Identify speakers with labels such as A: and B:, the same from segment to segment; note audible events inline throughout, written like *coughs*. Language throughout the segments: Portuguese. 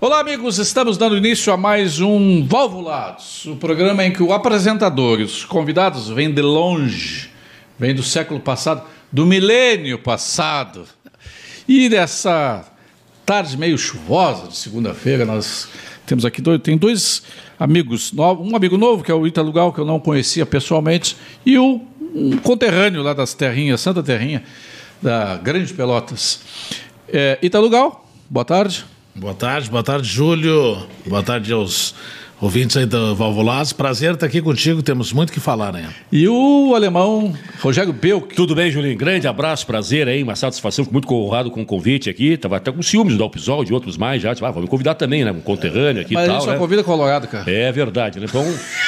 A: Olá, amigos! Estamos dando início a mais um Valvulados, o programa em que o apresentador e os convidados vêm de longe, vêm do século passado, do milênio passado. E dessa tarde meio chuvosa de segunda-feira, nós temos aqui dois, tem dois amigos novos, um amigo novo, que é o Ítalo Gal, que eu não conhecia pessoalmente, e o, um conterrâneo lá das terrinhas, Santa Terrinha, da Grande Pelotas. É, Ítalo Gal, boa tarde.
B: Boa tarde, boa tarde, Júlio. Boa tarde aos ouvintes aí do Valvulados. Prazer estar aqui contigo, temos muito o que falar, né?
A: E o alemão Rogério Belk.
C: Tudo bem, Julinho? Grande abraço, prazer aí, uma satisfação. Fico muito honrado com o convite aqui. Tava até com ciúmes do Alpisol, de outros mais já. Tipo, ah, vou me convidar também, né? Um conterrâneo aqui
A: Mas
C: e
A: a gente
C: tal,
A: só
C: né?
A: convida Colorado, cara.
C: É verdade, né? Então,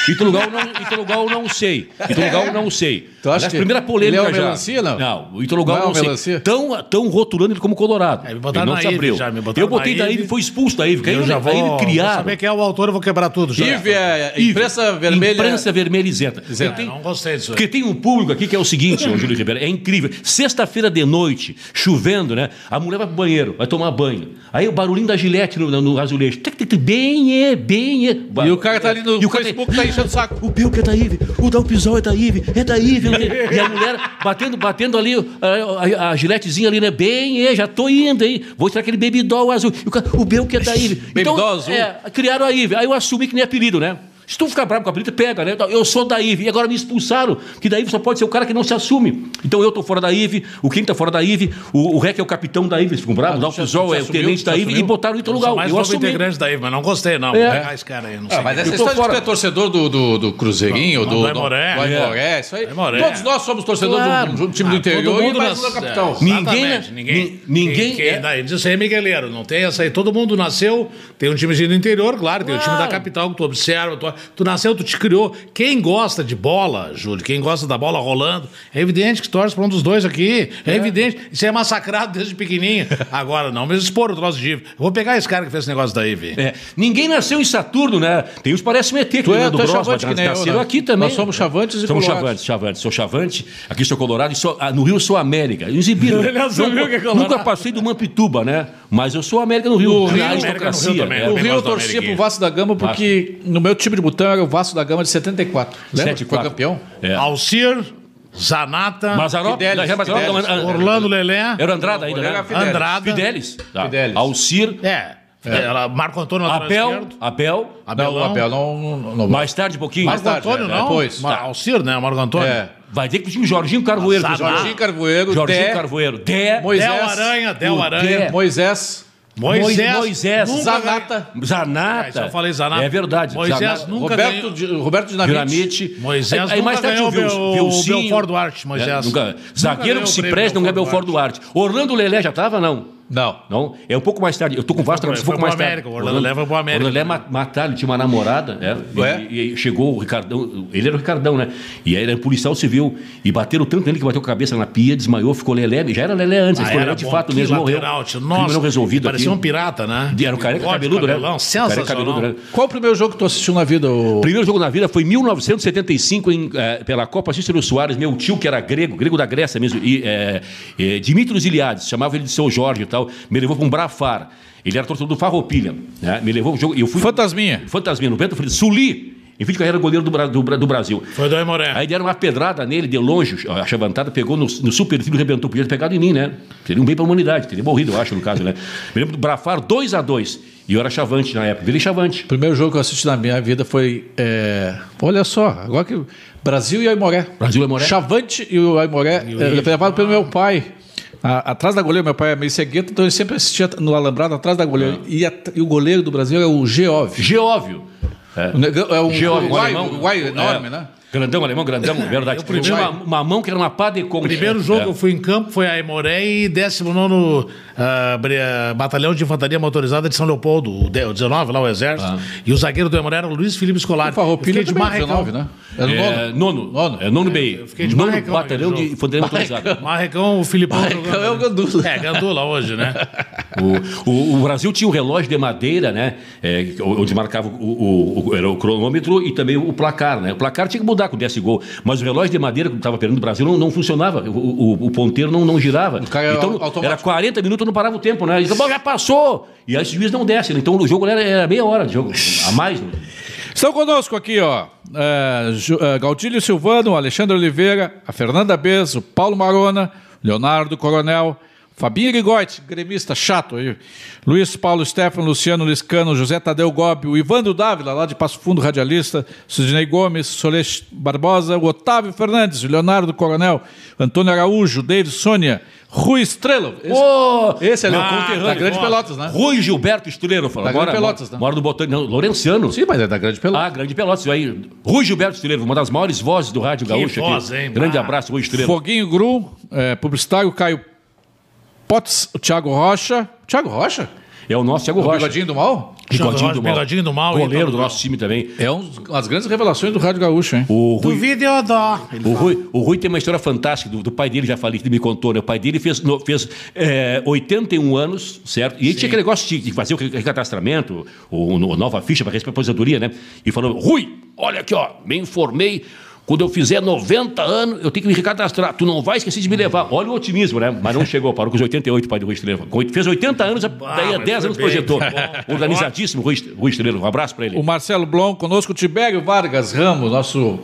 C: em teu lugar eu não, em teu lugar eu não sei. Em teu lugar eu não sei.
A: Tu acha
C: Aliás,
A: que
C: primeira polêmtica
A: ele é o
C: já.
A: melancia, não?
C: Não, em teu lugar
A: Não é
C: eu
A: o
C: não
A: melancia?
C: sei. Tão, tão rotulando ele como colorado.
B: É, me
C: ele
B: botaram
C: não
B: na
C: se
B: Ive
C: abriu.
B: já, me botaram
C: eu botei
B: na
C: da
B: Ive.
C: Ive, foi expulso da Ive.
B: Eu já vou,
C: Ele
B: vou
C: criaram.
B: saber quem é o autor, eu vou quebrar tudo já.
A: Ive é né?
C: Ive.
A: imprensa vermelha. é,
C: Imprensa vermelha isenta.
A: Isenta.
C: Eu
B: É,
C: tenho-
B: não gostei disso. aí.
C: Porque tem um público aqui que é o seguinte, ô Júlio Ribeiro, é incrível. Sexta-feira de noite, chovendo, né? A mulher vai pro banheiro, vai tomar banho. Aí o barulhinho da gilete no, no azulejo. Tic, tic, tic, Bem, é, bem, é.
A: E o cara tá ali no
C: E o cara-
A: Facebook, tá enchendo o saco.
C: o Belk é da Ive, o Dalpisol é da Ive, é da Ive. não tem- e a mulher batendo, batendo ali, a, a- a giletezinha ali, né? Bem, é, já tô indo aí. Vou tirar aquele bebidol azul. E o, cara, o Belk é da Ive.
A: Bebidol azul?
C: É, criaram a Ive. Aí eu assumi que nem apelido, né? Se tu ficar bravo com o apelido, pega, né? Eu sou da IVE. E agora me expulsaram, que da IVE só pode ser o cara que não se assume. Então eu tô fora da IVE, o Kim tá fora da IVE, o, o Rec é o capitão da IVE, eles ficam bravos,
A: Ah,
C: o
A: tu se
C: Dalpisol é o
A: assumiu,
C: tenente
A: tu
C: da
A: se
C: IVE e
A: assumiu?
C: botaram o Ítalo
B: Sou
C: Gal.
B: mais
C: Eu
B: novo
C: assumi.
B: integrante da Ive, mas não gostei, não.
C: É.
B: Ah, esse cara aí, não sei.
A: Ah, mas
B: quem é.
A: essa
C: Eu tô
A: história de que
C: fora.
A: é torcedor do, do, do Cruzeirinho,
B: Não,
A: do,
B: do
A: do
B: Aimoré.
A: do Aimoré,
B: É.
A: isso aí.
B: Aimoré.
A: Todos nós somos torcedor
C: Claro.
A: do, do Um time do
B: Ah,
A: interior
B: todo
A: e
B: mundo
A: mais um
B: nas-
A: da capital.
B: É,
C: Ninguém-
B: exatamente, ninguém.
C: nin- ninguém
B: Quem,
C: é-
B: daí disso aí é migueleiro, não tem essa aí. Todo mundo nasceu, tem um timezinho do interior, claro, tem o time da capital que tu observa. Tu, tu nasceu, tu te criou. Quem gosta de bola, Júlio, quem gosta da bola rolando, é evidente que torce pra um dos dois aqui. É, evidente. Isso é massacrado desde pequenininho. Agora não, mas expor o troço de Ive. Vou pegar esse cara que fez esse negócio da Ive.
C: É, ninguém nasceu em Saturno, né? Tem uns que parecem ET, que
A: Tu é-
C: Leandro
A: tu é
C: Grossman,
A: chavante que
C: nas-
A: nem eu,
C: nasceram
A: né?
C: aqui também.
A: Nós somos chavantes e
C: Somos
A: colorados.
C: chavantes, chavantes. Sou chavante, aqui sou colorado, e sou, ah, no Rio eu sou América. Exibido.
A: *laughs*
B: Ele assumiu
C: nunca,
B: que é colorado.
C: Nunca passei do Mampituba, né? Mas eu sou América no Rio.
A: No
C: na
A: Rio,
B: América no Rio
C: aristocracia, né?
B: também,
A: O
B: É bem
A: Rio
B: mais
A: eu
B: do
A: torcia
B: Ameriquinha.
A: pro Vasco da Gama porque no meu time de botão era o Vasco da Gama de 74. Lembra?
C: 74.
A: Foi campeão.
C: É.
B: Alcir, Zanata,
C: Mazarop,
A: Fidelis,
C: né? Já é Mazarop,
A: Fidelis.
C: não, ah,
B: Orlando Lelé.
C: Era Andrada ainda,
A: Era
C: né?
A: Fidelis.
B: Andrada.
C: Fidelis. Tá.
A: Fidelis.
C: Alcir.
B: É. Ela- Marco Antônio lateral
C: Abel.
B: esquerdo.
C: Abel.
A: Não, o
B: Abelão.
A: Abel não. não, não-
C: Mais tarde Tá. um pouquinho.
A: Mais
B: Marco
A: tarde,
B: Antônio
A: né?
B: não?
A: Depois.
B: Ma- Alcir, né? Marco Antônio.
A: É.
C: Vai ter que o time Jorginho Carvoeiro. por exemplo.
A: Jorginho Carvoeiro,
C: Jorginho
A: Té,
C: Carvoeiro. Dé.
A: Moisés.
B: Del Aranha, Del
C: é. O
B: Aranha.
C: Dé.
A: Moisés.
B: Moisés.
C: Moisés.
B: nunca ganhou-
A: Zanata.
C: Zanata.
B: É, isso eu falei Zanata.
C: É verdade.
B: Moisés
C: Zanata.
B: nunca
A: Roberto,
B: ganhou.
A: Di- Roberto Dinamite.
C: Dinamite.
B: Moisés
C: Aí, aí mais
B: nunca
C: tarde o
B: ganhou
C: Vil-
B: o
C: Vilcinho.
B: Belfort Duarte, Moisés.
C: É, nunca-
B: Nunca
C: Zagueiro
B: ganhou
C: que
B: o
C: se
B: prêmio
C: preste não ganha
B: Belfort
C: Belfort Duarte. Orlando Lelé já tava, não?
A: Não.
C: Não? É um pouco mais tarde. Eu tô com o Vasco, mas um
B: Foi
C: pouco
B: pro
C: mais tarde.
B: América, o Orlando Lelé foi pro América.
C: Orlando Lelé ma- mataram, ele tinha uma namorada, né? E-
A: Ué?
C: E, e chegou o Ricardão, ele era o Ricardão, né? E aí era policial civil. E bateram tanto nele que bateu a cabeça na pia, desmaiou, ficou Lelé. Já era Lelé antes, ele
B: Ah,
C: ficou
B: era
C: Lelé de
B: bom.
C: fato
B: Que
C: mesmo, morreu.
B: lateral, tio.
C: Crime
B: Nossa,
C: não resolvido
B: Parecia
C: aquilo.
B: um pirata, né?
C: E Era o careca
B: Bigode,
C: cabeludo,
B: cabelão,
C: né? Careca
B: Sensacional.
C: cabeludo, né?
A: Qual o primeiro jogo que tu assistiu na vida? O...
C: O primeiro jogo na vida foi em 1975, em, eh, pela Copa Cícero Soares. Meu tio, que era grego, grego da Grécia mesmo, e, eh, eh, Dimitrios Iliades, chamava ele de seu Jorge e tal, me levou para um Brafar. Ele era torcedor do Farroupilha. Né? Me levou para jogo. e Eu fui,
A: Fantasminha.
C: Fantasminha, no Bento Feliz. Suli, em fim de carreira, goleiro do, Bra- do Bra- do Brasil.
B: Foi do Aimoré.
C: Aí deram uma pedrada nele de longe, a chavantada pegou no, no super tiro, rebentou. Podia ter pegado em mim, né? Seria um bem pra humanidade, teria morrido, eu acho, no caso, né? Me lembro do Brafar 2 a 2 E eu era chavante na época, virei chavante.
A: O primeiro jogo que eu assisti na minha vida foi. é, Olha só, agora que. Brasil e Aimoré.
C: Brasil e Aimoré.
A: Chavante e o Aimoré, é, levado pelo meu pai. A- atrás da goleira, meu pai é meio cegueta, então ele sempre assistia no alambrado atrás da goleira. E, a- e o goleiro do Brasil é o Geov.
C: Geóvio. É.
A: O negão- É um
C: Geóvio,
A: uruguai,
C: alemão.
A: uruguai enorme,
C: É.
A: né?
C: Grandão, alemão, grandão, é verdade. Tinha uma, uma mão que era uma pá de concha.
B: Primeiro jogo que
C: É.
B: eu fui em campo foi Aimoré e 19 ah, bre- ah, Batalhão de Infantaria Motorizada de São Leopoldo, o de- o 19 lá, o Exército.
C: Ah.
B: E o zagueiro do Aimoré era o Luiz Felipe Scolari.
A: O Farroupilha
B: Eu
A: de
B: fiquei marrecão.
A: 19, né? Era o
C: É,
A: nono.
C: nono.
A: Nono.
C: É, nono BI.
B: fiquei de
C: nono
B: barracão
C: batalhão
B: naquele
C: de infantaria motorizada.
B: Marrecão, o Filipão.
A: Marrecão
B: jogando,
A: é o
B: né?
A: Gandula.
C: *laughs*
B: É, Gandula hoje, né?
C: O, o- o Brasil tinha um relógio de madeira, né? é, onde marcava o, o- o- era o cronômetro e também o placar, né? O placar tinha que mudar com 10 gol. Mas o relógio de madeira que estava perdendo o Brasil não, não funcionava. O, o- o ponteiro não, não girava.
A: cara era
C: Então,
A: automático.
C: era 40 minutos, não parava o tempo, né? Então, "Bom, já passou! E aí o juiz não desce. né? Então o jogo era, era meia hora de jogo, a mais. né?
A: Estão conosco aqui, ó. É, Ju- é, Gaudílio Silvano, Alexandre Oliveira, a Fernanda Bez, o Paulo Marona, Leonardo Coronel, Fabinho Rigotti, gremista chato aí. Luiz Paulo Stefano, Luciano Liscano, José Tadeu Gobi, o Ivandro Dávila, lá de Passo Fundo, radialista, Sidney Gomes, Soles Barbosa, o Otávio Fernandes, o Leonardo Coronel, Antônio Araújo, David Sônia, Rui Estrela. Esse,
C: Ô,
A: esse é
B: Ah,
A: o conterrâneo.
B: da
A: Grande
B: Grande
A: Pelotas, né?
C: Rui Gilberto Estrela, fala.
A: Da Grande
C: Agora,
A: Pelotas, né?
C: mora no Botânico. Não, Lourenciano.
A: Sim, mas é da Grande Pelotas.
C: Ah, grande Pelotas, isso aí. Rui Gilberto Estrela, uma das maiores vozes do Rádio Gaúcho
B: voz,
C: aqui.
B: hein? Ah.
C: Grande
B: Bah.
C: abraço, Rui Estrela.
A: Foguinho Gru, é, publicitário Caio Potts, o Thiago Rocha. Thiago Rocha?
C: É o nosso Thiago
A: É o
C: Rocha.
A: bigodinho do mal?
B: Thiago Rocha, Bigodinho do Mal,
C: Goleiro
B: então,
C: do
B: do
C: nosso time também.
A: É um dos- uma das grandes revelações do Rádio Gaúcho, hein?
C: O
B: Do
C: Rui,
B: Videodó.
C: o Rui, o Rui tem uma história fantástica do, do pai dele, já falei, que me contou, né? O pai dele fez, no- fez é, 81 anos, certo? E ele tinha aquele negócio de, de fazer o recadastramento, ou, no- nova ficha para receber aposentadoria, né? E falou, Rui, olha aqui, ó, me informei, quando eu fizer 90 anos, eu tenho que me recadastrar. Tu não vai esquecer de me levar. Olha o otimismo, né? Mas
B: *laughs*
C: não chegou, parou com os 88, o pai do Rui Estrela. Com oito- Fez 80 anos, daí a
B: mas
C: 10
B: foi
C: anos
B: bem. tá
C: projetou.
B: Bom.
C: Organizadíssimo, Rui, Est- Rui Estrela. Um abraço para ele.
A: O Marcelo Blon, conosco, o Tibério Vargas Ramos, nosso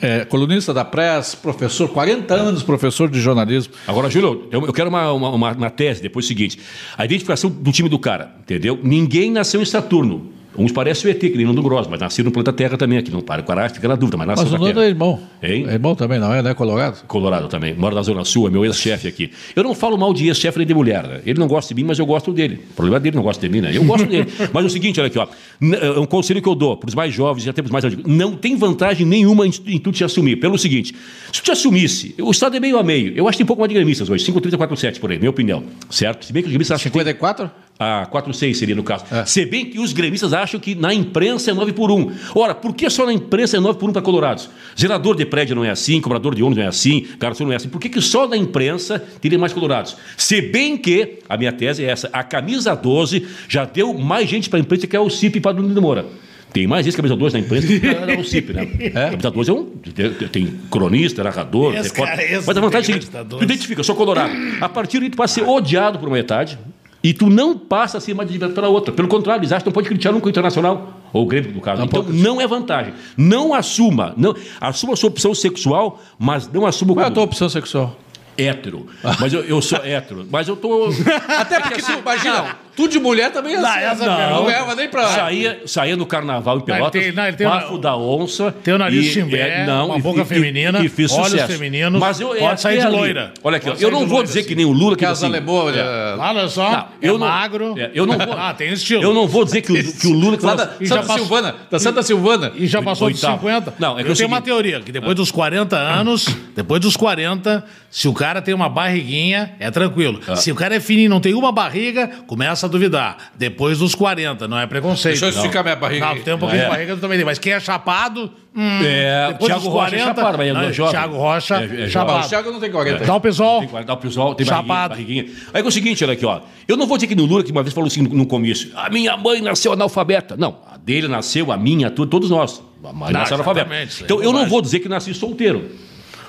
A: é, colunista da Press, professor, 40 anos professor de jornalismo.
C: Agora, Júlio, eu, eu quero uma, uma, uma- uma tese depois é seguinte. A identificação do time do cara, entendeu? Ninguém nasceu em Saturno. Uns parecem o ET, que nem o do Gross, mas nasceram no planeta Terra também aqui. Não para, o cara fica na dúvida, mas nasceu
A: Mas o
C: na
A: Nando
C: Terra.
A: é irmão.
C: Hein?
A: É irmão também, não é? Né? Colorado?
C: Colorado também, mora na Zona Sul, é meu ex-chefe aqui. Eu não falo mal de ex-chefe nem de mulher, né? Ele não gosta de mim, mas eu gosto dele. O problema é dele, não gosta de mim, né? Eu gosto dele. Mas é o seguinte, olha aqui, ó. N- É um conselho que eu dou para os mais jovens e até para os mais antigos. Não tem vantagem nenhuma em tu- em tu te assumir. Pelo seguinte, se tu te assumisse, o Estado é meio a meio. Eu acho que tem um pouco mais de gremistas hoje, 5,347 por aí, minha opinião. Certo? Se bem que os gremistas acham que tem
A: 54?
C: ah, 4,6 seria no caso. Se bem que os gremistas acham que na imprensa é 9 por 1. Ora, por que só na imprensa é 9 por 1 para colorados? Zelador de prédio não é assim, cobrador de ônibus não é assim, garçom não é assim. Por que, que só na imprensa teria mais colorados? Se bem que, a minha tese é essa, a camisa 12 já deu mais gente para a imprensa que é o CIP para o Nuno Moura. Tem mais esse camisa 12 na imprensa do que era o CIP, né? Camisa 12 é um... tem- Tem cronista, narrador,
B: Esse
C: repórter.
B: cara, esse
C: Mas a vantagem é a seguinte,
B: camisa
C: tu
B: 12.
C: identifica, eu sou colorado. A partir daí tu passa a ser odiado por uma metade e tu não passa a ser mais admirado pela outra. Pelo contrário, eles acham que não pode criticar nunca o Internacional ou o Grêmio, no caso. então não é vantagem. Não assuma. Não, assuma a sua opção sexual, mas não assuma
A: Qual é a
C: como
A: tua opção sexual?
C: hétero. Mas eu, eu sou hétero. Mas eu tô...
A: *laughs* Até porque tu, imagina, tu de mulher também é assim.
B: essa
A: não,
B: *laughs* não.
A: ganhava nem pra...
C: Saía, saía no carnaval em Pelotas,
B: tem- não, ele tem
C: bafo
B: um-
C: da onça.
B: tem um nariz chimbé,
C: é,
B: uma boca feminina,
C: E, e fiz
B: olhos
C: sucesso.
B: femininos,
C: Mas eu,
B: pode
C: é,
B: sair de
C: ali.
B: loira.
C: Olha aqui, ó,
B: Pode
C: eu
B: sair
C: não
B: de
C: vou
B: loira,
C: dizer
B: assim.
C: que nem o Lula... Que
A: Porque as
C: assim,
A: alemãs,
C: é.
B: Olha só,
C: Não,
B: é magro.
C: é, eu não
B: *laughs*
C: vou,
B: Ah, tem estilo.
C: Eu não vou dizer que o, que o Lula... Que
A: Lá
C: fala- assim,
A: da
B: E já
A: Santa
B: passou-
A: Silvana, da Santa Silvana.
B: E já passou
C: Oitavo.
B: dos 50?
C: Não, é que é o
B: eu tenho uma
C: seguinte- Ah.
B: teoria, que depois dos 40 anos, depois dos 40, se o cara tem uma barriguinha, é tranquilo.
C: Ah.
B: Se o cara é fininho e não tem uma barriga, começa a duvidar. Depois dos 40, não é preconceito.
A: Deixa eu
B: Não.
A: esticar minha barriga
B: Não,
A: aqui.
B: tem um pouquinho
C: É.
B: de barriga, eu também tenho. Mas quem é chapado, hum,
C: É,
B: depois
C: Thiago
B: dos
C: Rocha é
B: 40...
C: chapado, mas é
B: não,
C: jovem.
B: Thiago Rocha,
C: É, é jovem.
A: Ah, o
B: chapado.
A: Thiago não tem 40.
B: Então, pessoal,
C: Tem que guardar o pessoal, tem barriguinha,
B: Chapado.
C: barriguinha. Aí que é o seguinte, olha aqui, ó. Eu não vou dizer que no Lula, que uma vez falou assim no, no começo, a minha mãe nasceu analfabeta. Não, a dele nasceu, a minha, tu- todos nós. A mãe
B: Não,
C: nasceu analfabeta.
B: Ah, exatamente, isso aí
C: Então
B: é
C: eu não
B: bobagem.
C: vou dizer que nasci solteiro.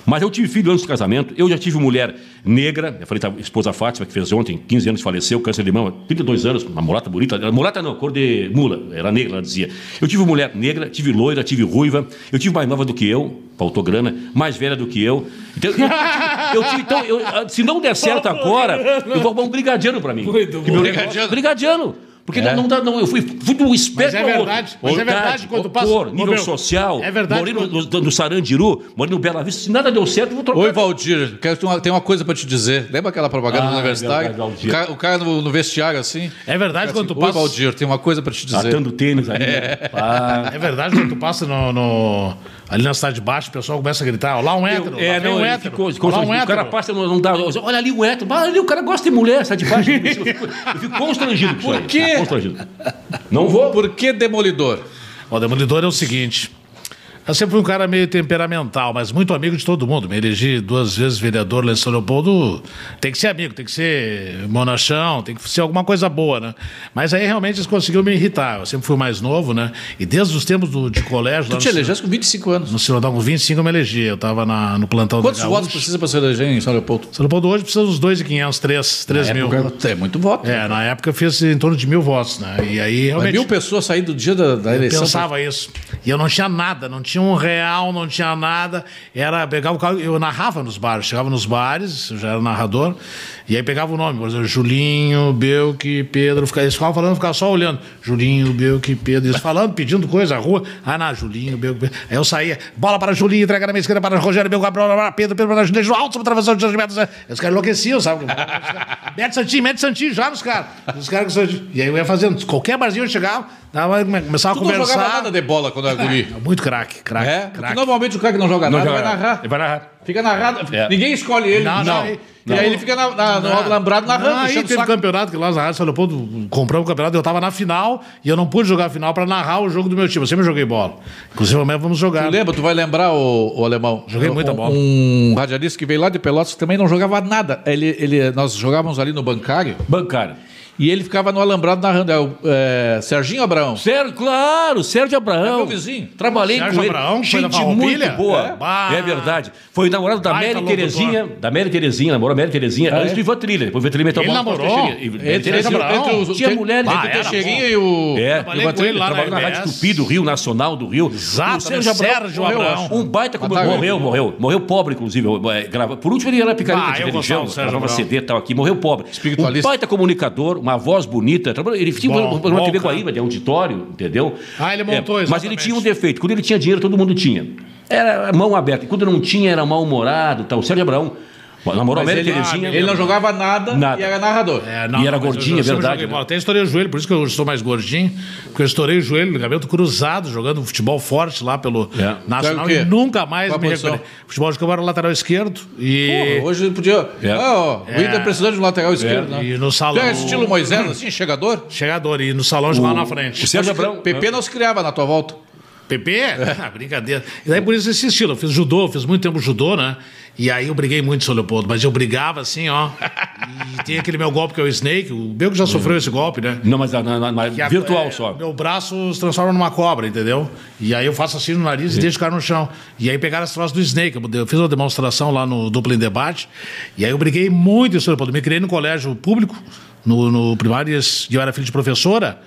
C: Mas eu tive filho antes do casamento, eu já tive mulher negra, eu falei, tá, esposa Fátima, que fez ontem, 15 anos, faleceu, câncer de mama, 32 anos, uma mulata bonita, era mulata não, cor de mula, era negra, ela dizia. Eu tive mulher negra, tive loira, tive ruiva, eu tive mais nova do que eu, faltou grana, mais velha do que eu. Então, eu, eu tive, então eu- se não der certo agora, eu vou arrumar um brigadiano pra mim.
A: Muito
C: Que
A: bom.
C: meu
A: Brigadiano.
C: negócio- Brigadiano. Porque
A: É.
C: não dá, não. Eu fui, fui do
B: Mas
C: espectro.
B: é
C: ao outro.
B: verdade, mas é
C: Idade,
B: verdade, quando passa-
C: cor,
B: Ô,
C: nível
B: meu,
C: social.
B: é verdade
C: Morei
B: quando-
C: no, no, no Sarandiru, morei no Bela Vista. Se nada deu certo, eu vou
B: um
C: trocar.
A: Oi, Valdir, quero ter uma- tem uma coisa pra te dizer. Lembra aquela propaganda
C: Ah,
A: do universitário?
C: verdade, Valdir.
A: o cara, o cara no, no vestiário assim.
B: é verdade quando tu
A: Oi,
B: passa...
A: Valdir, tem uma coisa pra te dizer.
C: Atando tênis ali. né? Ah.
B: É verdade, quando tu passa no, no- ali na cidade de baixo, o pessoal começa a gritar, ó, lá um hétero,
C: é,
B: lá vem
C: não,
B: um
C: ele
B: hétero, ó,
C: ficou-
B: lá um
C: o cara
B: hétero.
C: passa, não, não dá. Olha ali o hétero. Olha ali, o cara gosta de mulher, sai de *laughs* baixo. Eu fico, eu fico constrangido com isso
A: Por
C: aí.
A: quê?
C: Constrangido. Não vou.
A: Por que demolidor?
B: O Demolidor é o seguinte. Eu sempre fui um cara meio temperamental, mas muito amigo de todo mundo. Me elegi duas vezes vereador Lençol Leopoldo. Tem que ser amigo, tem que ser monachão, tem que ser alguma coisa boa, né? Mas aí realmente eles conseguiram me irritar. Eu sempre fui mais novo, né? E desde os tempos do, de colégio.
A: Tu
B: lá
A: te
B: no-
A: elegeste com 25 anos.
B: No Silodão com 25 eu me elegi. Eu estava no plantão
A: Quantos
B: da
A: votos
B: Gaúcha.
A: precisa para se eleger em São Leopoldo?
B: São Leopoldo hoje precisa dos 2,500, 3, 3 mil.
A: Época- É muito voto.
B: É, na época eu fiz em torno de mil votos, né? E aí
A: Mas
B: realmente.
A: mil pessoas saíram do dia da, da
B: Eu
A: eleição.
B: pensava isso. E eu não tinha nada, não tinha um real, não tinha nada. Era, pegava o carro, eu narrava nos bares, chegava nos bares, eu já era narrador, e aí pegava o nome, por exemplo, Julinho, Belk, Pedro, ficava, eles ficavam falando, ficava só olhando. Julinho, Belk, Pedro, eles falando, pedindo coisa, a rua. Ah, não, Julinho, Belk, Pedro. Aí eu saía, bola para Julinho, entrega na minha esquerda para Rogério, Belk, Gabriel, blá, blá, Pedro, Pedro, para Julinho, alto, atravessando de metros. Os caras enlouqueciam, sabe? Mete Santinho, mete Santinho, já nos caras. Os caras com Santinho. E aí eu ia fazendo, qualquer barzinho eu chegava, dava, começava
A: Tu
B: a
A: não
B: conversar.
A: jogava nada de bola quando era guri.
B: É Muito craque, craque,
A: É? Porque
B: craque.
A: normalmente o cara que não joga nada vai narrar.
C: Vai narrar.
A: Fica narrado.
C: É.
A: Ninguém escolhe ele.
B: Não, não.
A: E aí ele fica na, na, Tá no alambrado narrando,
B: Aí
A: enchendo o
B: Ah, teve
A: saco.
B: campeonato que lá na Rádio São Leopoldo compramos o campeonato, eu tava na final e eu não pude jogar a final pra narrar o jogo do meu time. Eu sempre joguei bola. Inclusive amanhã vamos jogar.
A: Tu lembra, tu vai lembrar, o, alemão.
B: Joguei
A: um-
B: muita bola.
A: Um radialista que veio lá de Pelotas que também não jogava nada. Ele, ele, nós jogávamos ali no bancário
C: Bancário.
A: e ele ficava no alambrado narrando. É o é, Serginho Abraão.
C: Sérgio, claro, Sérgio Abraão.
A: É meu vizinho.
C: Trabalhei
B: Sérgio
C: com ele.
B: Abraão, foi na
C: Gente
B: Farroupilha?
C: muito boa.
B: É? Bah.
C: É, verdade. Foi namorado da
B: Baita
C: Mary
B: locutor. Ah,
C: Terezinha. Da Mary Terezinha, namorou a Mary Terezinha. antes
A: é?
C: do Ivan Trilha. Depois o Ivan Trilha meteu a
B: Ele
C: bola no
B: namorou?
C: Teixeirinha. E- Mary Terezinha-
B: Abraão.
C: Tinha mulher,
A: entre
B: Ah,
A: o
B: era
A: Teixeirinha e o. e
C: É,
A: o
B: Trabalhei com ele lá na
C: trabalhou na
B: RBS.
C: Rádio Tupi do Rio, Nacional do Rio.
B: Exato,
C: O Sérgio
B: né?
C: Abraão.
B: Sérgio
C: morreu,
B: Abraão.
C: acho. Um baita como
A: Mataram
C: morreu,
A: ele.
C: morreu. Morreu pobre, inclusive. eu, eh, grava- Por último, ele era picareta
B: Bah, Ah,
C: de
B: eu
C: religião.
B: gostava do Sérgio
C: Gravava
B: Abraão.
C: CD e tal aqui. Morreu pobre. Um
A: Espiritualista.
C: baita comunicador, uma voz bonita. trabalhou- Ele tinha
B: Bom,
C: um programa
B: bom,
C: TV com a
B: cara.
C: Iba, de auditório, entendeu?
B: Ah, ele montou,
C: Mas
B: exatamente.
C: ele tinha um defeito. Quando ele tinha dinheiro, todo mundo tinha. Era mão aberta. E quando não tinha, era mal-humorado. Tal. O Sérgio Abraão namorou a
A: Mas
C: Mary
A: ele,
C: Terezinha.
A: ele
B: um
A: não jogava nada,
C: Nada.
A: e era narrador.
B: É,
C: E era
B: mas eu-
C: gordinho,
B: eu
C: é
B: sempre
C: verdade,
B: joguei
C: né?
B: bola. Até estourei o joelho, por isso que eu estou mais gordinho, porque eu estourei o joelho, ligamento cruzado, jogando um futebol forte lá pelo
C: É.
A: Joga
B: Nacional
A: o quê?
B: e nunca mais
A: Qual a
B: me
A: posição?
B: recuperei. Futebol de campo era lateral esquerdo e...
A: Porra, hoje podia.
C: É.
A: Ah, ó, o Inter precisando de um lateral esquerdo, né?
B: É. E no salão-
A: Tu é estilo Moisés, assim, chegador?
B: Chegador, e no salão de lá na frente.
C: o Sérgio
A: Acho que
C: Abraão.
B: né?
A: PP não se criava na tua volta.
B: PP? Ah, brincadeira. E daí por isso esse estilo. Eu fiz judô, fiz muito tempo judô, né? E aí eu briguei muito, seu Leopoldo, mas eu brigava assim, ó. E tem aquele meu golpe que é o Snake, o Belco já sofreu esse golpe, né?
C: Não, mas, ah, na- na- na-
B: Que a-
C: virtual
B: é,
C: só.
B: Meu braço se transforma numa cobra, entendeu? E aí eu faço assim no nariz e deixo o cara no chão. E aí pegaram esse troço do Snake. Eu de- Eu fiz uma demonstração lá no Duplo em Debate. E aí eu briguei muito isso. Eu me criei no colégio público, no, no primário, e esse- e eu era filho de professora.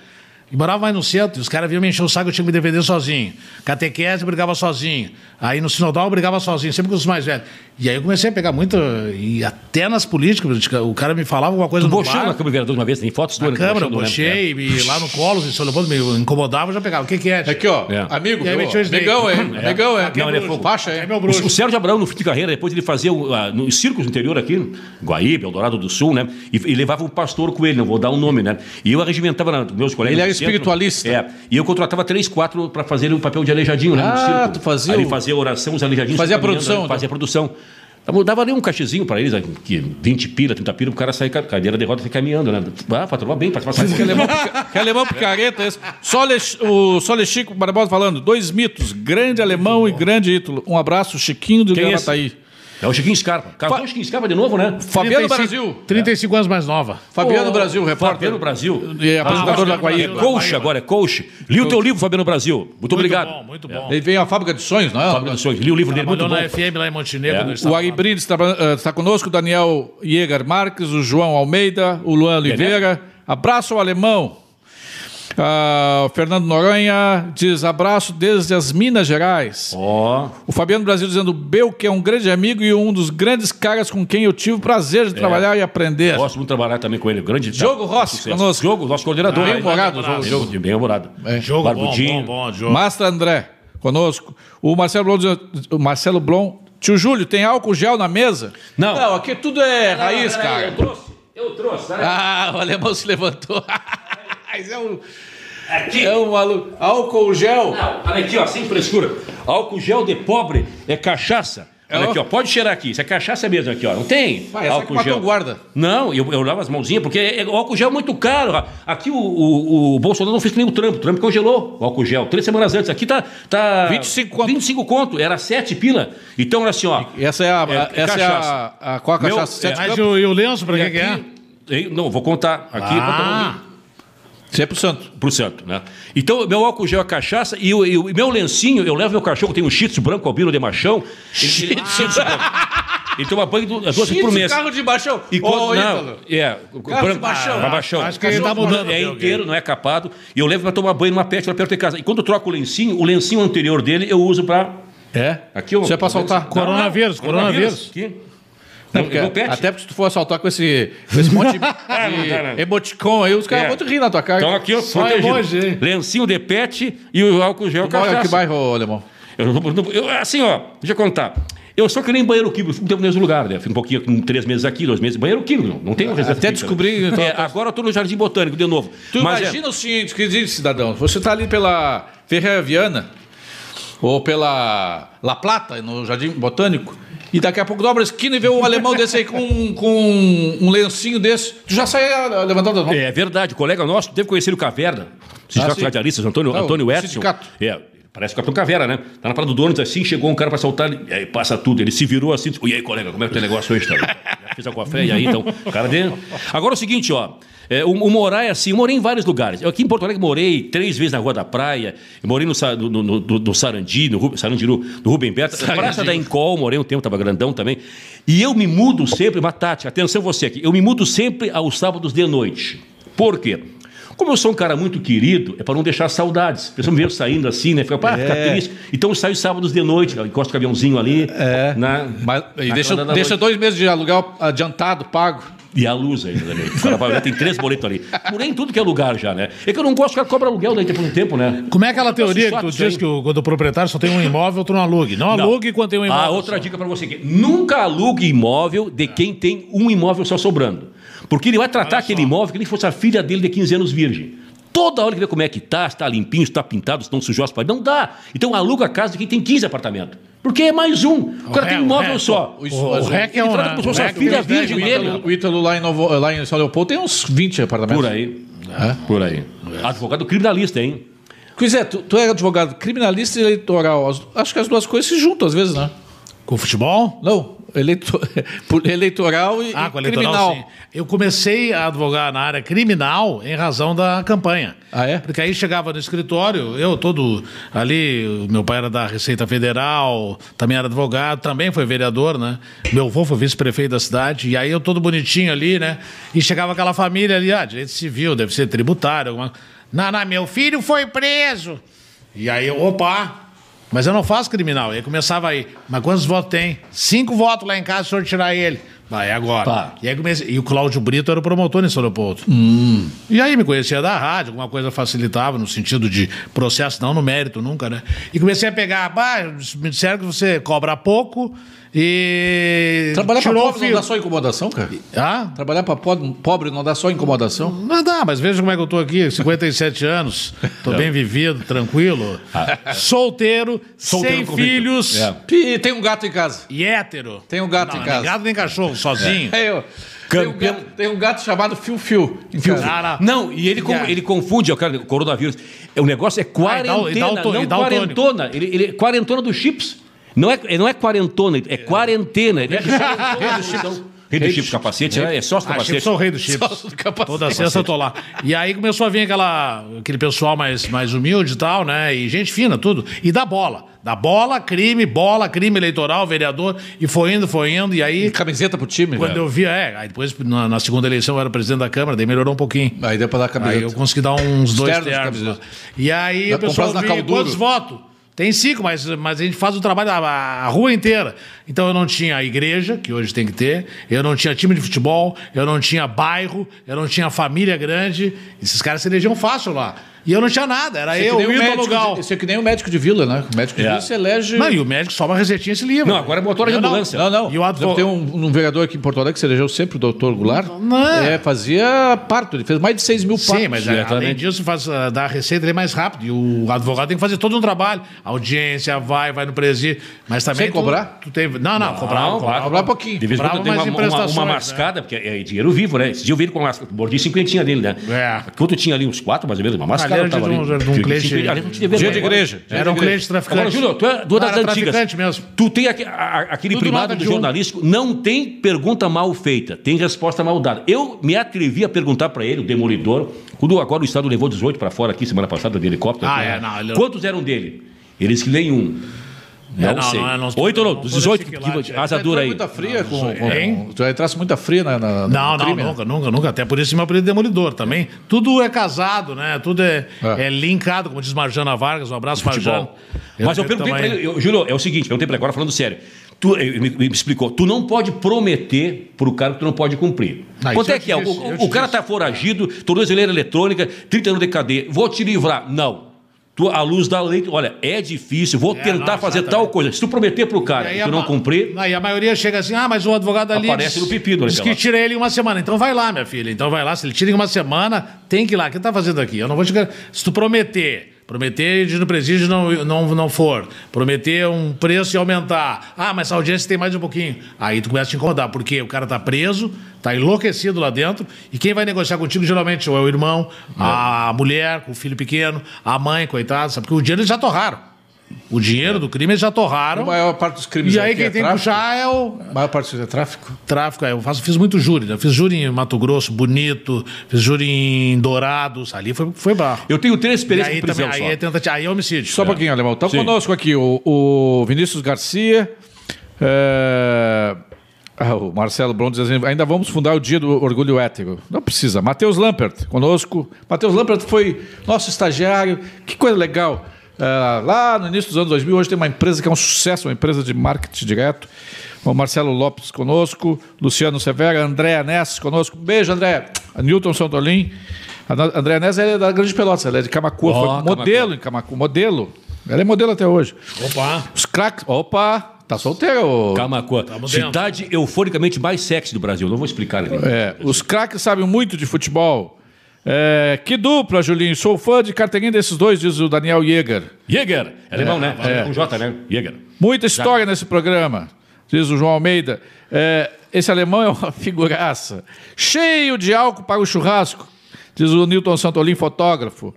B: E morava mais no centro, e os caras vinham me encher o saco, eu tinha que me defender sozinho. Catequese, eu brigava sozinho. Aí no Sinodal, eu brigava sozinho, sempre com os mais velhos. E aí eu comecei a pegar muito, e até nas políticas, o cara me falava alguma coisa
C: O
B: no
C: Bochão
B: bar.
C: na Câmara Vereador uma vez, tem fotos do
B: Na câmera, eu
C: Bochei.
B: puxei, e lá no colo, assim, em São Leopoldo, me incomodava, eu já pegava. O que, que é? tio?
A: Aqui, ó.
C: É.
A: Amigo,
B: E aí
A: meu,
B: metiu o Snake.
A: amigão, hein?
B: É.
A: Amigão, hein?
B: Aqui é
C: Não, ele é
B: bruxo.
C: fogo.
A: Baixa, hein?
B: Aqui é meu
C: O
B: bruxo.
C: o Sérgio Abraão, no fim de carreira, depois ele fazia o- ah, no circo do interior aqui, Guaíba, Eldorado do Sul, né? E, e levava um pastor com ele, não vou dar o nome, né? E eu arregimentava na, meus colegas.
A: Ele era
C: do centro.
A: espiritualista.
C: É. E eu contratava três, quatro para fazer o papel de aleijadinho, né?
A: Ah,
C: no circo.
A: tu fazia
C: Aí
A: o-
C: fazia oração, os aleijadinhos.
A: Fazia a
C: caminhando,
A: produção,
C: né?
A: né?
C: Fazia a produção. Então, eu Dava ali um cachezinho para eles, que 20 pila, 30 pila, o cara sai ca- cadeira de roda sai caminhando, né? Ah, faturou bem, para passar.
A: Que *laughs*
C: *laughs*
A: alemão, pica- que alemão picareta esse. Só Le- o Sole Chico Barbosa falando. Dois mitos, grande alemão e grande ídolo. Um abraço, Chiquinho do
C: Quem é esse?
A: Gravataí.
C: É o Chiquinho Scarpa. Casou
A: tá Fa-
C: o Chiquinho Scarpa de novo, né?
A: Fabiano
B: 35
A: Brasil.
B: 35 anos mais nova.
A: Fabiano Brasil, repórter.
C: Fabiano Brasil.
A: E apresentador
B: Ah,
A: da
C: É
A: Guaíba.
B: Brasil.
C: coach agora, é coach. Li o teu livro, Fabiano Brasil. Muito, obrigado.
B: bom, muito bom.
A: Ele veio à Fábrica de Sonhos, não é?
C: Fábio dos Sonhos. Li o livro dele, muito
B: Trabalhou
C: bom.
B: na FM lá em Montenegro. né?
C: É.
B: no
A: O
B: estado.
A: Ari Brindes está, eh, está conosco, o Daniel Jäger Marques, o João Almeida, o Luan Oliveira. Abraço ao alemão. Ah, o Fernando Noronha diz abraço desde as Minas Gerais.
C: Ó,
A: O Fabiano Brasil dizendo Bel, que é um grande amigo e um dos grandes caras com quem eu tive o prazer de
C: É.
A: trabalhar e aprender.
C: gosto muito de trabalhar também com ele. Grande
A: Diogo
C: tá,
A: Rossi
C: sucesso.
A: conosco.
C: Diogo, nosso coordenador.
A: Bem
C: aí.
A: humorado,
B: Jogo,
C: Bem-
A: Diogo.
C: Bem humorado.
B: É. Jogo
C: Barbudinho.
B: bom, bom, bom, jogo.
A: Mastra André conosco. O Marcelo Blon, diz- o Marcelo Blon. Tio Júlio, tem álcool gel na mesa?
C: Não.
A: Não, aqui tudo é raiz, cara.
C: trouxe, eu trouxe.
A: Ah, o alemão se levantou. *laughs* Mas é um. É um maluco. Álcool gel.
C: Olha aqui, ó, sem frescura. Álcool gel de pobre é cachaça. Olha
A: É, ó.
C: aqui, ó. Pode cheirar aqui. Isso é cachaça mesmo aqui, ó. Não tem
A: Vai, essa é que matou o guarda.
C: Não, eu, eu lavo as mãozinhas, porque é- o álcool gel é muito caro. ra- Aqui o, o, o Bolsonaro não fez que nem o Trump. O Trump congelou o álcool gel. Três semanas antes. Aqui tá... tá
A: 25 conto.
C: 25 conto. Era 7 pila. Então, olha assim, ó.
A: E Essa é a, a-
C: É,
A: essa é a,
C: cachaça.
A: a, qual a
C: Meu,
A: cachaça?
C: é,
A: Sete
B: Mas
A: Campos?
B: e o e o lenço, pra quem que é?
C: Ei, Não, vou contar. Aqui é pra todo mundo.
B: Ah,
C: um
A: Isso é pro santo.
C: pro santo, né? Então, meu álcool gel é cachaça e o e o- e meu lencinho, eu levo meu cachorro, tem um shih tzu branco albino de machão. Ele, ele, shih tzu branco. Ele toma banho du- duas vezes por mês.
A: carro de baixão.
C: E quando, não, é, branco,
A: baixão.
C: ah, baixão.
B: tá Acho que ele tá mudando,
C: É
B: ok, ok.
C: inteiro, não é capado. E eu levo pra tomar banho numa pet lá perto de casa. E quando eu troco o lencinho, o lencinho anterior dele eu uso pra...
A: É?
C: Aqui, ó.
A: Isso é pra assaltar.
C: Não, não.
B: Coronavírus, coronavírus.
C: Aqui.
A: Não, porque-
C: Meu pet.
A: até porque se tu for assaltar com esse, com esse monte de
C: dá, *laughs* não.
A: emoticon aí, os caras
C: É.
A: vão te rir na tua cara.
C: Então aqui, ó,
B: Só
C: protegido.
B: emoji, hein?
C: Lencinho de pet e o álcool gel
A: Mora
C: cachaça.
A: que bairro, ô, alemão?
C: Eu, não- não- eu- assim, ó, deixa eu contar. Eu sou que nem banheiro químico, fico um tempo no mesmo lugar, né? Fico um pouquinho, um, três meses aqui, dois meses. Banheiro químico, não, não tem reserva
A: Até
C: química,
A: descobri,
C: né?
A: então,
C: É, agora eu tô no Jardim Botânico de novo.
A: Tu
C: Mas é-
A: imagina o seguinte, querido cidadão, você tá ali pela Ferroviana ou pela La Plata, no Jardim Botânico, e daqui a pouco dobra a esquina e vê um alemão desse aí com, com um lencinho desse, tu já sai ah, levantando as mãos.
C: é, verdade, o colega nosso deve conhecer o Caverna. Sindicato
A: sim.
C: de radialistas, Antônio,
A: Ah, o
C: Antônio Edson.
A: sindicato.
C: É, parece o Capitão Caverna, né? Tá na parada do ônibus assim, chegou um cara pra assaltar, ele- e aí passa tudo. Ele se virou assim, disse, e aí, colega, como é que tá o negócio hoje? tá? *laughs* Já fiz alguma fé, e aí, então, o cara dele. Agora é o seguinte, ó. é, o, o morar é assim, eu morei em vários lugares. Eu aqui em Porto Alegre morei três vezes na Rua da Praia, eu morei no, Sa- no, no, no- no Sarandi, no Ru- Sarandiru, no Rubem Berta, Praça da Encol, morei um tempo, tava grandão também. E eu me mudo sempre, uma tática, atenção você aqui, eu me mudo sempre aos sábados de noite. Por quê? Como eu sou um cara muito querido, é para não deixar saudades. A pessoa me vê saindo assim, né? Fica, pá, fica triste. Então eu saio sábados de noite, eu encosto o caminhãozinho ali. É. Na,
A: Mas, e
C: na
A: deixa,
C: calada da
A: deixa
C: noite.
A: dois meses de aluguel adiantado, pago.
C: E a luz ainda também. O cara vai ver, tem três boletos ali. Morei em tudo que é lugar já, né? É que eu não gosto que o cara cobra aluguel daí por um tempo, né?
B: Como é aquela teoria que tu
C: chato isso
B: diz
C: aí.
B: que o, quando o proprietário só tem um imóvel, tu não alugue. Não,
C: Não.
B: alugue quando tem um imóvel.
C: Ah, outra
B: só.
C: dica para você aqui. Nunca alugue imóvel de quem tem um imóvel só sobrando. Porque ele vai tratar aquele imóvel que nem fosse a filha dele de 15 anos virgem. Toda hora ele vê como é que tá, se tá limpinho, se tá pintado, se não sujou as paredes. Não dá. Então aluga a casa de quem tem 15 apartamentos. Porque é mais um. O cara
B: ré,
C: tem um
B: o
C: imóvel
B: ré,
C: só.
A: É, o-
B: O, o
A: Mas
B: REC é
C: ele
B: um.
C: trata como se fosse
B: o
C: a
B: REC é
C: filha
B: um dez,
C: virgem
B: né?
C: dele.
A: O Ítalo lá em, Novo, lá em São Leopoldo tem uns 20 apartamentos.
C: Por aí. Por aí.
A: É.
C: Advogado criminalista, hein?
A: Pois é, tu, tu é advogado criminalista e eleitoral. As- acho que as duas coisas se juntam às vezes, né?
B: Com o futebol?
A: Não, eleito, *laughs* por eleitoral e,
B: Ah,
A: e
B: com o
A: criminal.
B: eleitoral, sim. Eu comecei a advogar na área criminal em razão da campanha.
A: Ah, é?
B: Porque aí chegava no escritório, eu todo ali, meu pai era da Receita Federal, também era advogado, também foi vereador, né? Meu avô foi vice-prefeito da cidade, e aí eu todo bonitinho ali, né? E chegava aquela família ali, ah, direito civil, deve ser tributário, alguma Não, não, meu filho foi preso. E aí eu, opa, mas eu não faço criminal. E aí começava aí, mas quantos votos tem? Cinco votos lá em casa, o senhor tirar ele. Vai, é agora.
C: Pá.
B: E aí comecei, e o Cláudio Brito era o promotor em São Leopoldo. E aí me conhecia da rádio, alguma coisa facilitava no sentido de processo, não no mérito nunca, né? E comecei a pegar, bah, me disseram que você cobra pouco e
A: Trabalhar para
B: tirou o
A: pobre não
B: fio.
A: dá só incomodação, cara?
B: Ah?
A: Trabalhar para pobre não dá só incomodação?
B: Não dá, mas veja como é que eu tô aqui, 57 anos,
A: *laughs*
B: tô
A: É.
B: bem vivido, tranquilo,
A: Ah.
B: solteiro, sem
C: convicto.
B: filhos.
C: É.
A: E tem um gato em casa. *laughs*
B: E hétero.
A: Tem um gato
B: Não,
A: em
B: nem
A: casa.
B: gato nem cachorro, sozinho.
A: É, eu- tem, um
C: Campeão.
A: gato, tem um gato chamado Fio Fio. em casa.
B: Cara,
C: Não, e ele, com-
B: Yeah.
C: ele confunde, ó, cara, o coronavírus. É, O negócio é
B: Ah, e dá
C: quarentena,
B: o- e dá o to- e
C: não
B: dá o tônico.
C: quarentona. Ele, ele, quarentona do chips. Não é, não é quarentona, é quarentena. Ele é quarentona do
B: Então,
C: chips. Rei do chips, capacete, né? é só os
B: Ah, Chips,
C: capacete.
B: sou o rei dos chips.
A: Só do capacete.
B: Toda sexta eu tô lá. E aí começou a vir aquela, aquele pessoal mais, mais humilde e tal, né? E gente fina, tudo. E da bola. Da bola, crime, bola, crime eleitoral, vereador. E foi indo, foi indo. E
A: É.
B: aí,
A: Camiseta pro time.
B: quando
A: né?
B: eu vi, é. Aí depois, na, na segunda eleição, eu era presidente da Câmara, daí melhorou um pouquinho.
A: Aí deu pra dar
B: Aí
A: camiseta.
B: eu consegui dar uns dois
A: Externos,
B: termos.
A: camiseta.
B: lá. E aí
A: Dá
B: o pessoal
A: compras na
B: vinha,
A: Calduro.
B: quantos votos? Tem cinco, mas, mas a gente faz o trabalho a, a rua inteira. Então eu não tinha a igreja, que hoje tem que ter, eu não tinha time de futebol, eu não tinha bairro, eu não tinha família grande. Esses caras se elegiam fácil lá. E eu não tinha nada, era eu,
A: que nem
B: eu
A: o
B: e o
A: médico
B: Donogal.
A: de, Isso é que nem o médico de vila, né? O médico de
C: É.
A: vila se elege.
B: Não, e o médico só uma receitinha se livra.
C: Não, agora é motor de
B: Eu não.
C: ambulância.
A: Não, não.
B: E o advo-
A: Tem um, um vereador aqui em Porto Alegre que se elegeu sempre, o doutor Goulart.
B: Não.
A: É, fazia parto, ele fez mais de 6 mil partos.
B: Sim, mas é, além
C: diretamente.
B: disso, faz, ah, dá a receita ele é mais rápido. E o advogado tem que fazer todo um trabalho. Audiência, vai, vai no presídio. Mas
A: Sem
B: também. tu-
A: cobrar?
B: Tu teve... Não, não, cobrar,
C: não,
B: cobrar. né?
C: vai
A: Cobrar um pouquinho.
C: De vez em
B: Bravo,
C: quando tem uma,
B: mas em
C: uma, uma
B: prestações,
C: mascada, porque é dinheiro vivo, né? Esse dia eu vi com uma mascada, mordi cinquentinha dele, né?
B: É.
C: Quanto tinha ali? Uns quatro, mais ou menos, uma mascada.
B: era de
C: tava
B: um-
C: ali.
B: de um cliente-
C: cinquenta- ali não né? te devia
A: Dia de
C: agora.
A: igreja.
B: Era um cliente traficante.
C: Agora, Júlio, tu é do- das
B: Não, era
C: antigas.
B: traficante mesmo.
C: Tu tem aque- a- a- aquele
B: Tudo
C: primado
B: nota
C: do
B: de um.
C: jornalístico, não tem pergunta mal feita, tem resposta mal dada. Eu me atrevi a perguntar pra ele, o demolidor, quando agora o Estado levou 18 pra fora aqui semana passada de helicóptero.
B: Ah,
C: né?
B: é, não, ele-
C: Quantos eram dele? Ele disse que nenhum. Não,
B: É, não,
C: sei.
B: não, não, não,
C: Oito ou não?
B: não,
C: 18 que,
B: não,
C: que,
B: não,
C: asa é dura aí.
A: muita fria com, com,
B: Hein?
A: Tu entrasse muita fria na, na-
B: Não,
A: no
B: não,
A: crime, né?
B: nunca, nunca, nunca. Até por isso meu apelido é demolidor também. Tudo é casado, né? Tudo é,
A: É.
B: é. linkado, como diz Marjana Vargas. Um abraço, Marjana.
C: futebol. Mas eu
B: tenho
C: perguntei
B: também-
C: pra ele, eu, Júlio, é o seguinte, perguntei pra ele agora falando sério. Tu ele me, me explicou, tu não pode prometer pro cara que tu não pode cumprir.
B: Ah,
C: Quanto
B: isso
C: é
B: eu te
C: que é? O,
B: disse,
C: o-
B: eu te
C: o cara
B: disse.
C: tá foragido, tornozeleira eletrônica, 30 anos de cadeia. Vou te livrar. Não. Tu, à luz da lei, olha, é difícil, vou
B: É,
C: tentar
B: não,
C: fazer
B: exatamente.
C: tal coisa. Se tu prometer pro cara
B: Aí
C: que
B: a
C: tu não
B: ma-
C: cumprir,
B: Aí a maioria chega assim, ah, mas o advogado ali
C: Aparece
B: diz-
C: no pipi do
B: diz que
C: Nicolau.
B: tira ele em uma semana. Então vai lá, minha filha. Então vai lá. Se ele tira em uma semana, tem que ir lá. O que tá fazendo aqui? Eu não vou te... gar- Se tu prometer... Prometer de ir no presídio não, não, não for. Prometer um preço e aumentar. Ah, mas a audiência tem mais um pouquinho. Aí tu começa a te incomodar, porque o cara tá preso, tá enlouquecido lá dentro, e quem vai negociar contigo geralmente ou é o irmão, a
C: É.
B: mulher, com o filho pequeno, a mãe, coitada, sabe? Porque o dinheiro eles já torraram. O dinheiro do crime eles já torraram.
A: A maior parte dos crimes
B: E aí
A: aqui
B: quem
A: é
B: tem que
A: tráfico.
B: puxar é o
A: A maior parte dos crimes é tráfico.
B: tráfico. Aí Eu faço, fiz muito júri, né? Fiz júri em Mato Grosso, Bonito, fiz júri em Dourados, ali foi, foi barro.
C: eu tenho três
B: E
C: experiências
B: aí
C: com prisão
B: também,
C: só.
B: aí é tentativa, aí é homicídio.
A: Só um
B: É.
A: pouquinho, Alemão. Está
C: Sim.
A: conosco aqui o, o Vinícius Garcia. é, ah, o Marcelo Bron diz assim, ainda vamos fundar o dia do orgulho hétero. Não precisa. Matheus Lampert, conosco. Matheus Lampert foi nosso estagiário. Que coisa legal. É, lá no início dos anos 2000, hoje tem uma empresa que é um sucesso, uma empresa de marketing direto. O Marcelo Lopes conosco, Luciano Severa, Andréa Ness conosco. Beijo, André. A Newton Santolim. A Na- Andréa Ness é da Grande Pelotas, ela é de Camacô, foi
C: Camacô.
A: modelo em Camacu, modelo. Ela é modelo até hoje.
B: Opa.
A: Os craques. Opa, tá solteiro. ô.
C: Camacuã.
B: é- dentro.
C: Cidade euforicamente mais sexy do Brasil. Não vou explicar né? ali.
A: É, os craques sabem muito de futebol. É, que dupla, Julinho. Sou fã de carteirinha desses dois, diz o Daniel Jäger.
C: Jäger. É alemão, né? É. Com J, né? Jäger.
A: Muita história nesse programa, diz o João Almeida. É, esse alemão é uma *laughs* figuraça. Cheio de álcool para o churrasco, diz o Newton Santolim, fotógrafo.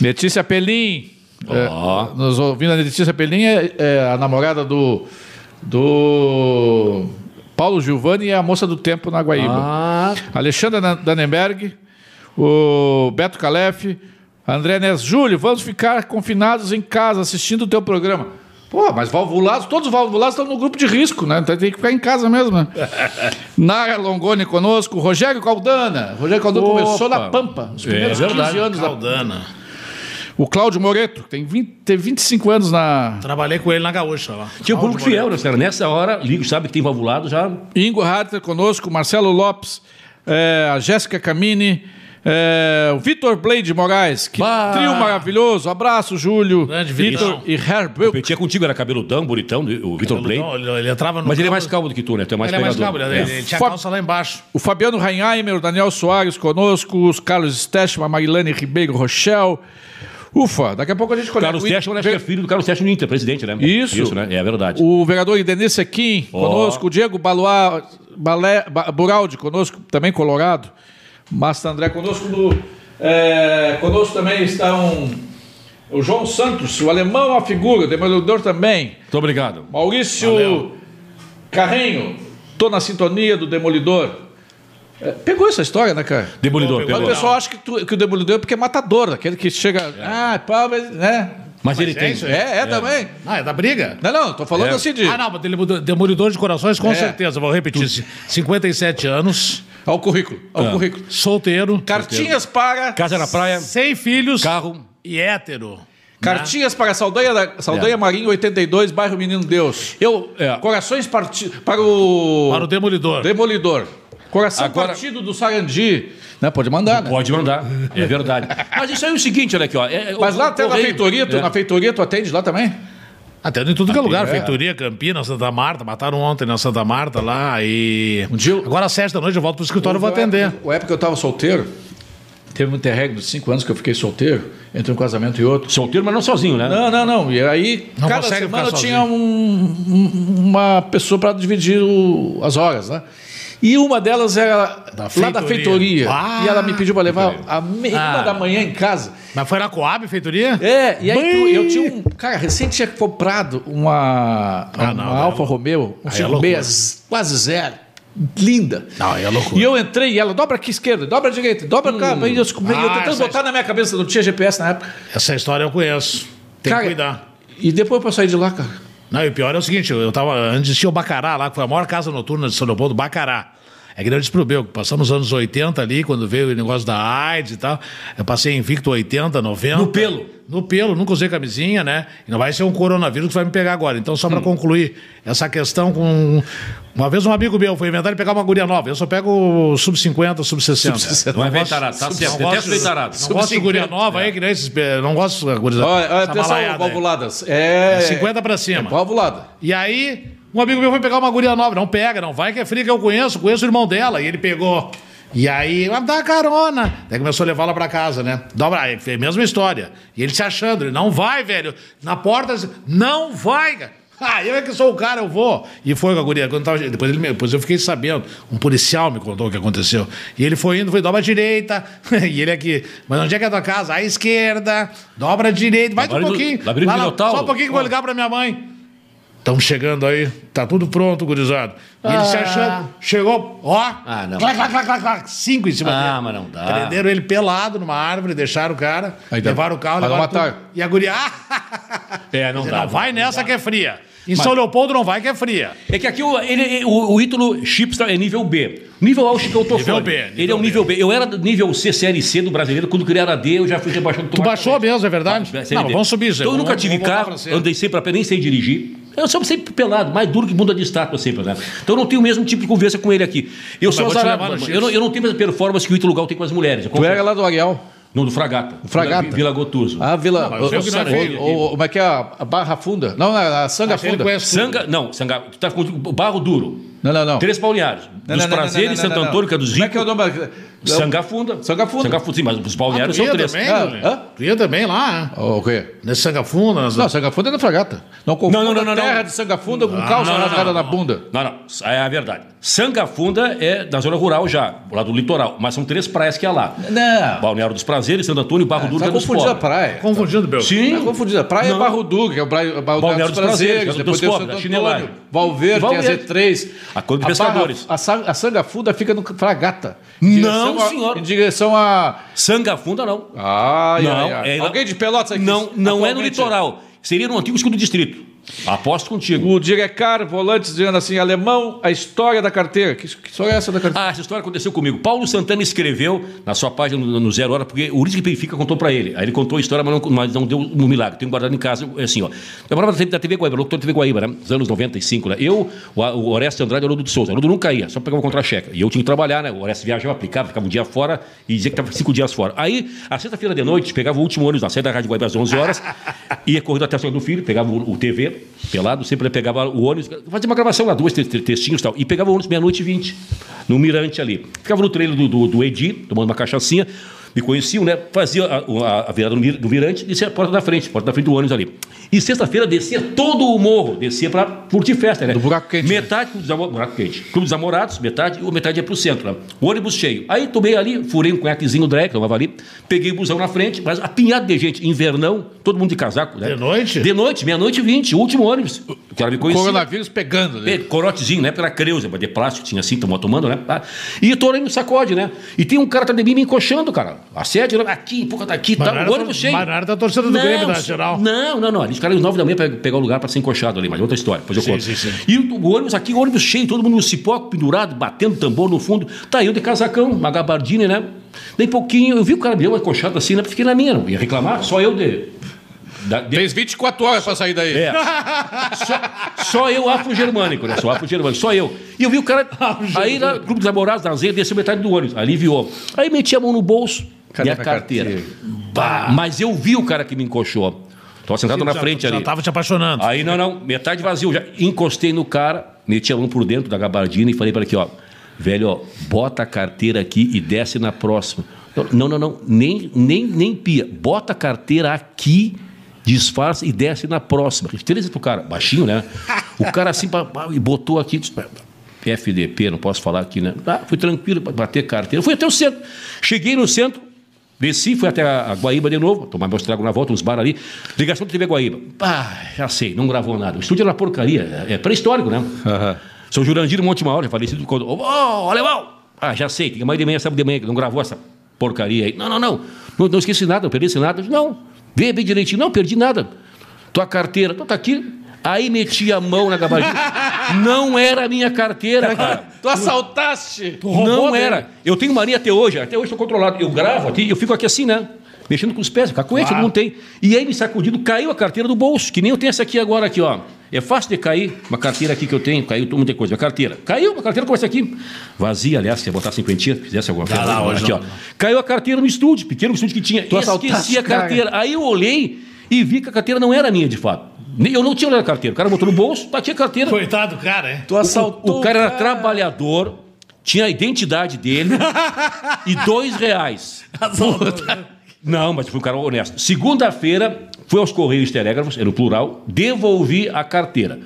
A: Letícia Pelim. é,
C: Ó.
A: nos ouvindo, a Letícia Pelim é, é a namorada do, do Paulo Giovanni e é a moça do tempo na Guaíba.
B: Ah,
A: Alexandre Dan- Danenberg, o Beto Calef, André Nes Júlio, vamos ficar confinados em casa assistindo o teu programa. Pô, mas valvulados, todos os valvulados estão no grupo de risco, né? Então tem que ficar em casa mesmo,
B: *laughs*
A: né? Nara Longoni conosco, Rogério Caldana. Rogério Caldana
B: Opa.
A: começou na Pampa, os
B: é
A: primeiros 15
B: verdade.
A: anos. Da...
B: Caldana.
A: O Cláudio Moreto, que tem 20, teve 25 anos na
B: Trabalhei com ele na Gaúcha lá.
C: Tinha um público fiel, né, cara? Nessa hora, ligo, sabe que tem valvulado já.
A: Ingo Harter conosco, Marcelo Lopes, eh, a Jéssica Camini, eh, o Vitor Blade Moraes, que
C: Bah!
A: trio maravilhoso. Abraço, Júlio,
B: Grande
A: Vitor
B: Vitão.
A: e Herbuilt.
C: Competia contigo, era cabeludão, bonitão, o Vitor Blaine.
B: Não, ele, ele entrava no
C: um Mas ele é
B: campo-
C: mais calmo do que tu, né? Tu é mais
B: Ele é mais
C: pegador.
B: calmo, ele,
C: É.
B: ele tinha a
A: Fo-
B: calça lá embaixo.
A: O Fabiano Reinheimer, o Daniel Soares conosco, os Carlos Stechman, a Marilane Ribeiro Rochel. Ufa, daqui a pouco a gente
C: O
A: conecta.
C: Carlos
A: o,
C: Teixeira, acho que é filho do Carlos Teixeira do Inter, presidente, né?
A: Isso.
C: Isso, né? É verdade.
A: o vereador Idenê Sequim conosco, o Diego Baluá, Balé, Ba- Buraldi conosco, também colorado. Masta André conosco. No, eh, conosco também estão o João Santos, o alemão, a figura, o demolidor também.
C: Muito obrigado.
A: Maurício
B: Valeu.
A: Carrenho, tô na sintonia do Demolidor. É, pegou essa história, né, cara?
C: Demolidor,
A: Mas o
C: pegou.
B: Demolidor.
A: pessoal acha que, tu- que o Demolidor é porque é matador, aquele que chega. Ah, pá, mas, né?
C: Mas ele
B: é
C: tem.
B: isso
A: É, é, também.
B: Ah, é da briga?
A: Não, não, tô falando
C: É.
A: assim de.
B: Ah, não, mas demolidor- demolidor de corações, com
A: É.
B: certeza. Vou repetir. 57 anos,
A: Ao currículo, ao currículo.
B: solteiro,
A: Cartinhas para.
C: Casa na praia,
B: sem filhos
C: carro.
B: e hétero. né?
A: Cartinhas para Saldanha, da- Saldanha
C: É.
A: Marinho, 82, bairro Menino Deus.
C: Eu. é,
A: Corações partidos para o...
B: Para o Demolidor.
A: Demolidor. Coração
C: Agora-
A: partido do Sarandi. Né? Pode mandar, né?
C: Pode mandar, é verdade. Mas isso aí é o seguinte, olha aqui, ó. é- é
A: Mas
C: o-
A: lá
C: o
A: até na
C: correio-
A: feitoria, tu,
C: é.
A: na feitoria tu atende lá também?
B: Então Até em tudo que é lugar.
A: é.
B: Feitoria, Campinas, Santa Marta. Mataram ontem na Santa Marta lá e.
A: Um dia eu-
B: Agora às sete da noite eu volto pro escritório e vou atender.
A: O época que eu tava solteiro, teve um interregno de cinco anos que eu fiquei solteiro, entre um casamento e outro.
C: Solteiro, mas não sozinho, né?
A: Não, não, não. E aí,
B: Não
A: cada
B: consegue
A: semana
B: ficar
A: tinha
B: sozinho.
A: um- um- uma pessoa para dividir o- as horas, né? E uma delas era lá da
B: feitoria.
A: feitoria.
B: Ah,
A: e ela me pediu para levar a me- uma
B: Ah.
A: da manhã em casa.
B: Mas foi na Coab, feitoria?
A: É, e aí
B: Bem-
A: tu- eu tinha um. Cara, recente tinha comprado uma, uma
B: não,
A: Alfa
B: é lou-
A: Romeo, um
B: Aí é
A: 56,
B: loucura.
A: quase zero. Linda.
B: Não, aí é loucura.
A: E eu entrei e ela dobra aqui esquerda, dobra direita, dobra cá. E eu, eu
B: Ah,
A: tentando
B: essa-
A: botar na minha cabeça, não tinha GPS na época.
B: Essa história eu conheço. Tem
A: Cara,
B: que cuidar.
A: E depois pra sair de lá, cara.
B: Não, e o pior é o seguinte, eu tava. Antes tinha o Bacará lá, que foi a maior casa noturna de São Leopoldo, Bacará. É que nem eu disse pro Bel, que passamos os anos 80 ali, quando veio o negócio da AIDS e tal. Eu passei invicto 80, 90.
C: No pelo.
B: No pelo, nunca usei camisinha, né? E não vai ser um coronavírus que vai me pegar agora. Então, só
A: Hum.
B: pra concluir essa questão com. Uma vez um amigo meu foi inventar e pegar uma guria nova. Eu só pego sub-50, sub-60.
A: Sub-60.
C: Não é
B: gosto-
C: veitarado, tá
B: não
C: certo.
B: gosto-
C: Detesto veitarado.
B: Não gosto de guria
A: Sub-50,
B: nova aí, que nem esses. Não gosto de guria
A: Olha, olha,
B: essa
A: atenção,
B: balaiada aí.
A: valvuladas. É.
B: 50 pra cima.
A: Valvulada.
B: E aí, um amigo meu foi pegar uma guria nova. Não pega, não vai, que é fria que eu conheço, conheço o irmão dela. E ele pegou. E aí, "Ah, dá carona. Daí começou a levá-la pra casa, né? Dobra, aí, foi a mesma história. E ele se achando, ele não vai, velho. Na porta, assim, não vai, cara. Ah, eu é que sou o cara, eu vou. E foi com a guria. Quando tava- depois, ele me- depois eu fiquei sabendo. Um policial me contou o que aconteceu. E ele foi indo, foi dobra a direita. *laughs* e ele aqui. Mas onde é que é a tua casa? À esquerda, dobra a direita. Vai um
C: Labirinto-
B: pouquinho.
C: labirinto
B: Lá, lá,
C: Minotauro.
B: só um pouquinho que eu vou ligar pra minha mãe. Estamos chegando aí, tá tudo pronto, gurizado. E ele se achando, chegou, ó,
C: Ah, não.
B: clac, clac, clac, clac, clac, cinco em cima dele.
C: Ah, mas não dá.
B: Prenderam ele pelado numa árvore, deixaram o cara,
A: Aí dá-
B: levaram o carro,
A: mas não
B: levaram tudo.
A: mataram.
B: E a guria, *laughs* ah,
C: É, não
B: não,
C: dá.
B: vai nessa que é fria. Em São Leopoldo não vai que é fria.
C: É que aqui o, ele, o, o Ítalo Chips tá- é nível B. Nível A, o Chico
B: Nível
C: Autofone.
B: B,
C: Ele é um nível B. Eu era do nível C, Série C do brasileiro. Quando criaram a D, eu já fui rebaixado.
B: Tu baixou mesmo, é verdade?
C: Série
B: Não,
C: D.
B: mas vamos subir, Zé.
C: Então eu nunca
B: Vamos-
C: tive
B: vamos voltar
C: carro,
B: pra cima.
C: andei sempre a pé, nem sei dirigir. Eu sou sempre pelado, mais duro que bunda de estátua sempre, né? Então eu não tenho o mesmo tipo de conversa com ele aqui. Eu sou
B: vou te
C: azarado.
B: levar no
C: mano.
B: Chips.
C: Eu não, eu não tenho a mesma performance que o Ítalo Gal tem com as mulheres. eu
A: Tu
C: confesso.
A: era lá do Ariel.
C: Não, do Fragata.
A: Fragata.
C: Vila, Vila Gotuso.
A: Ah, Vila.
B: mas eu sei o que não é
A: o-
B: feio.
A: o- o- como é que é a a Barra Funda? Não, a a Sanga
B: Ele
A: Funda.
B: conhece tudo.
C: Sanga, não, Sanga, tu tá com o barro duro.
A: Não, não, não.
C: Três balneários.
A: Não,
C: dos
A: não, não,
C: Prazeres,
A: não, não, não,
C: Santo
A: não.
C: Antônio, que é dos
A: Como é que é o
C: ricos.
A: nome?
C: Sangafunda.
A: Sangafunda.
C: Sangafunda, sim, mas os
B: Ah,
C: balneários
B: tu
C: são
B: ia
C: três.
B: também,
A: Ah,
B: né?
A: hã?
B: Tu ia também lá,
A: O quê?
B: nesse Sangafunda. nas-
A: Não, Sangafunda é da fragata. Não confunda
C: Não, não, não, não,
A: a terra
C: não.
A: de Sangafunda com calça
C: não, não,
A: rasgada
C: não,
A: na
C: não.
A: bunda.
C: Não, não, é a verdade. Sangafunda é da zona rural já, lá do litoral, mas são três praias que há lá.
A: Não.
C: Balneário dos Prazeres, Santo Antônio e Barro Duro, que
A: Tá
C: é dos
A: confundindo a
C: pobres.
A: praia.
B: Confundindo, Bel.
A: Tá confundida. Praia é
C: Não.
A: Barro Duro, que é o Bra- o Balneário dos Prazeres, depois
C: dos
A: tem o
C: pobres,
A: Santo
C: a chinelagem.
A: Antônio, Valverde, tem a
C: Valverde.
A: Z3.
C: A Conde de
A: Barra-
C: Pescadores.
A: A, Sa- a Sangafunda fica no Fragata.
C: Não,
A: a-
C: senhor.
A: Em direção a...
C: Sangafunda não.
A: Ai, ai,
C: não,
A: ai.
C: é-
A: Alguém de Pelotas aqui?
C: Não, não é no
A: atualmente?
C: litoral. Seria no antigo escudo distrito. Aposto contigo.
A: O Direcar, volantes, dizendo assim, alemão, a história da carteira. Que, que história é essa da carteira?
C: Ah, essa história aconteceu comigo. Paulo Santana escreveu na sua página no, no Zero Hora, porque o Ulisses Benfica contou pra ele. Aí ele contou a história, mas não, mas não deu um milagre. Tenho guardado em casa, é assim, ó. Eu morava na TV da TV Guaíba, locutor da TV Guaíba, né? Nos anos 95, né? Eu, o, o Orestes Andrade e o Haroldo de Souza. O Haroldo não caía, só pegava o contra-cheque. E eu tinha que trabalhar, né? O Orestes viajava, aplicava, ficava um dia fora e dizia que estava cinco dias fora. Aí, à sexta-feira de noite, pegava o último ônibus na saída da Rádio Guaíba às 11 horas, ia correndo até a Senhora do Filho, pegava o, o TV, pelado, sempre pegava o ônibus, fazia uma gravação lá, duas, três três textinhos e tal, e pegava o ônibus meia-noite e vinte, no Mirante ali. Ficava no trailer do, do, do Edi, tomando uma cachaçinha, me conheciam, né? Fazia a, a- a virada do, mir, do Mirante e descia a porta da frente, porta da frente do ônibus ali. E sexta-feira descia todo o morro, descia pra curtir festa, né?
A: Do buraco quente, né?
C: Metade Clube dos, Amo- ah, buraco quente. Clube dos Amorados, metade, ou metade ia pro centro. Né? O ônibus cheio. Aí tomei ali, furei um conhaquezinho drag, tomava ali, peguei o busão na frente, mas apinhado de gente, invernão, todo mundo de casaco. Né?
B: De noite?
C: De noite, meia-noite e vinte, último ônibus. O cara me conhecia.
A: Coronavírus pegando. Né?
C: Pe- Corotezinho, na época era creuza, mas de plástico, tinha assim, tomou tomando, né? Tá? E eu tô ali no sacode, né? E tem um cara atrás de mim me encoxando, cara. Assédio, né? aqui, um pouco daqui,
B: Mas
C: tá,
B: não era
C: o ônibus
B: da-
C: cheio.
B: mas não era da torcida tá do Grêmio, da
C: se-
B: geral.
C: Não, não, não. Eles ficaram às nove da manhã pra pegar o lugar pra ser encoxado ali, mas outra história, depois eu
B: Sim,
C: conto.
B: sim, sim.
C: E o, o ônibus aqui, o ônibus cheio, todo mundo no cipó, pendurado, batendo tambor no fundo. Tá eu de casacão, uma gabardina, né? Daí pouquinho, eu vi o cara me deu uma encoxada assim, né? Fiquei na minha, não ia reclamar, só eu de... Da- de-
A: Tem 24 horas pra sair daí.
C: É. Só, só eu afro-germânico, né? Só afro-germânico, só eu. E eu vi o cara. aí, lá, grupo dos namorados, na Zenha, desceu metade do ônibus, aliviou. Aí meti a mão no bolso
A: Cadê
C: e a
A: minha
C: carteira.
A: carteira?
C: Bah. Mas eu vi o cara que me encoxou. Tava sentado na
B: Já- tá-
C: frente
B: já
C: ali.
B: tava te apaixonando.
C: Aí, não, não, metade vazio. Já encostei no cara, meti a mão por dentro da gabardina e falei para aqui, ó. Velho, ó, bota a carteira aqui e desce na próxima. Não, não, não, nem, nem, nem pia. Bota a carteira aqui, disfarça e desce na próxima. Três vezes pro cara, baixinho, né? O cara assim, pá, pá, e botou aqui. disse, FDP, não posso falar aqui, né? Ah, fui tranquilo pra bater carteira. Fui até o centro. Cheguei no centro, Desci, fui até a a Guaíba de novo, tomar meu estrago na volta, uns bar ali. Ligação do TV Guaíba. Ah, já sei, não gravou nada. O estúdio era uma porcaria, é é pré-histórico, né? São Jurandir Monte Maior, já falecido quando. Ô, ô, alemão! Ah, já sei, tem mais de manhã, sabe de manhã, que não gravou essa porcaria aí. Não, não, não. Não, não esqueci nada, não perdi esse nada. Eu disse, Não, vê bem direitinho. Não, perdi nada. Tua carteira, não, tá aqui. Aí meti a mão na gabardina. não era a minha carteira, cara.
A: Tu assaltaste!
C: Não era. Eu tenho mania até hoje, até hoje estou controlado. Eu gravo aqui, eu fico aqui assim, né? Mexendo com os pés, cacoete, todo mundo tem. E aí, me sacudindo, caiu a carteira do bolso, que nem eu tenho essa aqui agora, aqui, ó. É fácil de cair, uma carteira aqui que eu tenho, caiu muita coisa, minha carteira. Caiu uma carteira como essa aqui, vazia, aliás, se eu botar cinquentinha, fizesse alguma coisa.
B: Tá
C: né?
B: lá, hoje
C: aqui, ó. Caiu a carteira no estúdio, pequeno estúdio que tinha. Esqueci
A: assaltaste,
C: a carteira. Aí eu olhei e vi que a carteira não era minha, de fato. Nem- Eu não tinha olhado a carteira. O cara botou no bolso, tá, tinha a carteira.
B: Coitado do cara, hein?
A: Tu assaltou.
C: O cara era trabalhador, tinha a
A: *laughs*
C: identidade dele e dois reais. Não, mas foi um cara honesto. Segunda-feira, fui aos Correios e Telégrafos, era o plural, devolvi a carteira.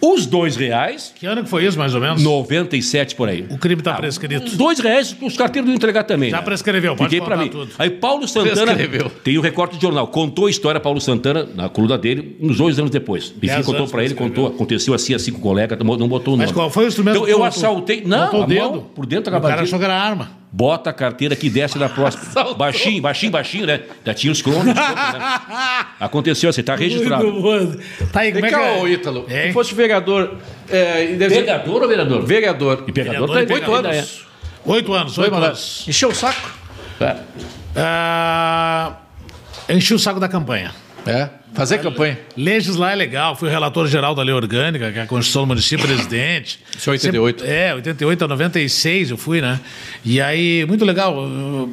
C: Os dois reais,
B: Que ano que foi isso, mais ou menos?
C: 97 por aí.
B: O crime tá prescrito.
C: Dois reais, os carteiros não entregar também.
B: Já
C: né?
B: prescreveu, pode
C: Fiquei pra
B: contar
C: mim.
B: tudo.
C: Aí Paulo Santana
A: Prescreveu.
C: tem o recorte de jornal. Contou a história Paulo Santana na coluna dele uns dois anos depois. Enfim,
B: Dez
C: contou
B: anos
C: pra ele,
B: prescreveu.
C: contou, aconteceu assim, assim com o colega, não não botou o nome.
B: Mas qual foi o instrumento
C: Então
B: que
C: eu
B: tu-
C: assaltei,
B: tu
C: não,
B: botou
C: a
B: o dedo.
C: mão por dentro da
B: O cara
C: gabardina.
B: achou que era arma.
C: Bota a carteira que desce
B: *laughs*
C: na próxima. baixinho, baixinho, baixinho, né? Já tinha os cronos. né? Aconteceu assim, tá registrado.
B: Muito bom. Tá aí, como
A: Vem
B: é que
A: cá, ô
B: é?
A: Ítalo.
B: Hein?
A: Tu fosse vereador. É, e deve ser-
C: Vereador ou vereador?
A: Vereador.
C: E
B: Vereador
C: pegador tá
B: e
C: aí,
B: pegador.
C: oito anos.
A: Anos.
B: Oito anos,
A: Foi,
B: oito
A: mano.
B: anos.
A: Encheu o saco?
B: Ah, enchi o saco da campanha.
A: É. Fazer campanha.
B: Legislar é legal, fui o relator-geral da Lei Orgânica, que é a Constituição do Município,
A: *coughs*
B: presidente.
A: Isso é 88.
B: Sempre- é, 88 a 96 eu fui, né? E aí, muito legal. eu-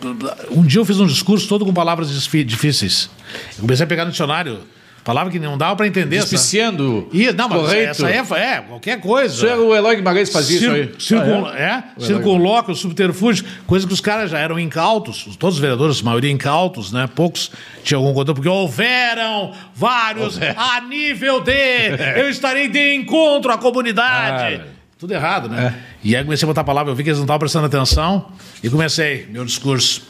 B: Um dia eu fiz um discurso todo com palavras disfi- difíceis. Eu comecei a pegar no dicionário, palavra que não dava pra entender. sabe?
A: Despiciando.
B: Ih, não, mas
A: correto.
B: essa é, é, qualquer coisa.
A: Isso era o Eloy Guimarães que fazia isso
B: Cir-
A: aí.
B: circun- é? Circunlóquio, subterfúgio, coisa que os caras já eram incautos, os- todos os vereadores, a maioria incautos, né? Poucos tinham algum controle, porque houveram vários a nível de *laughs* eu estarei de encontro à comunidade. Tudo errado, né? E aí comecei a botar a palavra, eu vi que eles não estavam prestando atenção e comecei meu discurso.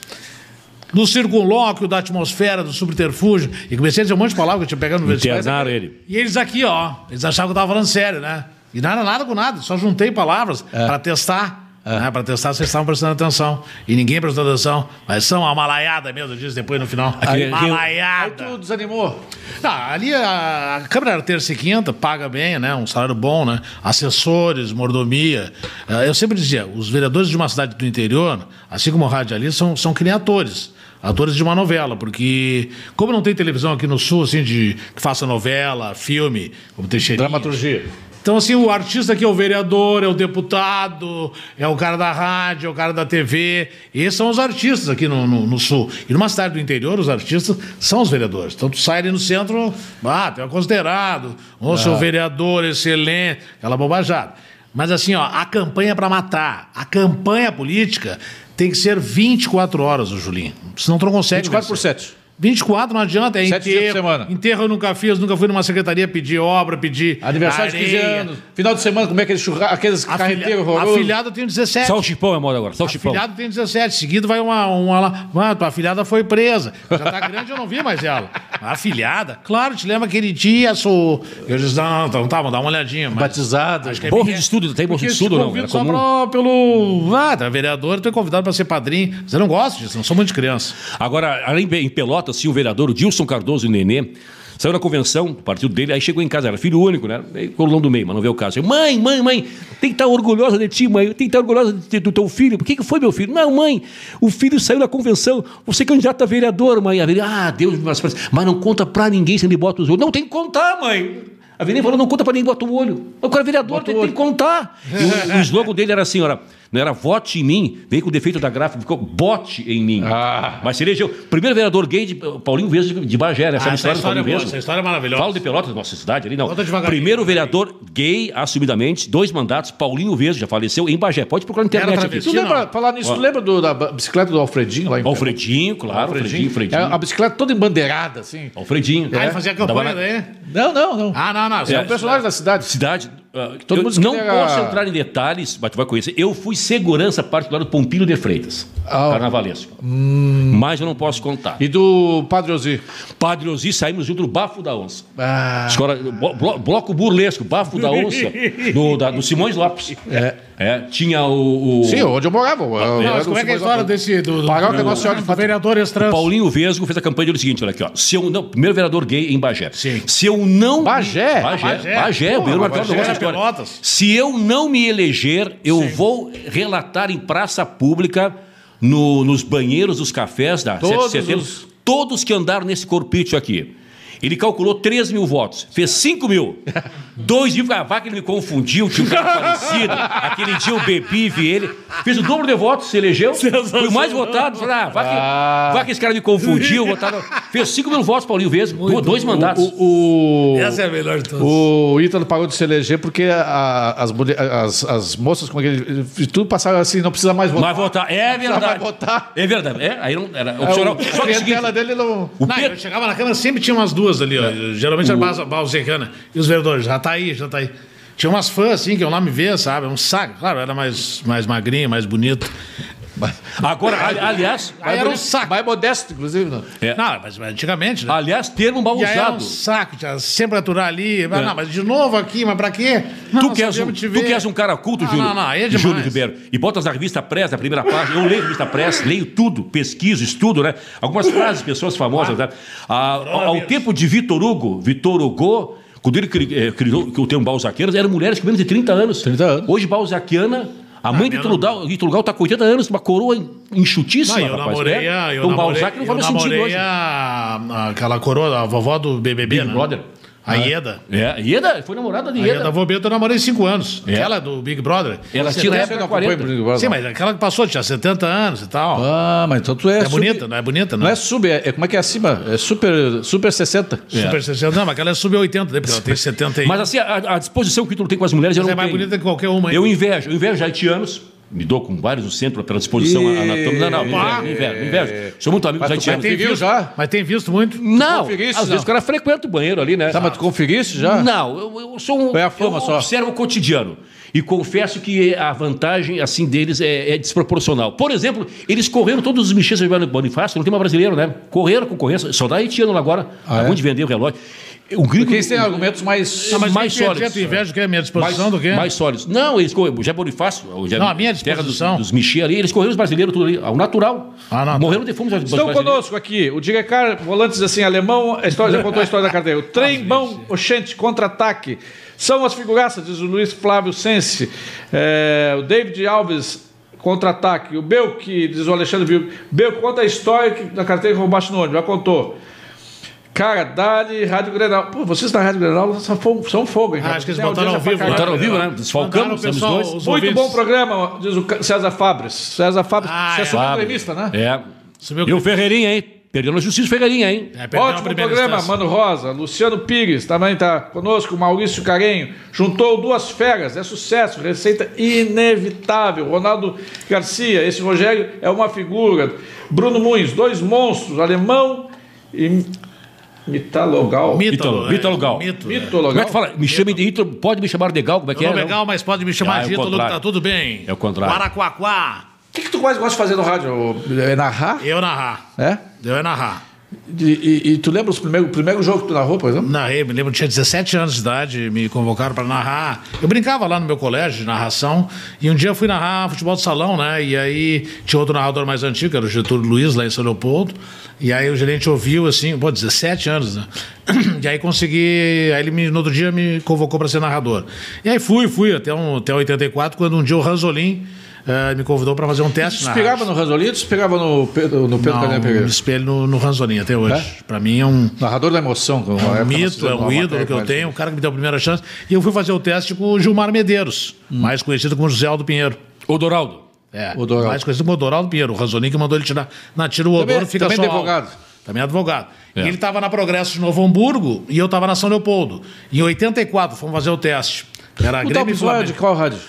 B: No circunlóquio da atmosfera, do subterfúgio, e comecei a dizer um monte de palavras que eu tinha pegado no vestibular.
C: Internaram ele.
B: E eles aqui, ó, eles achavam que eu tava falando sério, né? E não era nada com nada, só juntei palavras
A: É.
B: pra testar. Né? Para testar, vocês estavam prestando atenção. E ninguém prestou atenção. Mas são uma malaiada mesmo, eu disse depois no final.
C: Aquele-
A: Aí
B: malaiada.
A: tu desanimou.
B: Tá, ali a, a câmera era terça e quinta, paga bem, né? Um salário bom, né? Assessores, mordomia. Ah, Eu sempre dizia, os vereadores de uma cidade do interior, assim como o radialista, são, são que nem atores. Atores de uma novela, porque como não tem televisão aqui no sul, assim, de que faça novela, filme, como Teixeirinha,
A: Dramaturgia.
B: então, assim, o artista que é o vereador, é o deputado, é o cara da rádio, é o cara da TV. Esses são os artistas aqui no, no- no Sul. E numa cidade do interior, os artistas são os vereadores. Então, tu sai ali no centro, ah, tu é considerado. Ô,
A: Ah.
B: seu vereador, excelente. Aquela bobajada. Mas, assim, ó, a campanha para matar, a campanha política tem que ser 24 horas, o Julinho. Senão tu não consegue.
A: 24 por
B: vencer.
A: 7.
B: 24 não adianta, é
A: Sete dias por semana.
B: Enterro eu nunca fiz, nunca fui numa secretaria pedir obra, pedir.
A: Aniversário de 15
B: areia.
A: anos. Final de semana, como é aqueles churrasco, aqueles
B: Afilha...
A: carreteiros horrorosos.
B: Afilhado tem 17.
C: Só o chipão é moda agora, só o chipão.
B: Afilhado tem 17. Seguido vai uma, uma lá. Mano, tua afilhada foi presa. Já tá grande, eu não vi mais ela. A Afilhada? Claro, te lembra aquele dia, sou. Eu disse, não, não, então tá, vamos dar uma olhadinha. Mas...
A: Batizado.
B: Acho que é
C: Bolsa
B: bem-
C: de estudo, tem bolsa
B: Porque
C: de
B: te
C: estudo não?
B: convido
C: Era
B: só
C: comum.
B: pra, pelo. Ah, tá vereador, tu é convidado pra ser padrinho. Você não gosta disso, não sou muito de criança.
C: Agora, além em Pelotas, sim, o vereador Dilson Cardoso e o Nenê Saiu na convenção, do partido dele, aí chegou em casa, era filho único, né? Aí, Colão do meio, mas não veio o caso. Eu, mãe, mãe, mãe, tem que estar orgulhosa de ti, mãe, tem que estar orgulhosa de ti, do teu filho. Por que, que foi meu filho? Não, mãe, o filho saiu na convenção, você é candidato a vereador, mãe. A vereadora, ah, Deus, mas, mas não conta pra ninguém, você me bota os olhos. Não, tem que contar, mãe. A Avenida falou, não conta pra ninguém, bota o olho. O cara é vereador, tem, tem que contar. E o, o slogan dele era assim, era, não era vote em mim, veio com o defeito da gráfica, ficou bote em mim.
A: Ah.
C: Mas seria eu, primeiro vereador gay de Paulinho Vesgo de, de Bagé, né? Sabe
B: Ah,
C: a
B: essa
C: história do
B: história é
C: Paulinho
B: boa,
C: Vesgo?
B: essa história é maravilhosa.
C: Falo de Pelotas, nossa cidade ali, não.
B: Conta devagarinho.
C: Primeiro vereador gay, assumidamente, dois mandatos, Paulinho Vesgo, já faleceu, em Bagé. Pode procurar na
B: Era
C: internet
B: travesti.
C: aqui.
A: Tu
B: Sim,
A: lembra,
B: não.
A: falar nisso, tu lembra do- da ba- bicicleta do Alfredinho lá em
C: Alfredinho, claro, Alfredinho, Alfredinho.
A: É, a bicicleta toda embandeirada, assim.
C: Alfredinho.
B: Ah, ele fazia a
C: Dava na-
B: campanha daí?
A: Não, não, não.
B: Ah, não, não.
A: é um personagem da cidade.
C: cidade. ah,
A: Todo
C: eu
A: mundo diz que
C: não
A: ele era-
C: posso entrar em detalhes, mas tu vai conhecer. Eu fui segurança particular do Pompilho de Freitas,
A: Ah, hum. ó.
C: carnavalesco. Mas eu não posso contar.
A: E do Padre Ozzy.
C: Padre Ozi saímos junto do Bafo da Onça.
A: Ah,
C: Escola- blo- blo- bloco burlesco, Bafo da Onça, do, da- do Simões Lopes. É. tinha o, o
A: sim, onde eu morava. um eu- eu
B: Não,
A: era
B: mas
A: do
B: como é que é a
A: Simões
B: história desse... Do, do,
A: Paróquia
B: do-
A: Nossa Senhora de
B: do vereador estranho.
C: Paulinho Vesgo fez a campanha do seguinte, olha aqui, ó. Se eu não, primeiro vereador gay em Bagé.
B: Sim.
C: Se eu não
A: Bagé?
C: Bagé,
B: Bagé.
C: Bagé, é o primeiro
B: Porra, Bagé
C: marcador da nossa
B: era
C: história.
B: Pelotas.
C: Se eu não me eleger, eu vou relatar em praça pública, no- nos banheiros dos cafés da
A: Todos
C: 7 de setembro,
A: os-
C: todos que andaram nesse corpício aqui. Ele calculou 3 mil votos, fez 5
A: *laughs*
C: mil. Dois mil, a vaca ele me confundiu, tinha um cara parecido. Aquele dia eu bebi e vi ele. Fiz o dobro de votos, se elegeu. Fui o mais votado. Falei, ah, vaca,
A: Ah.
C: vaca esse cara me confundiu. Votaram, fez 5 mil votos, Paulinho Vesgo. do- Dois mandatos.
A: O,
B: Essa é a melhor de todas.
A: o Ítalo parou de se eleger porque a- as, mulher- as, as moças é com aquele. Tudo passaram assim, não precisa mais votar.
C: Mas votar, é verdade.
A: vai votar.
C: É verdade. É, aí não, era
A: É,
C: opcional.
A: o-
C: Só
A: a
C: que é o seguinte,
A: clientela dele não.
C: o É.
B: Não, eu
C: Pedro,
B: chegava na Câmara, sempre tinha umas duas ali, ó. Geralmente era base- balzecana. E os vereadores, já tá aí, já tá aí. Tinha umas fãs, assim, que eu lá me vê, sabe? Um saco. Claro, era mais, mais magrinho, mais bonito.
C: agora, ali- aliás,
B: Aí era um saco.
A: Mais modesto, inclusive. Não.
C: É.
B: Não, mas mas antigamente, né?
C: aliás, termo mal
B: E aí era um
C: usado. É.
B: saco, tinha sempre aturar ali. Mas, Não, mas de novo aqui, mas pra quê? Não,
C: Tu
B: nós
C: que, és um,
B: sabíamos te
C: tu
B: ver.
C: que és um cara culto,
B: Não,
C: Júlio,
B: não, não, aí é demais.
C: Júlio Ribeiro, e botas na revista Press, na primeira página, eu leio a revista Press, leio tudo, pesquiso, estudo, né?
B: *laughs*
C: Algumas frases, de pessoas famosas, né? Ah, ao, ao tempo de Vitor Hugo, Vitor Hugo, quando ele cri- eh, criou o termo balzaquianas, eram mulheres com menos de 30 anos.
A: 30 anos.
C: Hoje, balzaquiana,
B: Ah,
C: a mãe de Tuludal, de Tuludal está com 80 anos, uma coroa en- enxutíssima,
B: Não, eu
C: rapaz.
B: namorei,
C: né?
B: a- eu
C: então,
B: namorei,
C: Balzac não
B: eu
C: faz mais sentido
B: namorei
C: hoje.
B: a- aquela coroa, a vovó do BBB,
C: Big
B: né?
C: Brother.
B: A Ieda.
C: É, Ieda, foi namorada de
B: A Ieda
C: Ieda.
B: Vobeto eu namorei cinco anos.
C: É.
B: Aquela do Big Brother.
C: Ela tira
A: Você
C: a época
A: não
C: pra
A: acompanha
C: 40.
A: o Big Brother,
B: Sim,
A: não.
B: mas aquela que passou, tinha 70 anos e tal.
A: Ah, mas então tu é.
B: é
A: sub-
B: bonita, não é bonita, não.
A: Não é sub, é, é- como é que é acima? É super, super 60.
B: Super 60. Não, mas aquela é sub-80, né? Porque ela tem 70 e...
C: Mas assim, a, a disposição que o Ítalo tem com as mulheres, eu
B: Mas
C: não
B: é mais
C: tenho.
B: bonita que qualquer uma. hein?
C: Eu invejo, eu invejo haitianos. Me dou com vários no centro pela disposição
A: Ih,
C: anatômica. Não, não, não
A: pá.
C: invejo, invejo, invejo. Sou muito amigo dos
A: Mas tu vai
C: haitianos.
A: ter viu já?
B: Mas tem visto muito.
C: Não, às
A: Conferir isso, não.
C: vezes o cara frequenta o banheiro ali, né?
A: Tá, mas tu conferiste já?
C: Não, eu, eu sou um.
A: É a fama
C: eu
A: só.
C: observo o cotidiano. E confesso que a vantagem assim deles é, é desproporcional. Por exemplo, eles correram todos os mexidas de Belo Bonifácio, não tem mais brasileiro, né? Correram com corrência, só dá haitiano agora.
A: é?
C: acabou de vender o relógio. O gringo.
A: Porque eles têm argumentos mais.
C: Não, mas mais
B: tem
C: sólidos.
B: objeto inveja que é a minha
C: mais,
B: disposição do que?
C: mais sólidos. Não, eles correram. Já Bonifácio, o Jé-
B: Não, a minha
C: terra dos,
B: disposição.
C: dos Michê ali, eles correram os brasileiros tudo ali, ao natural.
B: Ah, não.
C: Morreram de fome. os
A: Estão
C: brasileiros.
A: Então, conosco aqui o Direcar Volantes assim alemão, a história já contou a história da
B: *laughs*
A: cadeia. O
B: Ah,
A: trem bom, oxente, contra-ataque. São as figuraças, diz o Luiz Flávio Sense. É, o David Alves, contra-ataque. O Belk, diz o Alexandre Vilk. Belk, conta a história que- da carteira que roubaste no ônibus, já contou. Cara, Dali, Rádio Grenal. Pô, vocês da Rádio Grenal são fogo, são fogo hein,
B: Ah,
A: cara?
B: acho que eles
A: Tem
B: botaram ao
A: audiência
B: vivo.
A: pra
B: lá.
C: Botaram
A: caralho.
C: ao vivo, né? Desfalcamos,
B: Mandaram o
C: estamos
B: pessoal,
C: dois.
B: os
A: Muito
B: ouvintes.
A: bom programa, diz o Ca- César Fabres. César Fabres,
B: Ah,
A: você
B: é.
A: assumiu a
C: Fábio.
A: entrevista, né?
C: É.
B: Subiu
C: e o Ferreirinha, hein? Perdeu na justiça o Ferreirinha, hein?
B: É, perdeu a
A: Ótimo
B: primeira
A: programa,
B: instância.
A: Mano Rosa. Luciano Pires também está conosco. Maurício Carenho. Juntou duas feras. É sucesso. Receita inevitável. Ronaldo Garcia. Esse Rogério é uma figura. Bruno Muniz. Dois monstros. Alemão e mitalogal.
C: Ítalo, Ítalo Gal.
B: é, Mito. né?
A: mitologal.
C: Como é que fala? Me chame de Ítalo, pode me chamar de Gal, como é
B: Eu
C: que
B: não
C: é?
B: é
C: não?
B: legal, mas pode me chamar
C: Ah, é o
B: de Ítalo, que
C: contrário.
B: tá tudo bem.
C: É o contrário.
B: Guaraquaquá.
A: O que, que tu mais gosta de fazer no rádio? É narrar?
B: Eu narrar.
A: É?
B: Eu ia narrar.
A: E, e- e tu lembra os primeiros- o primeiro jogo que tu narrou, por exemplo?
B: Narrei, me lembro, tinha 17 anos de idade, me convocaram para narrar. Eu brincava lá no meu colégio de narração, e um dia eu fui narrar futebol de salão, né? E aí tinha outro narrador mais antigo, que era o Getúlio Luiz, lá em São Leopoldo. E aí o gerente ouviu assim, pô, 17 anos, né? *clears throat* E aí consegui. Aí ele me, no outro dia me convocou para ser narrador. E aí fui, fui até, um, até 84, quando um dia o Ranzolin eh, me convidou para fazer um teste. na
A: Inspirava
B: rádio.
A: no Ranzolito, inspirava no Pedro, no Pedro Caneia
B: Não,
A: Pereira.
B: me espelho no, no Ranzolin até hoje. Para mim é um,
A: Narrador da emoção. que uma
B: é
A: época
B: um
A: nós
B: mito,
A: fizemos
B: é
A: uma
B: um
A: matéria
B: ídolo que
A: com
B: eu
A: ele.
B: tenho, um cara que me deu a primeira chance. E eu fui fazer o teste com o Gilmar Medeiros, mais conhecido como José Aldo Pinheiro.
C: Odoraldo.
B: Hum. É,
A: Odoraldo.
B: mais conhecido como Odoraldo Pinheiro. O Ranzolin que mandou ele tirar. Na tira o odor,
A: Também-
B: fica
A: também
B: só.
A: advogado.
B: algo. Também advogado. E ele estava na Progresso de Novo Hamburgo e eu estava na São Leopoldo. Em 84, fomos fazer o teste. Era
A: O
B: Grêmio e
A: Dalpisol é de
B: Flamengo.
A: qual rádio?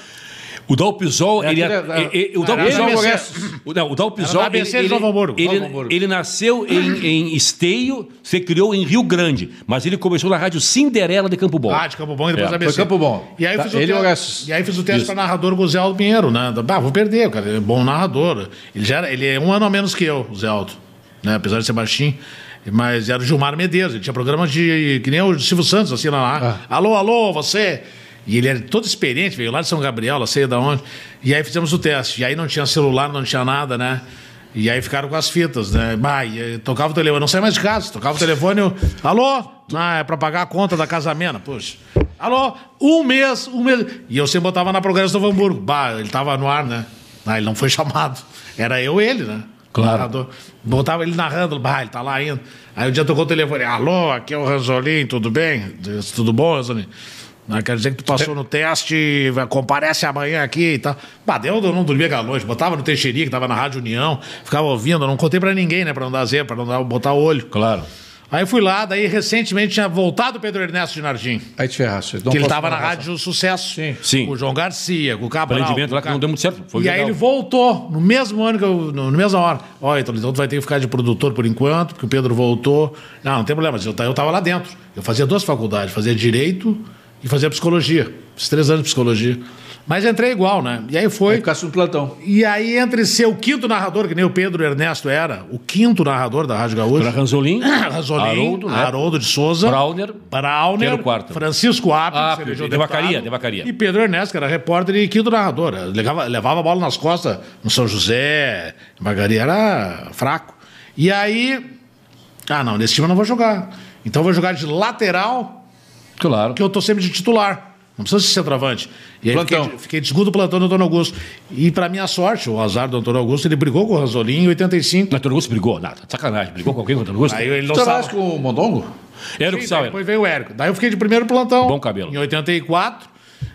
C: O Dalpisol,
A: É,
C: ele...
A: aquele é-
C: é- é- é- o
A: Era
C: Dalpisol...
A: ABC.
C: O- não, o Dalpisol...
B: Era da ABC de
C: ele-
B: Novo Hamburgo.
C: ele-
A: Novo Hamburgo.
C: ele nasceu em, em Esteio, se criou em Rio Grande, mas ele começou na rádio Cinderela de Campo Bom.
B: Ah, de Campo Bom e depois
C: É,
B: ABC.
A: foi Campo Bom.
B: E aí eu
A: Tá,
B: fiz
A: ele e
B: o
A: o
B: teste,
A: Orestes.
B: e aí eu fiz o teste para narrador com o Zé Aldo Pinheiro, né? Ah, vou perder, cara. Ele é bom narrador. Ele, já era- ele é um ano a menos que eu, o Zé Aldo. Né? Apesar de ser baixinho. Mas era o Gilmar Medeiros. Ele tinha programa de. que nem o Silvio Santos, assim, lá.
A: Ah.
B: Alô, alô, você. E ele era todo experiente, veio lá de São Gabriel, não sei de onde. E aí fizemos o teste. E aí não tinha celular, não tinha nada, né? E aí ficaram com as fitas, né? Bah, e, eh, tocava o telefone, não saía mais de casa, tocava o telefone, eu, alô? Ah, é pra pagar a conta da casamena, poxa. Alô? Um mês, um mês. E eu sempre botava na Progresso do Hamburgo. Bah, ele tava no ar, né? Ah, ele não foi *laughs* chamado. Era eu e ele, né?
C: Claro.
B: Narrador. Botava ele narrando, bah, ele tá lá ainda. Aí um dia tocou o telefone, alô, aqui é o Ranzolim, tudo bem? Disse, Tudo bom, Ranzolim? Ah, quer dizer que tu passou no teste, vai- comparece amanhã aqui e tal. Bah, daí eu não dormia com a noite, botava no Teixeirinha, que tava na Rádio União, ficava ouvindo, eu não contei pra ninguém, né, pra não dar zebra, pra não dar, botar o olho.
C: Claro.
B: Aí fui lá, daí recentemente tinha voltado o Pedro Ernesto de Nardim,
A: Aí te ferraste.
B: que ele estava na Rádio Sucesso. Sim.
C: Sim.
B: Com o João Garcia, com o Cabral.
C: Empreendimento
B: com o
C: lá que não deu muito certo. Foi
B: e aí
C: legal.
B: ele voltou, no mesmo ano que eu. No, na mesma hora. Olha, então, então tu vai ter que ficar de produtor por enquanto, porque o Pedro voltou. Não, não tem problema, mas eu, ta- eu tava lá dentro. Eu fazia duas faculdades, fazia direito e fazia psicologia. Fiz três anos de psicologia. Mas entrei igual, né? E aí foi.
A: Ficasse no plantão.
B: E aí, entre ser o quinto narrador, que nem o Pedro Ernesto era, o quinto narrador da Rádio
C: Era
B: Gaúcha. *coughs*
C: Ranzolin,
B: Ranzolin, Haroldo,
C: Haroldo, né?
B: de Souza,
C: Brauner,
B: Brauner,
C: que era o quarto.
B: Francisco Apes,
C: Apes,
B: que se elegeu
C: de Vacaria,
B: deputado,
C: de Vacaria.
B: E Pedro Ernesto, que era repórter e quinto narrador. Levava, levava a bola nas costas no São José, em Vacaria era fraco. E aí, ah não, nesse time eu não vou jogar. Então eu vou jogar de lateral,
C: Claro.
B: porque eu tô sempre de titular. Não precisa ser centroavante. E aí
A: Plantão.
B: fiquei, de- fiquei de segundo plantão do Antônio Augusto. E pra minha sorte, o azar do Antônio Augusto, ele brigou com o Ranzolim em 85.
C: Antônio Augusto brigou, nada. Sacanagem. Brigou com alguém com o Antônio Augusto?
B: Aí ele não
A: Tu
B: sabe.
A: trabalhaste com o Mondongo?
C: Era
B: Sim,
C: o que
B: daí
C: saiu.
B: depois veio o Érico. Daí eu fiquei de primeiro plantão.
C: Bom cabelo.
B: Em 84.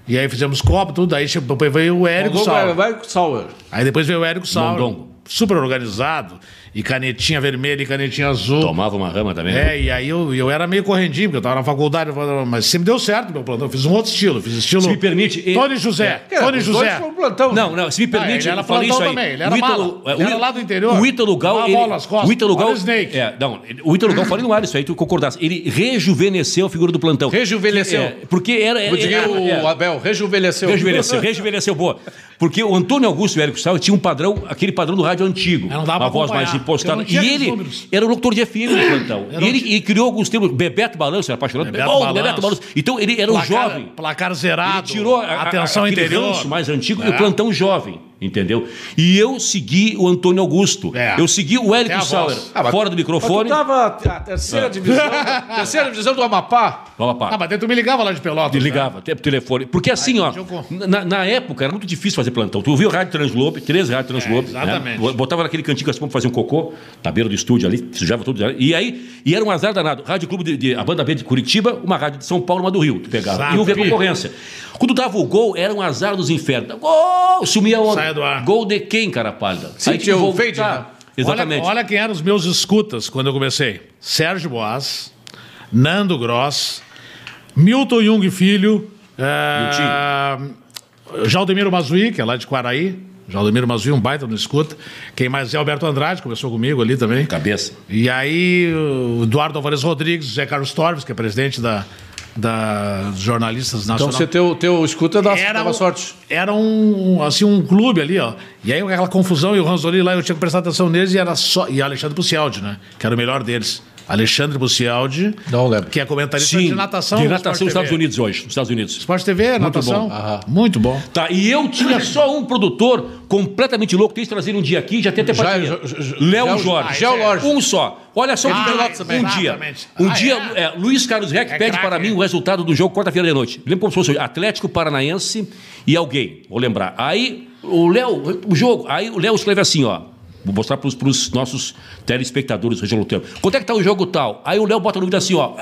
B: E aí fizemos Copa, tudo. Daí chegou- depois veio o Érico
A: Mondongo
B: Sauer.
A: era- vai com o Sauer.
B: Aí depois veio o Érico Sauer.
C: Mondongo.
B: Super organizado. E canetinha vermelha e canetinha azul.
C: Tomava uma rama também. né?
B: É, e aí eu, eu era meio correndinho, porque eu tava na faculdade, eu falava, mas sempre deu certo meu plantão. Eu fiz um outro estilo, fiz estilo.
C: Se me permite, e- É,
B: Tony José.
A: Cara,
B: Tony
A: os
B: José.
A: dois foram plantão.
C: Não, não, se me
B: Ah,
C: permite,
B: ele era
C: eu falei
B: plantão
C: isso aí.
B: também, ele era
C: O
B: mala.
C: Ítalo- é, o
B: Ele era
C: Í-
B: lá do interior.
C: O Ítalo Gal,
B: Dava
C: ele,
B: bola nas costas.
C: o Ítalo Gal,
B: Olha o Snake.
C: É, não, ele- o Ítalo Gal falei no ar isso aí, tu concordasse. Ele rejuvenesceu a figura do plantão.
A: Rejuvenesceu.
C: É, porque era...
A: Eu diria o
C: é,
A: Abel, rejuvenesceu.
C: Rejuvenesceu, rejuvenesceu, boa. Porque o Antônio Augusto e o Érico Sal tinham um padrão, aquele padrão do rádio antigo.
B: Não dava pra
C: uma voz
B: acompanhar,
C: mais
B: porque
C: impostada.
B: não tinha
C: E
B: aqueles
C: ele
B: números. um
C: era o locutor
B: *coughs*
C: de FM do plantão. E ele, ele criou alguns termos. Bebeto Balanço, era apaixonado.
B: Bebeto
C: Bom,
B: Balanço.
C: Bebeto Balanço. Então ele era um jovem.
B: Placar zerado.
C: Ele tirou a, a-
B: atenção
C: aquele
B: interior. *laughs*
C: ranço mais antigo e
B: É.
C: o plantão jovem, entendeu? E eu segui o Antônio Augusto.
B: É.
C: Eu segui
B: Até
C: o
B: a
C: Érico
B: voz.
C: Sauer,
A: Ah, mas-
C: fora do microfone.
A: Mas
B: tá-
A: tu tava a terceira divisão, Então terceira divisão do Amapá.
C: Vamos lá, pá.
B: Ah, mas daí tu me ligava lá de Pelotas.
C: Ele
B: né?
C: ligava, até pro telefone. Porque assim, ó,
B: jogou.
C: na, na época era muito difícil fazer plantão. Tu ouviu o Rádio Transglobe, três Rádio Transglobe.
B: É, exatamente.
C: né? Botava naquele cantinho assim pra fazer um cocô, na beira do estúdio ali, sujava tudo. E aí, e era um azar danado. Rádio Clube, de, de- a banda B de Curitiba, uma rádio de São Paulo, uma do Rio. Tu pegava.
B: Exato.
C: E ouvia a concorrência. Quando dava o gol, era um azar dos infernos. Gol! Sumia a onda.
B: Saia do ar.
C: Gol de quem, cara pálida?
A: Sim,
C: tinha
A: tinha
C: que
A: o
C: voltar.
A: Fade, né?
C: Exatamente.
B: Olha, olha quem eram os meus escutas quando eu comecei: Sérgio Boas, Nando Gross, Milton Jung Filho, eh, Jaldemiro Mazuí, que é lá de Quaraí. Jaldemiro Mazuí, um baita no escuta. Quem mais é Alberto Andrade, começou comigo ali também.
C: Cabeça.
B: E aí, o Eduardo Alvarez Rodrigues, José Carlos Torres, que é presidente da, da dos Jornalistas Nacional.
A: Então você teu, teu escuta da, dava
B: um,
A: sorte.
B: Era um, assim, um clube ali, ó. E aí aquela confusão e o Ranzoli lá, eu tinha que prestar atenção neles e era só. E Alexandre Pucialdi, né? Que era o melhor deles. Alexandre Bucialdi,
A: Não lembro.
B: que é comentarista de natação.
C: de
B: no
C: natação
B: Sport
C: nos Estados
B: TV.
C: Unidos hoje. Nos Estados Unidos.
B: Sport TV, natação.
A: bom. Aham.
B: Muito bom.
C: Tá, e eu
B: *coughs*
C: tinha só um produtor completamente louco, tentei trazer um dia aqui, já tem até
B: é
A: Já-
C: parceria.
A: já- já-
C: Léo
A: Geo-
C: Jorge.
A: Geo Jorge.
C: Um só. Olha só o
B: Ah,
C: que
B: Pelotas
C: um
B: também.
C: dia.
B: Exatamente.
C: Um
B: Ah,
C: dia,
B: é?
C: é, Luiz Carlos Reck
B: É
C: pede
B: craque,
C: para mim
B: hein?
C: o resultado do jogo quarta-feira de noite. Lembro como se fosse hoje. Atlético Paranaense e alguém, vou lembrar. Aí o Léo, o jogo, aí o Léo escreve assim, ó. Vou mostrar para os nossos telespectadores hoje no tempo. Quanto é que tá o jogo tal? Aí o Léo bota no vídeo assim, ó.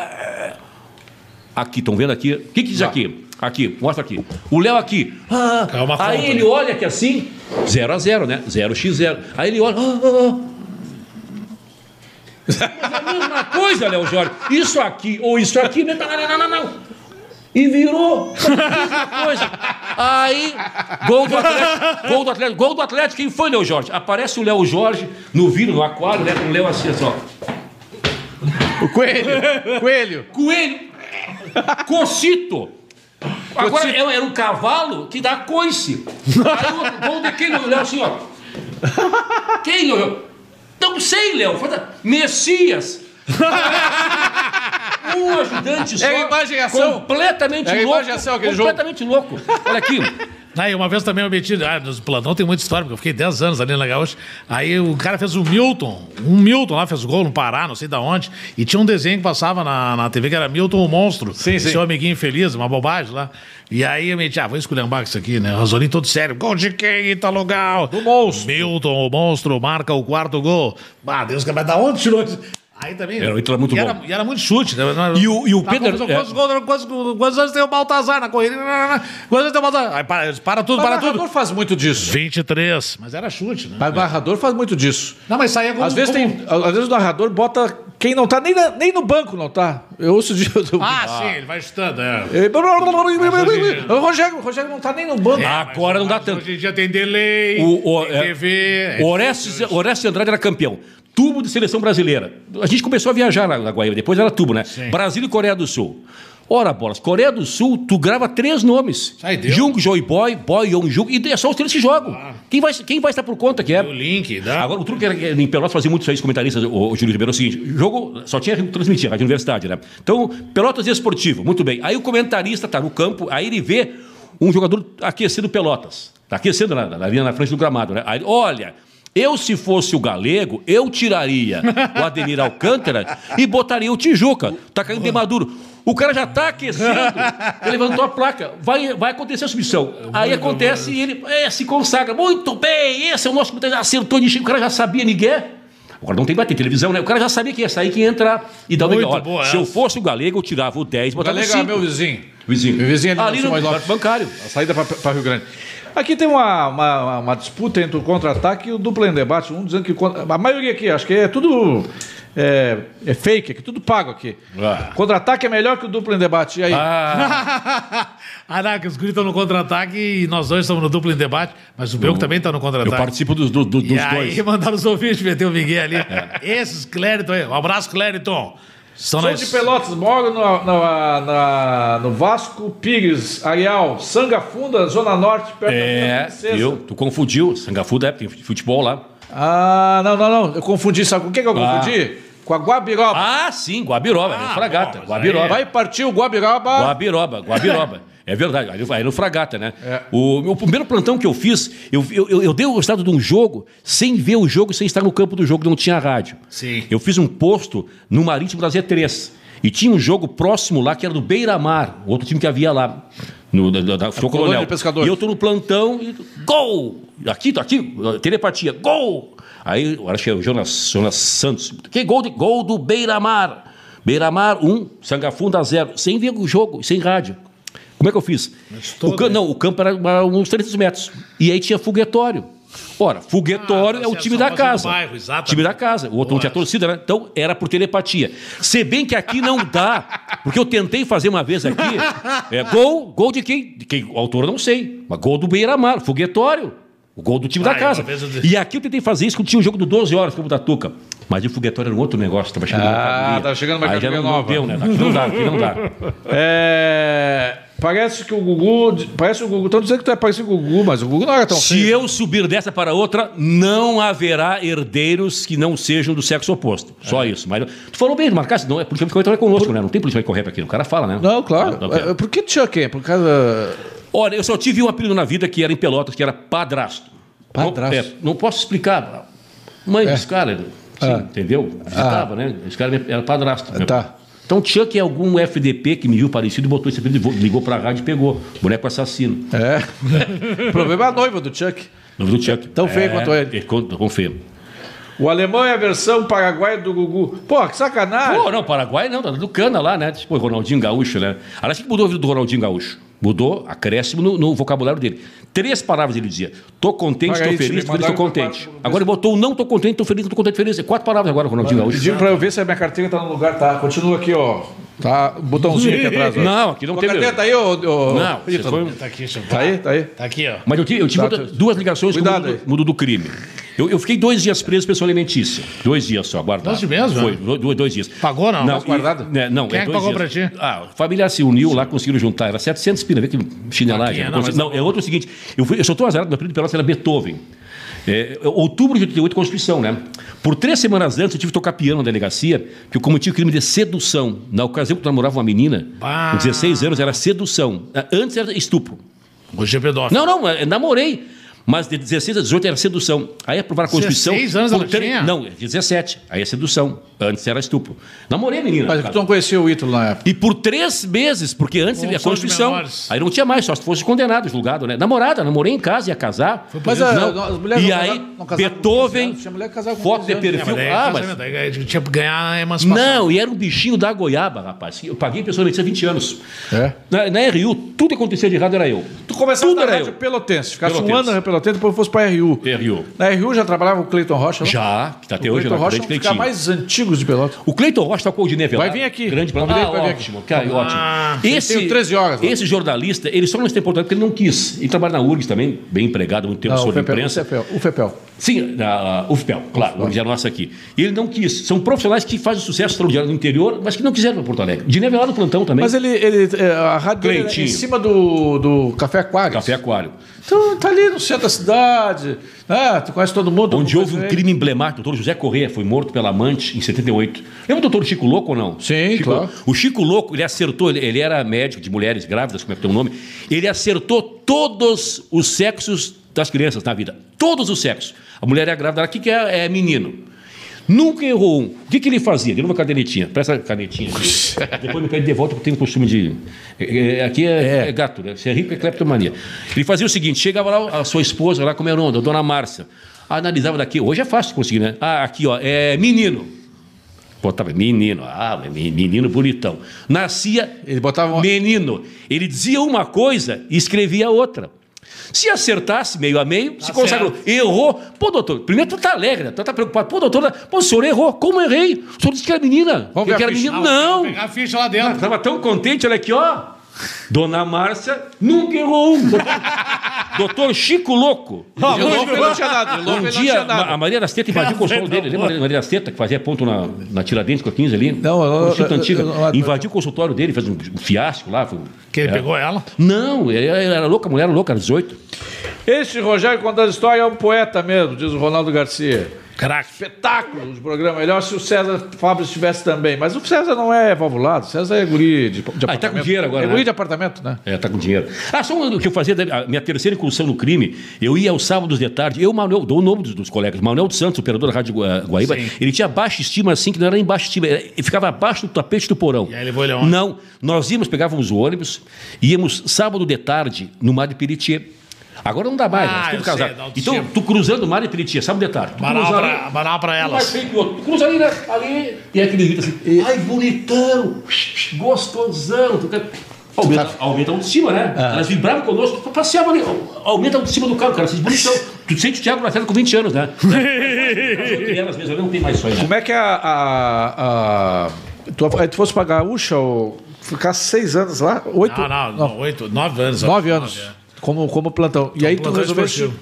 C: Aqui, estão vendo aqui? O que, que diz aqui? Aqui, mostra aqui. O Léo aqui. Ah,
B: Calma,
C: aí
B: falta,
C: ele
B: né?
C: olha aqui assim, 0 a 0 né? 0 x 0 Aí ele olha. Ah, ah, ah. Mas é a mesma coisa, Léo Jorge. Isso aqui ou isso aqui. Não, não, não, não, não. E virou. Mesma coisa. Aí, gol do Atlético. Gol do Atlético. Gol do Atlético. Quem foi, Léo Jorge? Aparece o Léo Jorge no vidro, no aquário, né? Com o Léo assim, assim, ó.
A: O
B: *laughs*
A: Coelho. Coelho.
C: Coelho. Cocito. Agora é- era um cavalo que dá coice. Aí o outro gol de quem, Léo? Assim, ó. Quem, Léo? Não sei, Léo. Falta- Messias. Um ajudante só.
A: Era É imaginação.
C: Completamente
A: Era
C: louco.
A: imaginação aquele jogo.
C: completamente louco. Olha aqui.
B: Aí uma vez também eu meti, ah, nos plantão tem muita história, porque eu fiquei 10 anos ali na Gaúcha. Aí o cara fez o Milton, um Milton lá fez gol no Pará, não sei de onde, e tinha um desenho que passava na, na TV que era Milton o Monstro,
A: Sim, sim.
B: seu amiguinho infeliz, uma bobagem lá. E aí eu meti, ah, vou esculhambar com isso aqui, né? Razolim todo sério, gol de quem, Italogal? Do
A: Monstro.
B: Milton, o Monstro, marca o quarto gol. Ah, Deus, mas da onde tirou isso? Aí também.
C: Era um Ítalo
B: e
C: muito bom.
B: Era, e era muito chute, né?
C: E o- e o
B: Tá,
C: Pedro-
B: quantos-
C: é.
B: Quantos, gols- quantos, quantos anos tem o Baltazar na corrida? Quantos anos tem o Baltazar? Aí para, para tudo,
A: Mas
B: para
A: narrador
B: tudo.
A: faz muito disso.
B: 23. Mas era chute, né?
A: Mas o narrador faz muito disso.
B: Não, mas saía como...
A: Às vezes,
B: como-
A: tem, às vezes o narrador bota quem não tá, nem, na- nem no banco não tá. Eu ouço de. *laughs*
B: Ah, sim, ele vai chutando, é.
A: Ele-
B: hoje em dia- Ah,
A: O Rogério, o Rogério não tá nem no banco.
C: Agora não dá
B: Mas
C: tanto.
B: Hoje em dia tem delay,
C: O, o,
B: tem
C: é,
B: TV...
C: o Orestes, Orestes Andrade era campeão. Tubo de seleção brasileira. A gente começou a viajar na, na Guaíba, depois era tubo, né? Brasil e Coreia do Sul. Ora, bolas, Coreia do Sul, tu grava três nomes.
B: Sai Deus.
C: Jung, Joy Boy, Boy, Young Jung, e é só os três que jogam. Quem, vai, quem vai estar por conta que é?
B: O link, dá. *laughs*
C: Agora, o truque era que em Pelotas fazia muito isso aí, os comentaristas, o, o Júlio Ribeiro, é o seguinte, jogo só tinha transmitir, Rádio Universidade, né? Então, Pelotas Esportivo, muito bem. Aí o comentarista tá no campo, aí ele vê um jogador aquecendo Pelotas. Tá aquecendo na, na, ali na frente do gramado, né? Aí, olha... Eu, se fosse o galego, eu tiraria o Ademir Alcântara e botaria o Tijuca. Tá caindo de maduro. O cara já tá aquecendo. Ele levantou a placa. Vai, vai acontecer a submissão. Aí acontece e ele é, se consagra. Muito bem, esse é o nosso comentário. Acertou de O cara já sabia ninguém. é. Agora não tem que bater televisão, né? O cara já sabia quem ia sair, quem ia entrar. E dá uma
B: Muito
C: olha,
B: boa
C: Se
B: essa.
C: eu fosse o Galego, eu tirava o 10 e
A: O
C: botava o
A: Galego é
C: 5.
A: meu vizinho.
C: Vizinho.
A: Meu vizinho ali,
C: Ali
A: no,
C: no
A: mais norte.
C: Parque bancário.
A: A saída para Rio Grande. Aqui tem uma, uma, uma- uma disputa entre o contra-ataque e o dupla em debate. Um dizendo que o contra- a maioria aqui, acho que é tudo é, é fake aqui, tudo pago aqui.
C: Ah.
A: Contra-ataque é melhor que o dupla em debate. E aí?
B: Ah, Araca, Ah, os gritam no contra-ataque e nós dois estamos no duplo em debate, mas o Belco também tá no
C: Eu
B: contra-ataque.
C: participo dos, do- do- dos
B: E aí *laughs*
C: dois. É.
B: mandaram os ouvintes meter o Miguel
C: *laughs*
B: ali. Esses Clériton aí. Um abraço, Clériton. São
A: Sou
B: nas-
A: de Pelotas, moro no, na- na- no Vasco Pires, Areal, Sanga Funda, Zona Norte, perto da
C: É,
A: Vila Princesa.
C: viu? Tu confundiu. Sangafuda é, tem futebol lá.
A: Ah, não, não, não. Eu confundi. Sabe com o que, que eu
C: Ah.
A: confundi? Com a Guabiroba.
C: Ah, sim, Guabiroba. é no Fragata.
B: bom, mas
C: Guabiroba.
A: Vai partir o Guabiroba.
C: Guabiroba, Guabiroba. É verdade, aí no- aí no Fragata, né? O meu primeiro plantão que eu fiz, eu, eu, eu- eu dei o resultado de um jogo sem ver o jogo, sem estar no campo do jogo, não tinha rádio.
B: Sim.
C: Eu fiz um posto no Marítimo da Z3. E tinha um jogo próximo lá que era do Beira-Mar, outro time que havia lá. No, da, da, da- Sou
A: colônia
C: coronel.
A: de pescadores.
C: E eu tô no plantão e. Gol! Aqui, tô aqui, telepatia, gol! Aí, eu acho que é o Jonas, Jonas Santos. Que gol de gol do Beira-Mar! Beira-Mar 1, Sangafunda 0. Sem ver o jogo, sem rádio. Como é que eu fiz?
B: todo,
C: o campo, Não, o campo era uma- uns 300 metros. E aí tinha foguetório. Ora, foguetório
B: Ah,
C: é o
B: você
C: time
B: só
C: da
B: fazia
C: casa.
B: no bairro, exatamente.
C: time da casa. O outro não tinha
B: Boa.
C: torcida, né? Então era por telepatia. Se bem que aqui não dá, porque eu tentei fazer uma
B: *laughs*
C: vez aqui. É, gol, gol de quem? De quem? O autor eu não sei. Mas gol do Beira-Mar, foguetório. O gol do time
B: Ah,
C: da casa.
B: uma vez eu-
C: E aqui eu tentei fazer isso quando tinha o jogo do 12 horas, como da Tuca. Mas o foguetório era um outro negócio, tava chegando
A: Ah,
C: mercadoria.
A: tava chegando mercadoria
C: Aí já né? não,
B: *laughs*
C: não
A: nova.
C: deu, né? Aqui não dá, aqui não dá.
A: É, Parece que o Gugu. Parece o Gugu. Estão dizendo que tu é parecido com o Gugu, mas o Gugu não era tão
C: Se eu subir dessa para outra, não haverá herdeiros que não sejam do sexo oposto. Só
A: É.
C: isso. Mas tu falou bem, marcasse, não é politicamente correto não é conosco, né? Não tem politicamente correto aqui, o cara fala, né?
A: Não, claro.
C: Não, não quero.
A: É, Por que tinha quem? Por causa.
C: Olha, eu só tive um apelido na vida que era em Pelotas, que era padrasto.
A: Padrasto. É.
C: Não, é, não posso explicar. Mãe dos caras, assim,
A: Ah.
C: entendeu? Visitava, né? Os caras eram padrasto. né?
A: Tá.
C: Então, Chuck é algum FDP que me viu parecido e botou esse apelido, ligou pra rádio e pegou. Boneco assassino.
A: É. *laughs* o problema é a noiva do Chuck.
C: Nome do Chuck.
A: Tão feio Então, quanto ele.
C: quanto- Tão feio.
A: O alemão é a versão paraguaia do Gugu. Pô, que sacanagem.
C: Pô, não, Paraguai não, tá do Cana lá, né? Tipo, Ronaldinho Gaúcho, né? Aliás, o que mudou a vida do Ronaldinho Gaúcho? Mudou acréscimo no, no vocabulário dele. Três palavras ele dizia. Tô contente,
A: Olha
C: tô
A: isso,
C: feliz,
A: me
C: tô feliz, tô
A: mandaram
C: contente.
A: pra- pra-
C: Agora ele botou o não tô contente, tô feliz, tô contente, feliz. É quatro palavras agora, Ronaldinho Gaúcho.
A: Pediram pra eu ver se a minha carteira tá no lugar. Tá, continua aqui, ó. Tá, botãozinho aqui atrás. ó.
C: Não, aqui não
A: Tua
C: tem
A: carteira
C: mesmo.
A: tá aí, ô... ô-
C: Não,
A: Vitor?
C: você foi-
B: Tá aqui, senhor.
A: Tá aí, tá aí.
B: Tá aqui, ó.
C: É. Mas eu tive, eu tive outra- duas ligações
A: Cuidado
C: com
A: aí.
C: o mundo, mundo do crime. Eu, eu fiquei dois dias preso pensão alimentícia. Dois dias só, guardado.
B: Dois mesmo?
C: Foi, do- dois, dias.
B: Pagou, não? Mas
C: e-
A: guardado?
C: né, não,
B: Quem é que
C: dois
B: pagou
C: dias.
B: pra ti?
C: Ah, a família se uniu lá, conseguiram juntar. Era 700 pila, vê que chinelagem.
B: Maquinha,
C: não,
B: não, mas-
C: não, é outro o seguinte. Eu, fui, eu só estou azarado, meu apelido de Pelotas era Beethoven. É, outubro de 88, Constituição, né? Por três semanas antes, eu tive que tocar piano na delegacia, que eu cometi o crime de sedução. Na ocasião que eu namorava uma menina,
B: Bah.
C: com 16 anos, era sedução. Ah, Antes era estupro.
B: Hoje é pedófilo.
C: Não, não, eu namorei. Mas de 16 a 18 era sedução. Aí aprovaram a Constituição.
B: 16 anos
C: por
B: ela tinha?
C: Não, 17. Aí é sedução. Antes era estupro. Namorei a menina.
A: Mas
C: cara.
A: tu não conhecia o Ítalo na época.
C: E por três meses, porque antes
B: Ou
C: a
B: são de
C: Constituição.
B: menores.
C: Aí não tinha mais, só se fosse condenado, julgado, né? Namorada, namorei em casa, ia casar.
A: Mas
C: não.
A: a- as mulheres
C: E
A: não
C: aí,
A: casaram- não casaram com 15
C: Beethoven,
A: anos, tinha mulher que casava com
C: foto de
A: 15 anos.
C: perfil.
B: daí é
C: ah, mas.
B: casamento, daí é de- Tinha que ganhar a emancipação.
C: Não, e era um bichinho da goiaba, rapaz. Eu paguei pessoalmente há 20 anos.
A: É?
C: Na, na RU, tudo que acontecia de errado era eu.
A: Tu começava
C: Tudo
A: na
C: era
A: rádio
C: eu.
A: Pelotense. Ficasse um
C: Pelotense. É.
A: ano na Pelotense, depois fosse pra RU.
C: RU.
A: Na RU já trabalhava o Cleiton Rocha? não?
C: Já, que tá até
A: O
C: hoje
A: Cleiton
C: na
A: Rocha é um
C: frente,
A: dos caras
C: Cleitinho.
A: mais antigos de Pelotas.
C: O Cleiton Rocha está com o de Nevelar.
A: Vai vir aqui. Ah,
C: Grande plano.
A: Convidei
C: Ah,
A: pra vir aqui.
C: ótimo, cara, ótimo. Esse,
A: Tenho 13 horas lá.
C: Esse jornalista, ele só não está importante porque ele não quis. Ele trabalha na URGS também, bem empregado, muito tempo,
A: Não,
C: sou
A: Ah, o
C: de
A: Fepel, o
C: imprensa.
A: Fepel. O Fepel.
C: Sim, na UFPEL, claro, URGS é a nossa aqui. E ele não quis. São profissionais que fazem sucesso extraordinário no interior, mas que não quiseram para Porto Alegre. De Nevelar no plantão também.
A: Mas ele, ele é, a rádio dele era em
C: Cleitinho.
A: cima do, do Café Aquário.
C: Café Aquário.
A: Então tá ali no centro da cidade, né? Tu conhece todo mundo.
C: Onde
A: todo
C: houve
A: mundo
C: um
A: conhece
C: crime emblemático, o doutor José Corrêa foi morto pela amante em 78. Lembra o doutor Chico Louco ou não?
A: Sim,
C: Chico-
A: claro.
C: O Chico Louco, ele acertou, ele, ele era médico de mulheres grávidas, como é que tem o nome, ele acertou todos os sexos das crianças na vida. Todos os sexos. A mulher é grávida, ela, o que, que é, é menino? Nunca errou um. O que, que ele fazia? Deu uma canetinha. Presta a canetinha. aqui. Depois me pede de volta, porque eu tenho o costume de. é, é, aqui é, é gato, né? Você é rico, é cleptomania. Ele fazia o seguinte: chegava lá a sua esposa, lá como era o nome, a dona Márcia. Analisava daqui. Hoje é fácil de conseguir, né? Ah, aqui, ó. É menino. Botava menino. Ah, me- menino bonitão. Nascia.
A: Ele botava uma-
C: Menino. Ele dizia uma coisa e escrevia outra. Se acertasse meio a meio,
A: Tá
C: se consagrou. Errou. Pô, doutor, primeiro tu tá alegre, né? tu tá preocupado. Pô, doutor, pô, o senhor errou. Como errei? O senhor disse que era menina.
A: Vamos
C: eu
A: ver
C: que
A: a
C: era
A: ficha.
B: Ah,
C: menino. Não.
B: Pegar a ficha lá dentro.
C: Tava tão contente, olha aqui, ó. Dona Márcia nunca errou um. doutor Chico Louco.
A: De louco ele não tinha nada, de louco
C: um
A: ele não
C: dia,
A: tinha nada.
C: a Maria das Tetas invadiu o consultório dele. Lembra a Maria das Tetas, que fazia ponto na, na Tiradentes com a 15 ali?
A: Não, eu-
C: Consulta
A: eu- eu-
C: antiga.
A: eu- eu-
C: invadiu o consultório dele, fez um fiasco lá. foi um-
B: Que
A: É.
B: ele pegou ela.
C: Não, ela era louca, a mulher era louca, era 18.
A: Este Rogério contando história é um poeta mesmo, diz o Ronaldo Garcia.
B: Craque.
A: Espetáculo de programa. Melhor se o César Fábio estivesse também. Mas o César não é valvulado, o César é guri de, de apartamento.
C: tá com dinheiro agora,
A: É guri
C: né?
A: de apartamento, né?
C: É, tá com dinheiro. Ah, só um- o que eu fazia, da- a minha terceira incursão no crime, eu ia aos sábados de tarde, eu, Manuel, dou o nome dos, dos colegas, Manuel dos Santos, operador da Rádio Gua- Guaíba, ele tinha baixa estima assim, que não era nem baixa estima, era- ele ficava abaixo do tapete do porão.
B: E aí levou ele aonde?
C: Não, nós íamos, pegávamos o ônibus, íamos sábado de tarde no Mar de Peritier. Agora não dá mais,
B: Ah,
C: nós tudo
B: eu sei,
C: casado.
B: dá alto
C: então,
B: estima.
C: tu cruzando o Mar de Peritier, sábado de tarde. tu
B: Banal
C: cruzando-
A: um-
B: pra, banal pra
C: mais
B: elas.
C: feio que o outro. Cruza ali, né? Ali. E aquele grito assim. Ai, bonitão. Gostosão. Tu quer- Aumenta, aumenta a autoestima, né? Elas vibravam conosco, tu passeava ali, aumenta a autoestima do cara, o cara se diz *laughs* bonitão. Tu sente o Thiago Lacerda com 20 anos, *laughs* né? Entre elas mesmo, eu não tenho mais sonho. né?
A: Como é que a. a, a tu, aí tu fosse pra Gaúcha ou ficar seis anos lá? Oito?
B: Não, não, não, oito, nove anos.
A: Nove
B: ó.
A: anos. Como, como plantão. E aí tu
B: Plantão
A: resolveu.
B: esportivo.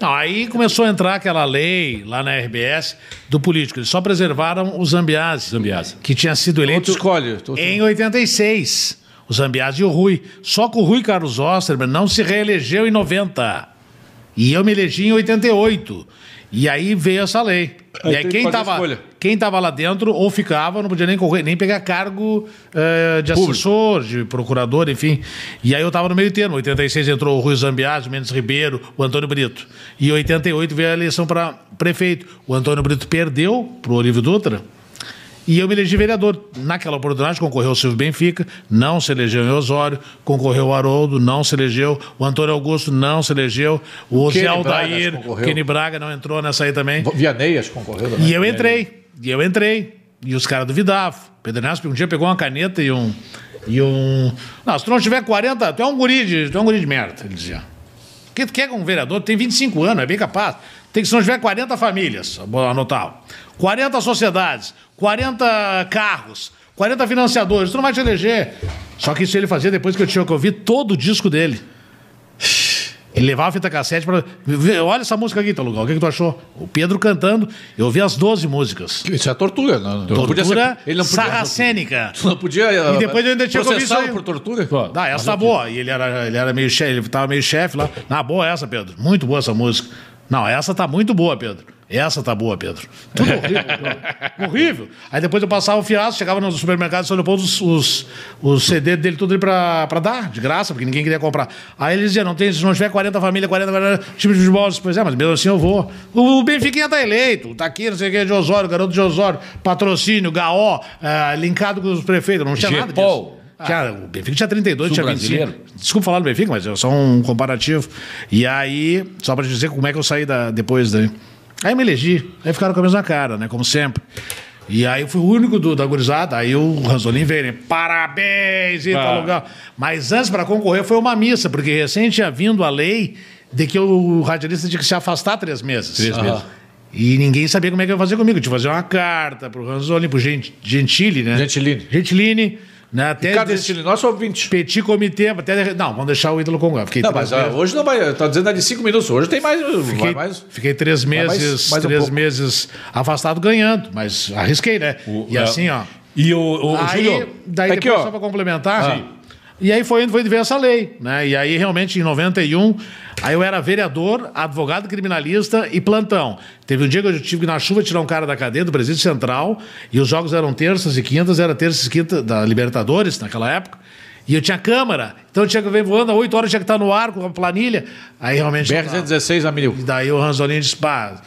B: Não, aí começou a entrar aquela lei lá na RBS do político. Eles só preservaram o Zambiase,
C: Zambiase.
B: que tinha sido
A: Ou tu
B: eleito
A: escolhe. Tu, tu-
B: em 86. o Zambiasi e o Rui. Só que o Rui Carlos Osterman não se reelegeu em 90. E eu me elegi em 88. E aí veio essa lei.
A: Aí
B: e aí
A: teve que
B: quem
A: fazer
B: estava
A: escolha.
B: quem tava lá dentro ou ficava, não podia nem correr, nem pegar cargo eh, de assessor, de procurador, enfim. E aí eu estava no meio termo. Em 86 entrou o Rui Zambiasi, o Mendes Ribeiro, o Antônio Brito. E em 88 veio a eleição para prefeito. O Antônio Brito perdeu para o Olívio Dutra. E eu me elegi vereador. Naquela oportunidade concorreu o Silvio Benfica, não se elegeu em Osório, concorreu o Haroldo, não se elegeu, o Antônio Augusto não se elegeu, o
A: Kenny
B: Zé
A: Braga
B: Aldair,
A: concorreu.
B: Kenny Braga não entrou nessa aí também.
A: Vianeias né? concorreu também.
B: E eu entrei, e eu entrei. E os caras duvidavam. Pedro Inácio um dia pegou uma caneta e um. E um. Não, se tu não tiver 40, tu é um guri de, tu é um guri de merda, ele dizia. O que tu quer com um vereador? Tu tem 25 anos, é bem capaz. Tem que, se não tiver 40 famílias, vou anotar. 40 sociedades, 40 carros, 40 financiadores, tu não vai te eleger. Só que isso ele fazia depois que eu tinha que ouvir todo o disco dele. Ele levava a fita cassete pra. Vê, Olha essa música aqui, Talugão. O que, que tu achou? O Pedro cantando. Eu ouvi as 12 músicas.
A: Isso é tortura, não? não
B: Tortura
A: ser- ele não podia,
B: sarracênica.
A: Tu *laughs* não podia. eh,
B: E depois eu ainda tinha que ouvir isso
A: processá-lo
B: aí.
A: por tortura?
B: Ah, essa tá boa. E ele era, ele era meio chefe, ele tava meio chefe lá. Na boa essa, Pedro. Muito boa essa música. Não, essa tá muito boa, Pedro. Essa tá boa, Pedro. Tudo horrível. cara. horrível. Aí depois eu passava o fiasco, chegava no supermercado de São Leopoldo, os, os, os CD dele tudo ali pra, pra dar, de graça, porque ninguém queria comprar. Aí eles diziam, não tem, se não tiver 40 famílias, 40, 40 time de futebol, eu disse, pois é, mas mesmo assim eu vou. O, o Benfiquinha tá eleito, tá aqui, não sei o que, de Osório, garoto de Osório, patrocínio, GAO, ah, linkado com os prefeitos, não tinha nada disso.
C: Gepol.
B: Ah. Tinha- o Benfica tinha 32, tinha 25.
C: Sul-brasileiro.
B: Desculpa falar do Benfica, mas é só um comparativo. E aí, só pra te dizer como é que eu saí da, depois daí. Aí me elegi. Aí ficaram com a mesma cara, né? Como sempre. E aí eu fui o único do, da gurizada. Aí o Ranzolin veio, né? Parabéns,
C: Ah.
B: Ítalo Gal. Mas antes, pra concorrer, foi uma missa, porque recente tinha vindo a lei de que o radialista tinha que se afastar três meses.
C: Três meses.
B: E ninguém sabia como é que ia fazer comigo. Eu tinha que fazer uma carta pro Ranzolin, pro Gen- Gentili, né?
A: Gentilini.
B: Gentilini. Né? Até
A: Ricardo
B: desse-
A: Gentilini, nosso ouvinte.
B: Petit Comitê, até. Não, vamos deixar o Ítalo Conga. Fiquei,
A: Não,
B: três,
A: mas ah,
B: meses,
A: hoje não vai. Tá dizendo é de cinco minutos. Hoje tem mais.
B: fiquei,
A: vai mais.
B: fiquei três
A: mais-
B: meses,
A: mais um
B: três
A: pouco.
B: meses afastado ganhando, mas arrisquei, né? e
C: é,
B: assim, ó.
C: E o, o, o
B: aí,
C: Júlio,
B: daí
A: tá aqui,
B: depois,
A: ó.
B: só pra complementar.
A: Ah.
B: sim. E aí foi indo, foi indo ver essa lei, né? E aí, realmente, em 91, aí eu era vereador, advogado criminalista e plantão. Teve um dia que eu tive que, na chuva, tirar um cara da cadeia do presídio central, e os jogos eram terças e quintas, era terças e quintas da Libertadores, naquela época. E eu tinha câmara, então eu tinha que vir voando, às 8 horas eu tinha que estar no ar com a planilha. Aí realmente.
A: BR-116 a mil.
B: E daí o Ranzolini disse, pá,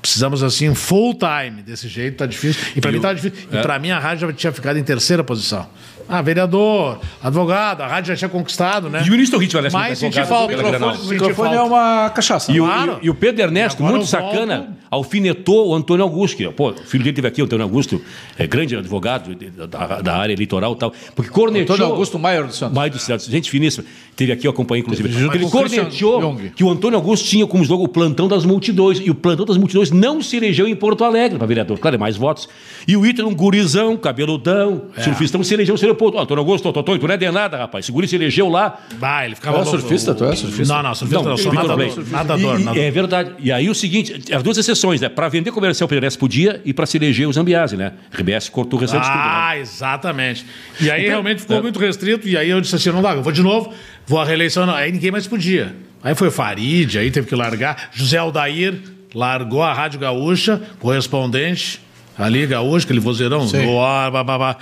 B: precisamos assim, full time. Desse jeito tá difícil. E pra mim tá difícil. E pra mim a rádio já tinha ficado em terceira posição. Ah, vereador, advogado, a rádio já tinha conquistado, né?
C: e o Nisto Ritmo, aliás,
B: Mas
C: foi
B: senti
C: convocado
B: falta.
C: pela
B: O
C: Grenal.
A: O
B: Senti
A: microfone é
B: falta.
A: uma cachaça.
C: E, o-
B: Claro.
C: e- e o Pedro Ernesto,
B: agora
C: muito
B: eu volto.
C: sacana, alfinetou o Antônio Augusto. que, Pô, o filho dele teve aqui, o Antônio Augusto, é grande advogado de- da, da área eleitoral e tal. Porque cornetou.
A: Antônio Augusto Maier dos Santos.
C: Maio dos Santos, gente finíssima. Teve aqui, eu acompanhei, inclusive.
A: Teve junto
C: Ele
A: com o Christian
C: corneteou
A: Jung.
C: que o Antônio Augusto tinha como slogan o plantão das multidões. E o plantão das multidões não se elegeu em Porto Alegre para vereador. Claro, é mais votos. E o Ítalo, um gurizão, cabeludão,
A: É.
C: surfistão, se elegeu em São Leopoldo. Ó, Antônio Augusto, Totó, tu não é de nada, rapaz. Segura se elegeu lá.
B: Bah, ele ficava
A: Tu é
B: louco.
A: surfista? Tu é surfista?
B: Não, não, surfista não, sou
C: Vitor
B: nadador.
C: Blake.
B: Nadador,
C: E- e-
B: nadador.
C: É verdade. E aí o seguinte, as duas exceções, né? Para vender comercial Pedrense podia e para se eleger o Zambiase, né? RBS cortou o restante tudo. né?
B: Ah, exatamente. E
A: Então,
B: aí realmente
A: é.
B: ficou muito restrito, e aí eu disse assim, não dá, eu vou de novo, vou à reeleição, não. aí ninguém mais podia. Aí foi Farid, aí teve que largar, José Aldair largou a Rádio Gaúcha, correspondente, ali Gaúcha, aquele vozeirão,
A: Sim.
B: voar, bababá.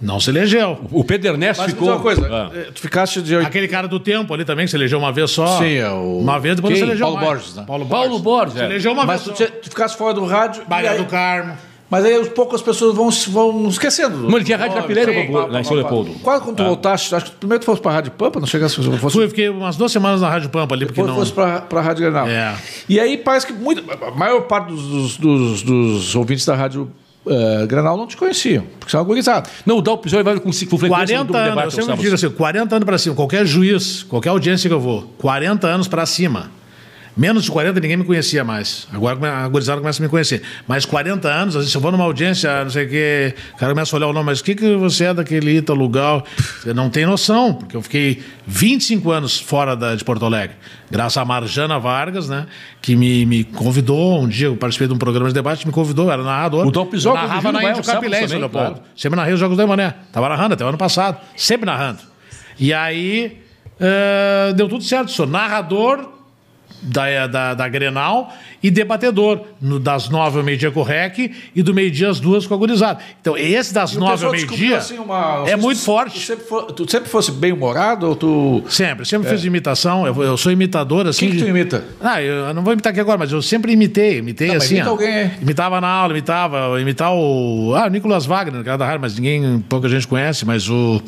B: não se elegeu.
C: né? O Pedro Ernesto
A: Mas
C: ficou...
A: ficou uma coisa.
C: Ah.
A: eh, Tu ficaste de. oit-
B: Aquele cara do tempo ali também, que se elegeu uma vez só.
A: Sim, é o-
B: Uma vez, depois não
A: Quem?
B: se elegeu
A: Paulo
B: mais.
A: Borges, né?
B: Paulo Borges.
C: Paulo Borges,
B: Se
C: é.
B: elegeu uma
A: Mas tu,
B: vez
A: tinha-
B: só.
A: tu ficaste fora do rádio. e
B: Maria
A: aí-
B: do Carmo.
A: Mas aí aos poucos as pessoas vão, se- vão esquecendo.
C: Não, ele tinha rádio
A: Nome,
C: capileira
A: sim,
C: pra-
A: pá,
C: lá
A: pá,
C: em São
A: pá.
C: Leopoldo.
A: Quando,
B: Ah.
A: quando tu voltaste, acho que primeiro tu fosse pra Rádio Pampa, não chegasse fosse, fosse,
B: Fui, eu fiquei umas duas semanas na Rádio Pampa ali, porque
A: depois
B: não...
A: fosse pra, pra Rádio Granal.
B: É.
A: E aí parece que muito, a maior parte dos, dos, dos- dos ouvintes da Rádio eh, Granal não te conheciam, porque é são agonizados.
C: Não, o Dalpisol vai com, com frequência
B: 40
C: no duplo
B: anos,
C: debate
B: eu
C: aos
B: sempre
C: sábados.
B: digo assim, 40 anos pra cima, qualquer juiz, qualquer audiência que eu vou, 40 anos pra cima. Menos de 40 ninguém me conhecia mais. Agora come- a gurizada começa a me conhecer. Mas 40 anos, às vezes eu vou numa audiência, não sei o quê, o cara começa a olhar o nome, mas o que, que você é daquele Ítalo Lugal? Você não tem noção, porque eu fiquei 25 anos fora da- de Porto Alegre. Graças a Marjana Vargas, né, que me, me convidou, um dia eu participei de um programa de debate, me convidou, eu era narrador.
C: O Dalpisol,
B: narrava
C: inclusive,
B: na
C: vai
B: Índio
C: aos sábados
B: Capilé, em São
C: também, claro.
B: Leopoldo. Sempre narrei os Jogos da Mané. Tava narrando até o ano passado. Sempre narrando. E aí eh, deu tudo certo. Sou narrador da, eh, da, da Grenal e debatedor no- das nove ao meio-dia com o REC e do meio-dia às duas com a gurizada. Então, esse das
A: E o
B: nove
A: pessoal
B: ao
A: descobriu,
B: meio-dia
A: assim, uma-
B: é muito
A: Tu
B: forte.
A: sempre, fo- tu sempre fosse bem-humorado ou tu.
B: Sempre, sempre fiz imitação. Eu, eu sou imitador, assim.
A: É. Quem que tu
B: de-
A: imita?
B: Ah, eu, eu não vou imitar aqui agora, mas eu sempre imitei, imitei
A: Tá, mas
B: assim.
A: imita
B: ó.
A: alguém aí.
B: Imitava na aula, imitava, imitar o. Ah, o Nicolas Wagner, cara da rádio, mas ninguém, pouca gente conhece, mas o.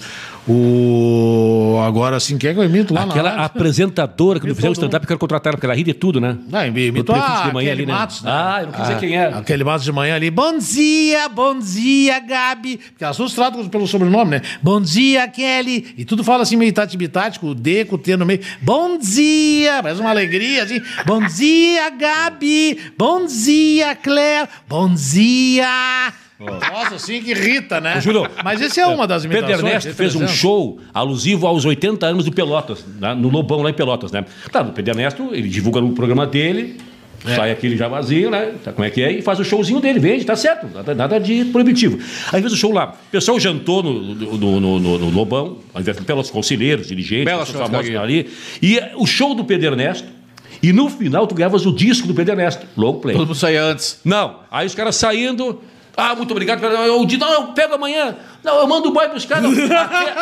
B: O. Agora, assim, quem é que eu imito lá na
C: Aquela
B: rádio?
C: apresentadora que
B: Me
C: não fizeram
B: todo
C: stand-up, que contrataram, porque ela ri de tudo, né?
B: Não, imi- imito
C: No prefixo
B: a,
C: de manhã
B: Ah, aquele
C: ali, né?
B: Matos, né?
C: Ah, eu não quis dizer quem era.
B: Aquele mato de manhã ali, bom dia, bom dia, Gabi. Porque elas nos tratam pelo sobrenome, né? Bom dia, Kelly. E tudo fala assim meio tati-bitati, com o D, com o T no meio. Bom dia, faz uma alegria assim. Bom dia, Gabi. Bom dia, Claire. Bom dia. Nossa, assim que irrita, né?
C: Ô, Júlio,
B: Mas esse é uma das imitações.
C: Pedro Ernesto
B: ele
C: fez um
B: apresenta.
C: show alusivo aos 80 anos do Pelotas, né? no Lobão, lá em Pelotas, né? Claro, o Pedro Ernesto, ele divulga no programa dele, sai aquele já vazio, né? Sabe como é que é? E faz o showzinho dele, vende, tá certo, nada, nada de proibitivo. Aí fez o show lá, o pessoal jantou no, no, no- no- no Lobão, ao invés do Pelotas, conselheiros, dirigentes,
A: Bela
C: pessoas famosas
A: churrascaria.
C: ali, e eh, o show do Pedro Ernesto, e no final tu gravas o disco do Pedro Ernesto, long play.
A: Todo mundo saia antes.
C: Não. Aí os caras saindo. Ah, muito obrigado. pela- Eu digo, não, eu pego amanhã. Não, eu mando o boy buscar. Não. Até,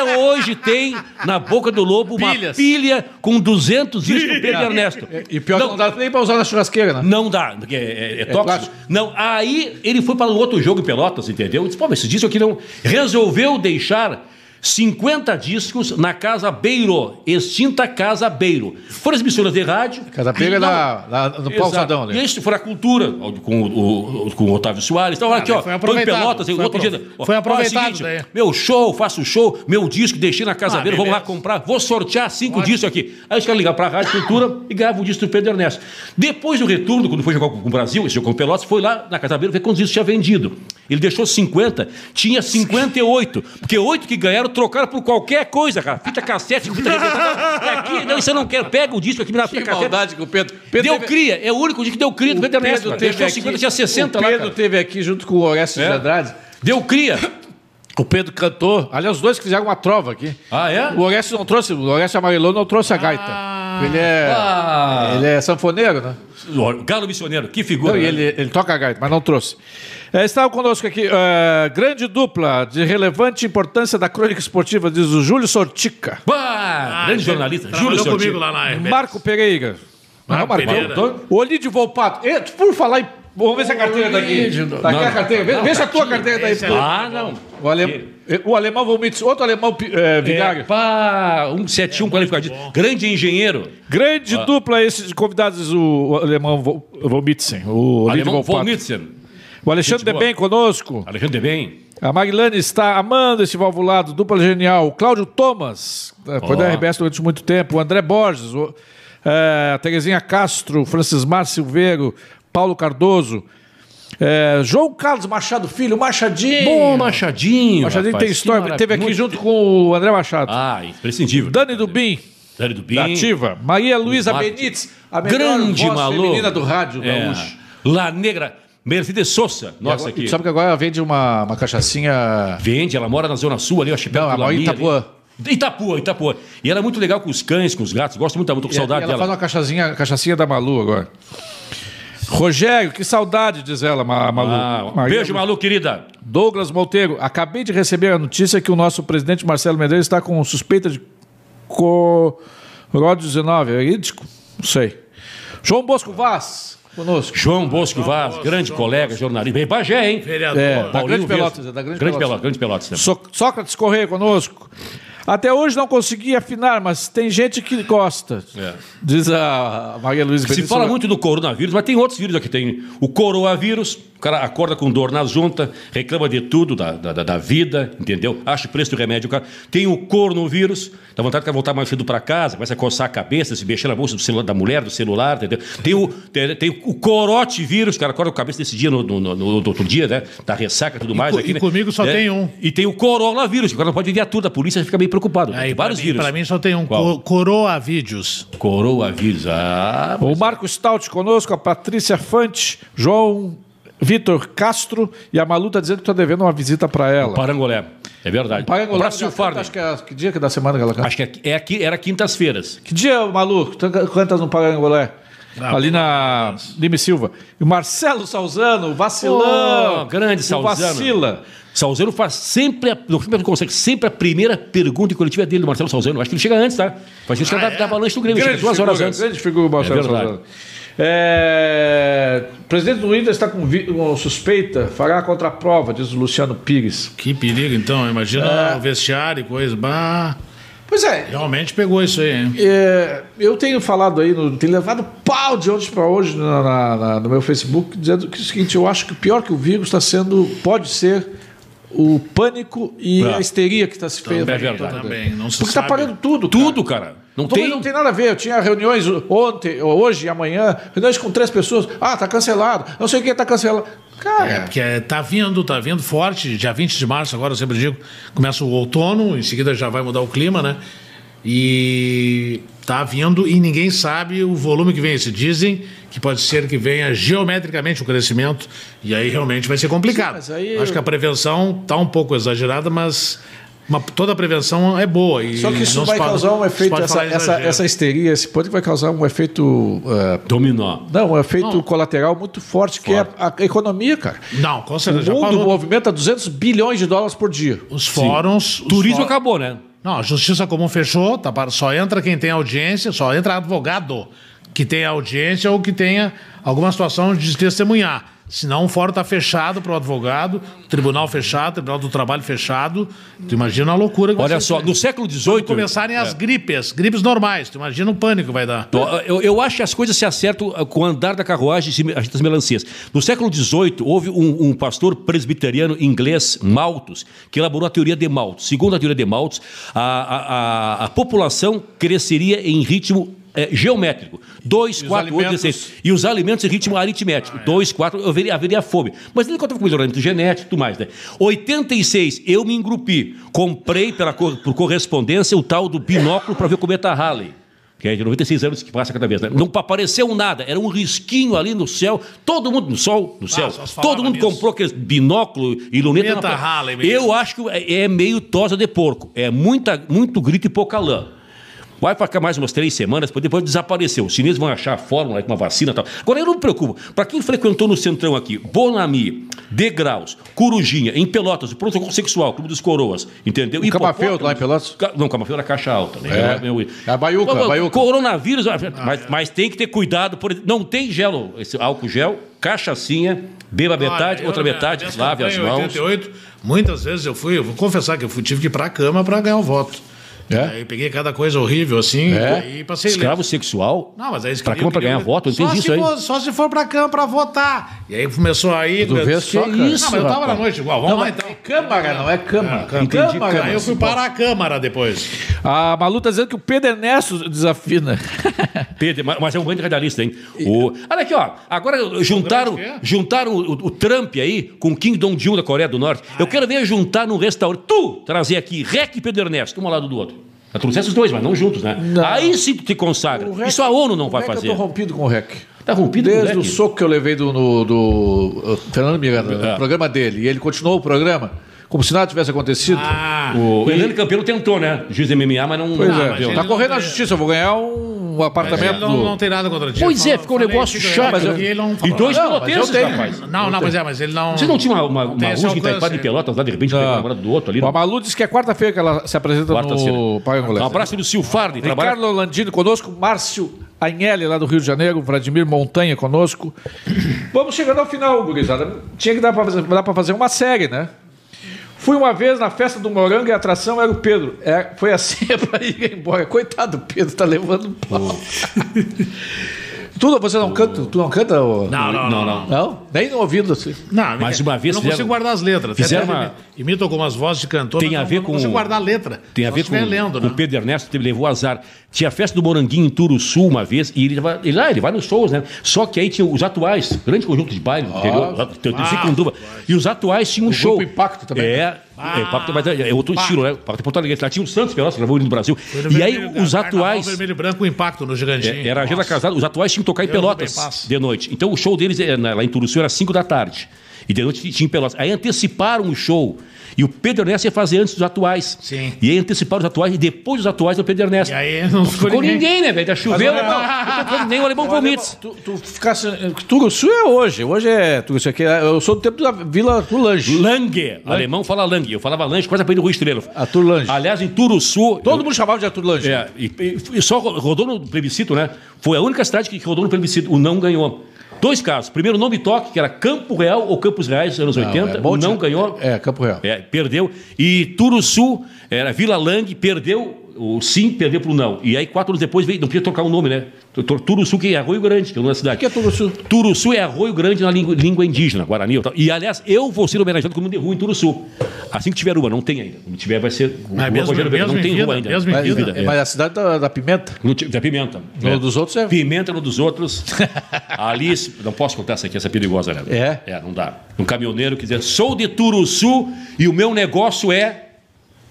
C: até hoje tem na boca do lobo uma
A: Pilhas. É,
C: pilha com 200 discos do Pedro Ernesto.
A: E pior que não dá nem pra usar na churrasqueira, né?
C: Não dá, porque é, é- é tóxico.
A: plástico.
C: não, aí ele foi para o outro jogo em Pelotas, entendeu? Eu Disse, pô, mas esse disco aqui não. Resolveu deixar 50 discos na Casa Beiro, extinta Casa Beiro. Foram as missionárias de rádio.
A: Cada pega
C: Aí, não,
A: da, da, do
C: Exato.
A: pausadão ali.
C: E isso foi a cultura, com o, o- com o Otávio Soares. Então, olha aqui, ó.
B: Ah, foi
C: Tô em
B: aproveitado,
C: Pelotas,
B: foi
C: outro
B: apro-
C: dia. ó,
B: foi
C: ó,
B: aproveitado
C: é o seguinte,
B: daí.
C: Meu show, faço show, meu disco, deixei na casa
B: Ah,
C: dele, vamos lá
B: beleza.
C: comprar, vou sortear cinco discos aqui. Aí os caras ligam pra Rádio Cultura e gravam o disco do Pedro Ernesto. Depois do retorno, quando foi jogar com com o Brasil, esse jogo com o Pelotas, foi lá na Casa Beira ver quantos discos tinha vendido. Ele deixou 50, tinha 58, porque oito que ganharam trocaram por qualquer coisa, cara. Fita cassete, fita arrebentada. Aqui, não, isso eu não quero. Pega o disco aqui, me dá a fita
A: Que
C: cassete.
A: maldade com o Pedro. Pedro
C: Deu
A: teve-
C: cria, é o único dia que deu cria do Pedro Ernesto. cara. Deixou 50, tinha 60
A: o
C: lá.
A: Pedro
C: cara.
A: teve aqui junto com o Orestes
C: É.
A: de Andrade.
C: Deu cria.
A: O Pedro cantou. Aliás, os dois que fizeram uma trova aqui.
C: Ah, é?
A: O Orestes não trouxe, o Orestes Amarelou não trouxe a gaita. Ele é.
C: Ah.
A: Ele é sanfoneiro, né?
C: Olha, Galo Missioneiro, que figura.
A: Não, e
C: né?
A: ele, ele toca a gaita, mas não trouxe. É, estava conosco aqui, eh, grande dupla de relevante importância da crônica esportiva, diz o Júlio Sortica.
C: Bah,
B: Ah,
C: grande
B: gente,
C: jornalista.
B: trabalhou
C: Júlio
B: comigo
C: comigo
B: lá na RBS.
A: Marco Pereira. Não,
B: Marco
A: Marcão.
B: Pereira.
A: O Olídio Volpato. Eh, por falar em. Vamos ver se a carteira tá aqui. Tá aqui
C: Não,
A: a carteira. Vê, vê se a tua carteira tá aí.
B: Esse é
C: Ah, não.
A: O, ale... o alemão Vomitz, outro alemão pi- eh, vigário.
C: É, pá, 171
A: É
C: qualificadíssimo. Grande engenheiro.
A: Grande dupla esses de convidados, o, o alemão Vo- Vomitzen, o Olídio
C: alemão von
A: Volpato.
C: Nitzen.
A: O Alexandre
C: Gente boa.
A: Deben conosco.
C: Alexandre Bem.
A: A Marilane está amando esse valvulado, dupla genial. O Cláudio Thomas, eh, foi
C: Ó.
A: da RBS durante muito tempo. O André Borges, o, eh, a Terezinha Castro, o Francismar Silveiro, Paulo Cardoso. eh, João Carlos Machado Filho, Machadinho.
C: Bom, Machadinho.
A: Machadinho
C: rapaz,
A: tem
C: que
A: história, ele teve aqui
C: maravilha.
A: junto com o André Machado.
C: Ah, imprescindível.
A: Dani Dubin,
C: Dani Dubin.
A: da Ativa. Maria Luísa
C: Marketing.
A: Benites, a melhor
C: Grande
A: voz
C: maluco.
A: feminina do rádio
C: É.
A: gaúcho.
C: La Negra. Mercedes Sosa.
A: E
C: Nossa,
A: agora-
C: aqui.
A: tu Sabe que agora ela vende uma, uma cachaçinha.
C: Vende, ela mora na Zona Sul ali, eu achei
A: Não, ela mora em Itapuã.
C: Itapuã, Itapuã. E ela é muito legal com os cães, com os gatos. Gosto muito, muito com
A: E ela
C: saudade
A: faz
C: dela.
A: uma cachaçinha, cachaçinha da Malu agora. Rogério, que saudade, diz ela, Ma- Malu.
C: Ah, um
A: Maria- é
C: beijo, Malu, querida.
A: Douglas Monteiro, acabei de receber a notícia que o nosso presidente Marcelo Medeiros está com suspeita de Coró-19. É idítico? Não sei. João Bosco Vaz, conosco.
C: João Bosco Vaz, grande colega, jornalista. Bem, Bagé, hein?
B: Vereador.
A: É. Da Grande
C: Paulinho Vesgo.
A: Pelotas, é da Grande Pelotas.
C: Pelotas. Grande Pelotas. né?
A: So- Sócrates Correia conosco. Até hoje não consegui afinar, mas tem gente que gosta.
C: É.
A: Diz a Maria Luiz
C: Se fala muito do coronavírus, mas tem outros vírus aqui. Tem o coronavírus, o cara acorda com dor na junta, reclama de tudo, da, da, da- da vida, entendeu? Acha o preço do remédio cara. Tem o coronavírus, dá vontade de voltar mais cedo para casa, começa a coçar a cabeça, se mexer na bolsa do celular, da mulher, do celular, entendeu? Tem o, tem, tem o corote vírus, o cara acorda com a cabeça desse dia, no, no- no- no outro dia, né? Da ressaca e tudo mais.
B: co-
C: aqui,
B: e
C: né?
B: comigo só
C: Né?
B: tem um.
C: E tem o coronavírus, que o cara não pode ver a tudo, a polícia fica meio preocupado.
B: Aí,
C: tem vários
B: pra mim,
C: vírus.
B: Pra mim só tem um.
C: Qual?
B: Co coroa Vídeos.
C: Coronavírus, ah...
A: O Marco Stout conosco, a Patrícia Fante, tá João Vitor Castro e a Malu está dizendo que está devendo uma visita para ela.
C: Parangolé. É verdade.
A: Paga
C: Um
A: goleiro
C: abraço,
A: da
C: Silvio
A: Canta,
C: Fardo.
A: Acho que é que dia que é da semana que ela canta?
C: Acho que é, é aqui, era quintas-feiras.
A: Que dia, maluco? Tu cantas no Parangolé?
C: Ah,
A: Ali na Lime Silva. E o Marcelo Salzano, o vacilão.
C: Pô, Oh, grande
A: o
C: Salzano.
A: Vacila.
C: Salzano faz sempre, a, no filme ele consegue, sempre a primeira pergunta em coletiva é dele, do Marcelo Salzano. Acho que ele chega antes, tá? Faz ele chegar da, da avalanche do Grêmio, chega
A: Grande
C: duas horas
A: figura,
C: antes.
A: grande figura o Marcelo
C: É verdade.
A: Salzano. É, presidente do Inter está com, vi- com suspeita, fará a contraprova, diz o Luciano Pires.
B: Que perigo, então. Imagina o vestiário e coisa. Bah,
A: Pois é,
B: realmente pegou isso aí, hein?
A: É, eu tenho falado aí, no- tenho levado pau de ontem para hoje na- na- na- no meu Facebook, dizendo que é o seguinte: eu acho que pior que o vírus está sendo, pode ser o pânico e
C: É.
A: a histeria que está se fez.
C: é verdade.
B: Também, não se
A: Porque está
B: sabe.
A: parando tudo.
C: Tudo, cara. Não
A: Então, mas
C: tem.
A: não tem nada a ver. Eu tinha reuniões ontem, ou hoje e amanhã, reuniões com três pessoas. Ah, tá cancelado. Não sei o que tá cancelado.
B: É,
A: Cara,
B: porque é, tá vindo, tá vindo forte. Dia 20 de março, agora eu sempre digo, começa o outono, em seguida já vai mudar o clima, né? E tá vindo e ninguém sabe o volume que vem. Se dizem que pode ser que venha geometricamente o crescimento e aí realmente vai ser complicado.
A: Sim, mas aí-
B: Acho que a prevenção tá um pouco exagerada, mas uma- toda a prevenção é boa. e
A: só que isso
B: não se
A: vai
B: pode-
A: causar um
B: não se
A: efeito,
B: pode
A: essa,
B: falar
A: essa,
B: exagero.
A: essa histeria, esse pânico vai causar um efeito eh,
C: Dominó.
A: Não, é um efeito colateral muito forte, que é a, a economia, cara.
B: Não, com certeza.
A: O
B: já
A: mundo
B: parou.
A: movimenta 200 bilhões de dólares por dia.
B: Os fóruns. os
C: Turismo
B: fóruns-
C: acabou, né?
B: Não, a Justiça Comum fechou, tá, para- só entra quem tem audiência, só entra advogado que tenha audiência ou que tenha alguma situação de testemunhar. Senão o fórum está fechado para o advogado, tribunal fechado, tribunal do trabalho fechado. Tu imagina a loucura que vai
C: Olha
B: ser
C: só, É.
B: isso aí.
C: no século XVIII.
B: começarem as gripes, gripes normais. Tu imagina o pânico que vai dar.
C: Tô, Eu, eu acho que as coisas se acertam ah, com o andar da carruagem e se me- as melancias. No século XVIII, houve um, um pastor presbiteriano inglês, Malthus, que elaborou a teoria de Malthus. Segundo a teoria de Malthus, a, a- a- a população cresceria em ritmo eh, geométrico. 2, 4, 8,
A: alimentos?
C: 16. E os alimentos em ritmo aritmético. 2, 4, haveria, haveria fome. Mas ele contava com melhoramento genético e tudo mais, né? 86, eu me engrupi. Comprei pela, cor- por correspondência o tal do binóculo para ver o cometa Halley. Que é de 96 anos que passa cada vez, né? Não apareceu nada, era um risquinho ali no céu, todo mundo, no sol, no céu,
B: Ah, só se falava
C: todo mundo
B: nisso.
C: comprou aquele binóculo e luneta.
B: Cometa
C: na-
B: Halley, menino.
C: eu acho que é é meio tosa de porco, é muita, muito grito e pouca lã. Vai ficar mais umas três semanas, depois- depois desapareceu. Os chineses vão achar a fórmula com uma vacina e tal. Agora eu não me preocupo. Para quem frequentou no Centrão aqui, Bonami, Degraus, Corujinha, em Pelotas, o Pronto Socorro Sexual, Clube dos Coroas, entendeu? E
A: Camafeu, lá em Pelotas?
C: Ca- Não, Camafeu era caixa alta. Né?
A: É.
C: Era meu-
A: É a baiuca,
C: Mas, mas,
A: a baiuca.
C: Coronavírus, mas, mas tem que ter cuidado. Por... Não tem gel, esse álcool gel, cachaçinha, beba
B: Olha,
C: metade,
B: eu,
C: outra
B: né,
C: metade,
B: desde que
C: lave
B: eu
C: as
B: tenho
C: mãos.
B: 88, muitas vezes eu fui, eu vou confessar que eu fui, tive que ir para a cama para ganhar o voto.
A: É?
B: Aí peguei cada coisa horrível assim,
A: É?
B: e aí passei lento.
C: Escravo sexual?
B: Não, mas é aí eles
C: Pra
B: queriam-
C: cama pra ganhar
B: queriam-
C: voto, não
B: só
C: tem
B: se
C: isso aí.
B: for- só se for pra cama pra votar. E aí começou aí.
A: Tu vê só,
B: que
A: cara.
B: isso, Não, mas eu tava na
A: rapaz.
B: noite igual. Vamos lá então.
A: Câmara, não é Câmara.
B: Câmara.
C: Entendi, Câmara.
B: Aí eu fui para a Câmara depois.
A: A Malu tá dizendo que o Pedro Ernesto desafina.
C: Pedro, mas, mas é um grande radialista, hein? O- olha aqui, ó. Agora juntaram,
B: grande quê?
C: juntaram o, o Trump aí com o Kim Dong-jil da Coreia do Norte. Eu quero ver juntar num restaurante. Tu trazer aqui Rec e Pedro Ernesto, um ao lado do outro. Já trouxesse os dois, mas não juntos, né? Aí sim tu te consagra.
A: *laughs* O Rec-
C: Isso a ONU não vai
A: Como é que
C: fazer.
A: Eu tô rompido com o REC.
C: Tá rompido com o
A: Desde o
C: REC?
A: soco que eu levei do, no- do, uh, Fernando Miranda, no
C: É.
A: programa dele, e ele continuou o programa, como se nada tivesse acontecido.
B: Ah,
C: O Hernando Campelo tentou, né? Juiz de MMA, mas não.
A: pois
C: não, É,
A: é,
C: mas ele-
A: tá
B: não
A: correndo
B: tem-
A: a justiça, eu vou ganhar um apartamento.
B: ele não,
A: do-
B: não tem nada contra ti.
C: Pois
B: Fala-
C: é, ficou um
B: falei,
C: negócio
B: fica-
C: chato.
B: mas
C: né?
B: eu- ele não
C: e
B: falou
C: dois
B: nada.
A: mas eu
C: peloteiros,
A: tenho.
C: rapaz.
B: Não, não, pois é, mas ele não.
C: Vocês Tá. não tinham uma, uma, uma
B: tem esse
C: rusga em Taipá
B: alcance,
C: de
B: né?
C: Pelotas, lá de repente,
A: Tá.
C: pegando a namorada um do outro ali?
A: Ah. O Malu disse que é quarta-feira que ela se apresenta
C: Quarta-feira.
A: no Parangolé.
C: Um abraço do Silfardi, trabalha
A: Ricardo Landino conosco, Márcio Agnelli lá do Rio de Janeiro, Vladimir Montanha conosco. Vamos chegando ao final, gurizada. Tinha que dar pra fazer, dar pra fazer uma série, né? Fui uma vez na festa do Morango e a atração era o Pedro. É, foi assim *laughs* pra ir embora. Coitado do Pedro, tá levando um
C: *laughs*
A: pau. tu, você não canta? Tu não canta? ô?
B: Não, não, não. não.
A: Não? Nem no ouvido assim.
B: Não,
C: Mais uma vez
B: eu não
C: fizeram-
B: consigo guardar as letras.
C: fizeram
B: Até
C: uma-
B: imito- Imito algumas vozes de cantor.
C: Tem
B: mas
C: a
B: não-
C: ver
B: Não consigo
C: com-
B: guardar a letra.
C: Tem a
B: Só
C: ver
B: se
C: com
B: estiver lendo, né?
C: o Pedro Ernesto, teve, levou azar. Tinha a festa do Moranguinho em Turuçu uma vez, e ele, vai- ele, ah, ele vai nos shows, né? Só que aí tinha os atuais, grande conjunto de baile do interior, lá do teu- teu Secunduva, e os atuais tinham um show.
A: grupo Impacto também.
C: É, é, Impacto, mas é é outro estilo, né? Impacto é Porto Alegre. Lá tinha o Santos Pelotas, que gravou ele no Brasil. E aí
B: Vermelho,
C: os
B: né? Carnaval
C: atuais...
B: vermelho e branco, o impacto no gigantinho.
C: É, era a agenda
B: Nossa.
C: casada, os atuais tinham que tocar em
B: Eu não
C: Pelotas
B: repasso.
C: de noite. Então o show deles é, na- lá em Turuçu era 5 da tarde. E de noite tinha em Pelotas. Aí anteciparam o show. E o Pedro Ernesto ia fazer antes dos atuais.
B: Sim.
C: E aí anteciparam os atuais e depois dos atuais do Pedro Ernesto.
B: E aí não ficou,
C: Ficou
B: ninguém.
C: ninguém, né, velho? Já choveu,
A: Mas, ô,
C: mas... nem o tá Alemão Vomitz.
A: Tu, tu ficasse. Turuçu é hoje. Hoje é Turuçu. Aqui, eu sou do tempo da Vila Tulange.
C: Lange. Alemão fala Lange. Eu falava Lange, quase aprendi o Rui Estrela.
A: A Tulange.
C: Aliás, em Turuçu...
A: Todo
C: eu-
A: mundo chamava de Arthur Lange.
C: É, e, e- e só ro- rodou no plebiscito, né? Foi a única cidade que rodou no plebiscito. O não ganhou. Dois casos. Primeiro, não me toque, que era Campo Real ou Campos Reais, anos 80.
A: é bom
C: não
A: te-
C: ganhou.
A: É, Campo Real.
C: É, perdeu. E Turuçu, era Vila Lang, perdeu o sim, perdeu pro não. E aí, quatro anos depois, veio, não podia trocar o nome, né? Tu- tu- Turuçu, que é Arroio Grande, que é o nome da cidade.
A: O que é Turuçu?
C: Turuçu é Arroio Grande na língua, língua indígena, Guarani. E, tal. e, aliás, eu vou ser homenageado como de rua em Turuçu. Assim que tiver uma, não tem ainda. Quando tiver, vai ser.
B: Mas
C: rua
B: mesmo-
C: Rogério Bento,
B: mesmo
C: não
B: em
C: tem
B: vida,
C: rua ainda.
B: mesmo em
C: Mas-
A: Mas,
B: vida,
A: é. mas a cidade da, da Pimenta.
C: não ti- Da pimenta.
A: No dos outros é.
C: Pimenta no dos outros. A Alice, não posso contar essa aqui, essa é perigosa, né?
A: É?
C: É, não dá. Um caminhoneiro que dizia, sou de Turuçu e o meu negócio é...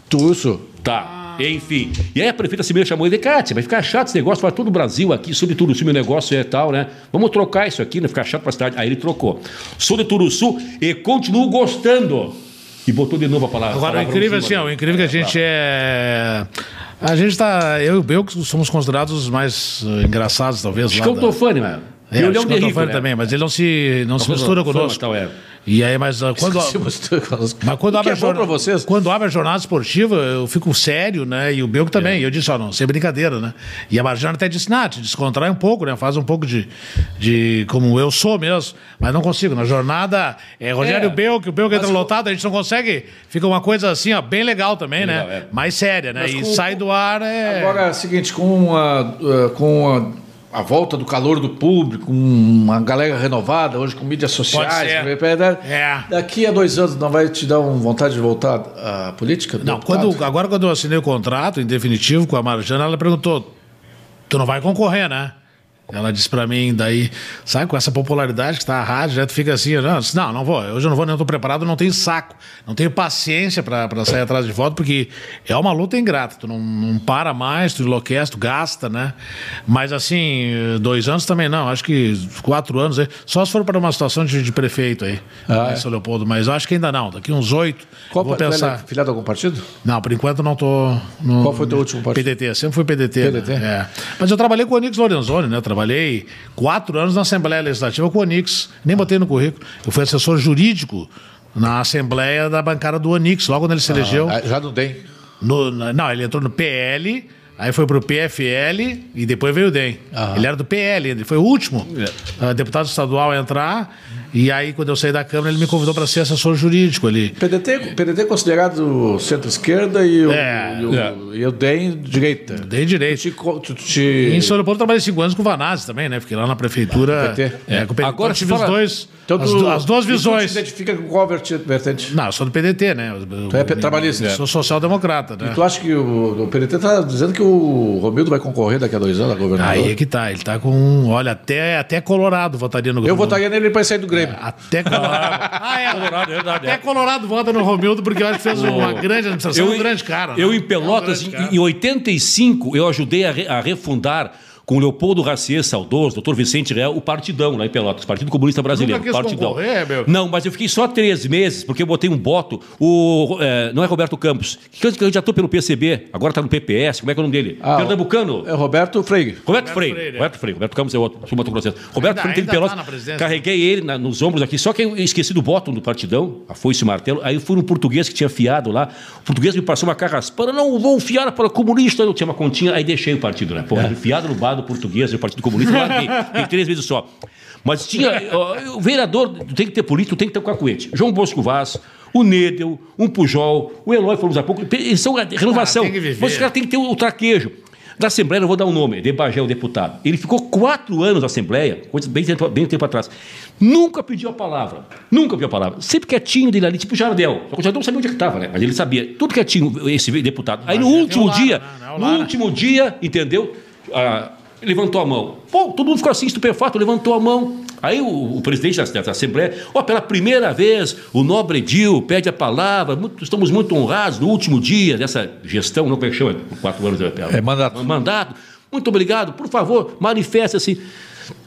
A: Turuçu.
C: Tá, enfim. E aí a prefeita Simeira chamou ele, Cátia, vai ficar chato esse negócio para todo o Brasil aqui, sou de Turuçu, meu negócio é tal, né? Vamos trocar isso aqui, né? Ficar chato para a cidade. Aí ele trocou. Sou de Turuçu e continuo gostando. E botou de novo a palavra.
B: Agora, o
C: palavra
B: incrível,
C: em
B: assim,
C: cima
B: ó, o
C: dele.
B: incrível é que a gente é. A gente tá. Eu e eu que somos considerados os mais eh, engraçados, talvez. lá da-
C: Escantofane, mano.
B: É,
C: E
B: o
C: o Leão
B: Chico
C: de
B: Antofani
C: Rico, né?
B: também, mas ele não se, não se mistura
C: Tá fama,
B: conosco.
C: tal, é.
B: E aí, mas ah,
A: *laughs*
B: quando.
A: Se você-
B: Mas quando
A: O que
B: abre,
A: é
B: a
A: bom pra
B: jornada,
A: vocês?
B: quando abre a jornada esportiva, eu fico sério, né? E o Belco também.
A: É.
B: E eu disse, ó, não, sem brincadeira, né? E a Marjana até disse, Nath, descontrai um pouco, né? Faz um pouco de, de como eu sou mesmo. Mas não consigo. Na jornada, é Rogério
C: É.
B: Belco, o Belco entra lotado, a gente não consegue. Fica uma coisa assim, ó, bem legal também, né?
C: legal, é.
B: Mais séria, né?
A: Mas
B: E
A: com-
B: sai do ar, é...
A: Agora, é o seguinte, com, a, uh, com a, a volta do calor do público, uma galera renovada, hoje com mídias sociais,
B: ser.
A: com- né?
B: É.
A: daqui a dois anos não vai te dar um vontade de voltar à política? Ah,
B: Não,
A: deputado?
B: quando, agora quando eu assinei o contrato, em definitivo, com a Marjana, ela perguntou: Tu não vai concorrer, né? Ela disse pra mim, daí, sabe, com essa popularidade que tá a rádio, já tu fica assim, eu disse, não, não vou, hoje eu não vou, não tô preparado, não tenho saco, não tenho paciência pra pra sair atrás de voto, porque é uma luta ingrata, tu não, não para mais, tu enlouquece, tu gasta, né? Mas assim, dois anos também não, acho que quatro anos, aí, só se for para uma situação de, de prefeito aí,
A: Ah,
B: em São Leopoldo, mas eu acho que ainda não, daqui uns oito,
A: Qual
B: vou
A: pa- tu era
B: pensar.
A: filiado a algum partido?
B: Não, por enquanto não tô. não-
A: Qual foi teu último partido?
B: PDT, sempre foi PDT.
A: PDT?
B: né? É. Mas eu trabalhei com o Onix Lorenzoni, né? Eu Trabalhei quatro anos na Assembleia Legislativa com o Onix, nem botei no currículo. Eu fui assessor jurídico na Assembleia da bancada do Onix, logo quando ele se elegeu.
A: Ah, já não tem.
B: No- na- não, ele entrou no PL, aí foi pro PFL e depois veio o DEM.
A: Aham. É.
B: Ele era do PL, ele foi o último ah, deputado estadual a entrar. E aí, quando eu saí da Câmara, ele me convidou para ser assessor jurídico ali.
A: PDT, PDT é considerado centro-esquerda e, o-
B: É.
A: e, o- e o DEM direita.
B: Dei direito.
A: Te co- tu- te-
B: E em São Leopoldo eu trabalhei cinco anos com o Vanazzi também, né? Fiquei lá na prefeitura.
A: PT.
B: É, com o PT.
C: Agora
B: Agora tive
C: fala-
B: os dois.
A: então
B: as,
A: tu-
B: du- as duas
A: e tu
B: visões.
A: te identifica com qual verti- vertente?
B: Não, eu sou do PDT, né?
A: Tu é trabalhista.
B: Sou social-democrata, né?
A: Tu acha que o, o PDT está tá dizendo que o Romildo vai concorrer daqui a dois anos a governador?
B: Aí é que tá. Ele tá com. Olha, até, até Colorado votaria no
A: Eu votaria nele para sair do Grêmio.
B: Até Colorado.
C: *laughs*
B: ah, é.
C: Colorado, é verdade,
B: Até
C: é.
B: Colorado vota no Romildo, porque eu acho que fez uma grande administração, um grande cara. né?
C: Eu em Pelotas,
B: É um grande
C: em- em, 85, eu ajudei a, re- a refundar com Leopoldo Racier, saudoso, doutor Vicente Real, o Partidão lá em Pelotas, Partido Comunista Brasileiro.
B: Nunca quis
C: partidão.
B: concorrer, é, meu.
C: Não, mas eu fiquei só três meses, porque eu botei um boto, o, eh, não é Roberto Campos, que candidatou pelo PCB, agora está no PPS, como é que é o nome dele?
A: Ah,
C: Pernambucano?
A: É Roberto Freire.
C: Roberto Freire.
B: Freire, é.
C: Roberto Freire. Roberto Campos é outro. Sou Mato Grossense. Roberto
B: Ainda-
C: Freire tem
B: ainda
C: Pelotas.
B: tá na presidência.
C: Carreguei ele na- nos ombros aqui, só que eu esqueci do botão do partidão, a foice e o martelo. Aí eu fui no português que tinha fiado lá. O português me passou uma carraspana. Não vou fiar para comunista. Eu tinha uma continha, aí deixei o partido, né? Pô, fiado no bar do português e o Partido Comunista. Eu larguei. Tem três vezes só. Mas tinha. ó, O vereador tu tem que ter político, tem que ter um cacuete. João Bosco Vaz. O Nedel, um Pujol, o Eloy, falamos há pouco. Eles são a renovação.
B: Ah, tem que viver.
C: Mas os caras tem que ter o traquejo. Da Assembleia, eu vou dar um nome, de Bagé, o deputado. Ele ficou quatro anos na Assembleia, coisa bem tempo, bem tempo atrás. Nunca pediu a palavra. Nunca pediu a palavra. Sempre quietinho dele ali, tipo Jardel. Só que o Jardel não sabia onde é que estava, né? Mas ele sabia. Tudo quietinho, esse deputado. Aí no
B: Bagé tem o
C: último
B: Lara,
C: dia,
B: né? Não é o
C: no
B: Lara.
C: último dia, entendeu? Ah, levantou a mão. Pô, todo mundo ficou assim, estupefato, levantou a mão. Aí o, o presidente da, da Assembleia, ó, pela primeira vez, o nobre Edil pede a palavra, muito- estamos muito honrados no último dia dessa gestão, não como é que chama, quatro anos. Um
A: É mandato.
C: Mandato. Muito obrigado, por favor, manifesta-se. assim.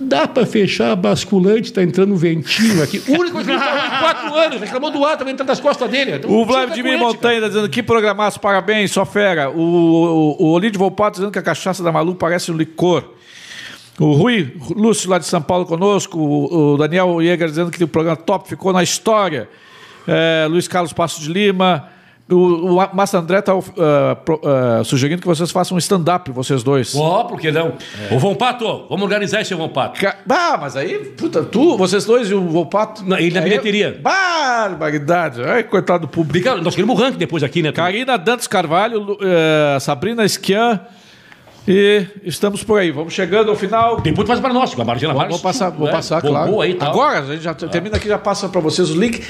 C: Dá para fechar a basculante, tá entrando um ventinho aqui. O único que ele falou em quatro anos, reclamou do ar, tava entrando nas costas dele. Então,
A: O
C: chega
A: Vladimir
C: com ele, cara.
A: Montanha tá dizendo que programaço, parabéns, só fera. O, o, o Olídio Volpato tá dizendo que a cachaça da Malu parece um licor. O Rui Lúcio lá de São Paulo conosco. O, o Daniel Jäger dizendo que o programa top ficou na história. É, Luiz Carlos Passo de Lima. O, o Massa André tá, está sugerindo que vocês façam um stand-up, vocês dois.
C: Ó, por que não? Ô, Vão Pato, vamos organizar esse Vão Pato.
A: Ca- Bah, mas aí, puta, tu, vocês dois e o Volpato.
C: Não, ele na
A: Aí-
C: bilheteria.
A: Barbaridade. Ai, coitado do público.
C: Obrigado, nós queremos o ranking depois aqui, né?
A: Karina Dantes Carvalho, Lu- eh, Sabrina Esquian e estamos por aí. Vamos chegando ao final. Né?
C: Depois faz para nós, com a Margina Marques.
A: Vou passar, vou
C: É,
A: passar,
C: bombou
A: claro.
C: Aí, e tal.
A: Agora, a gente já t- termina aqui, já passa para vocês o link.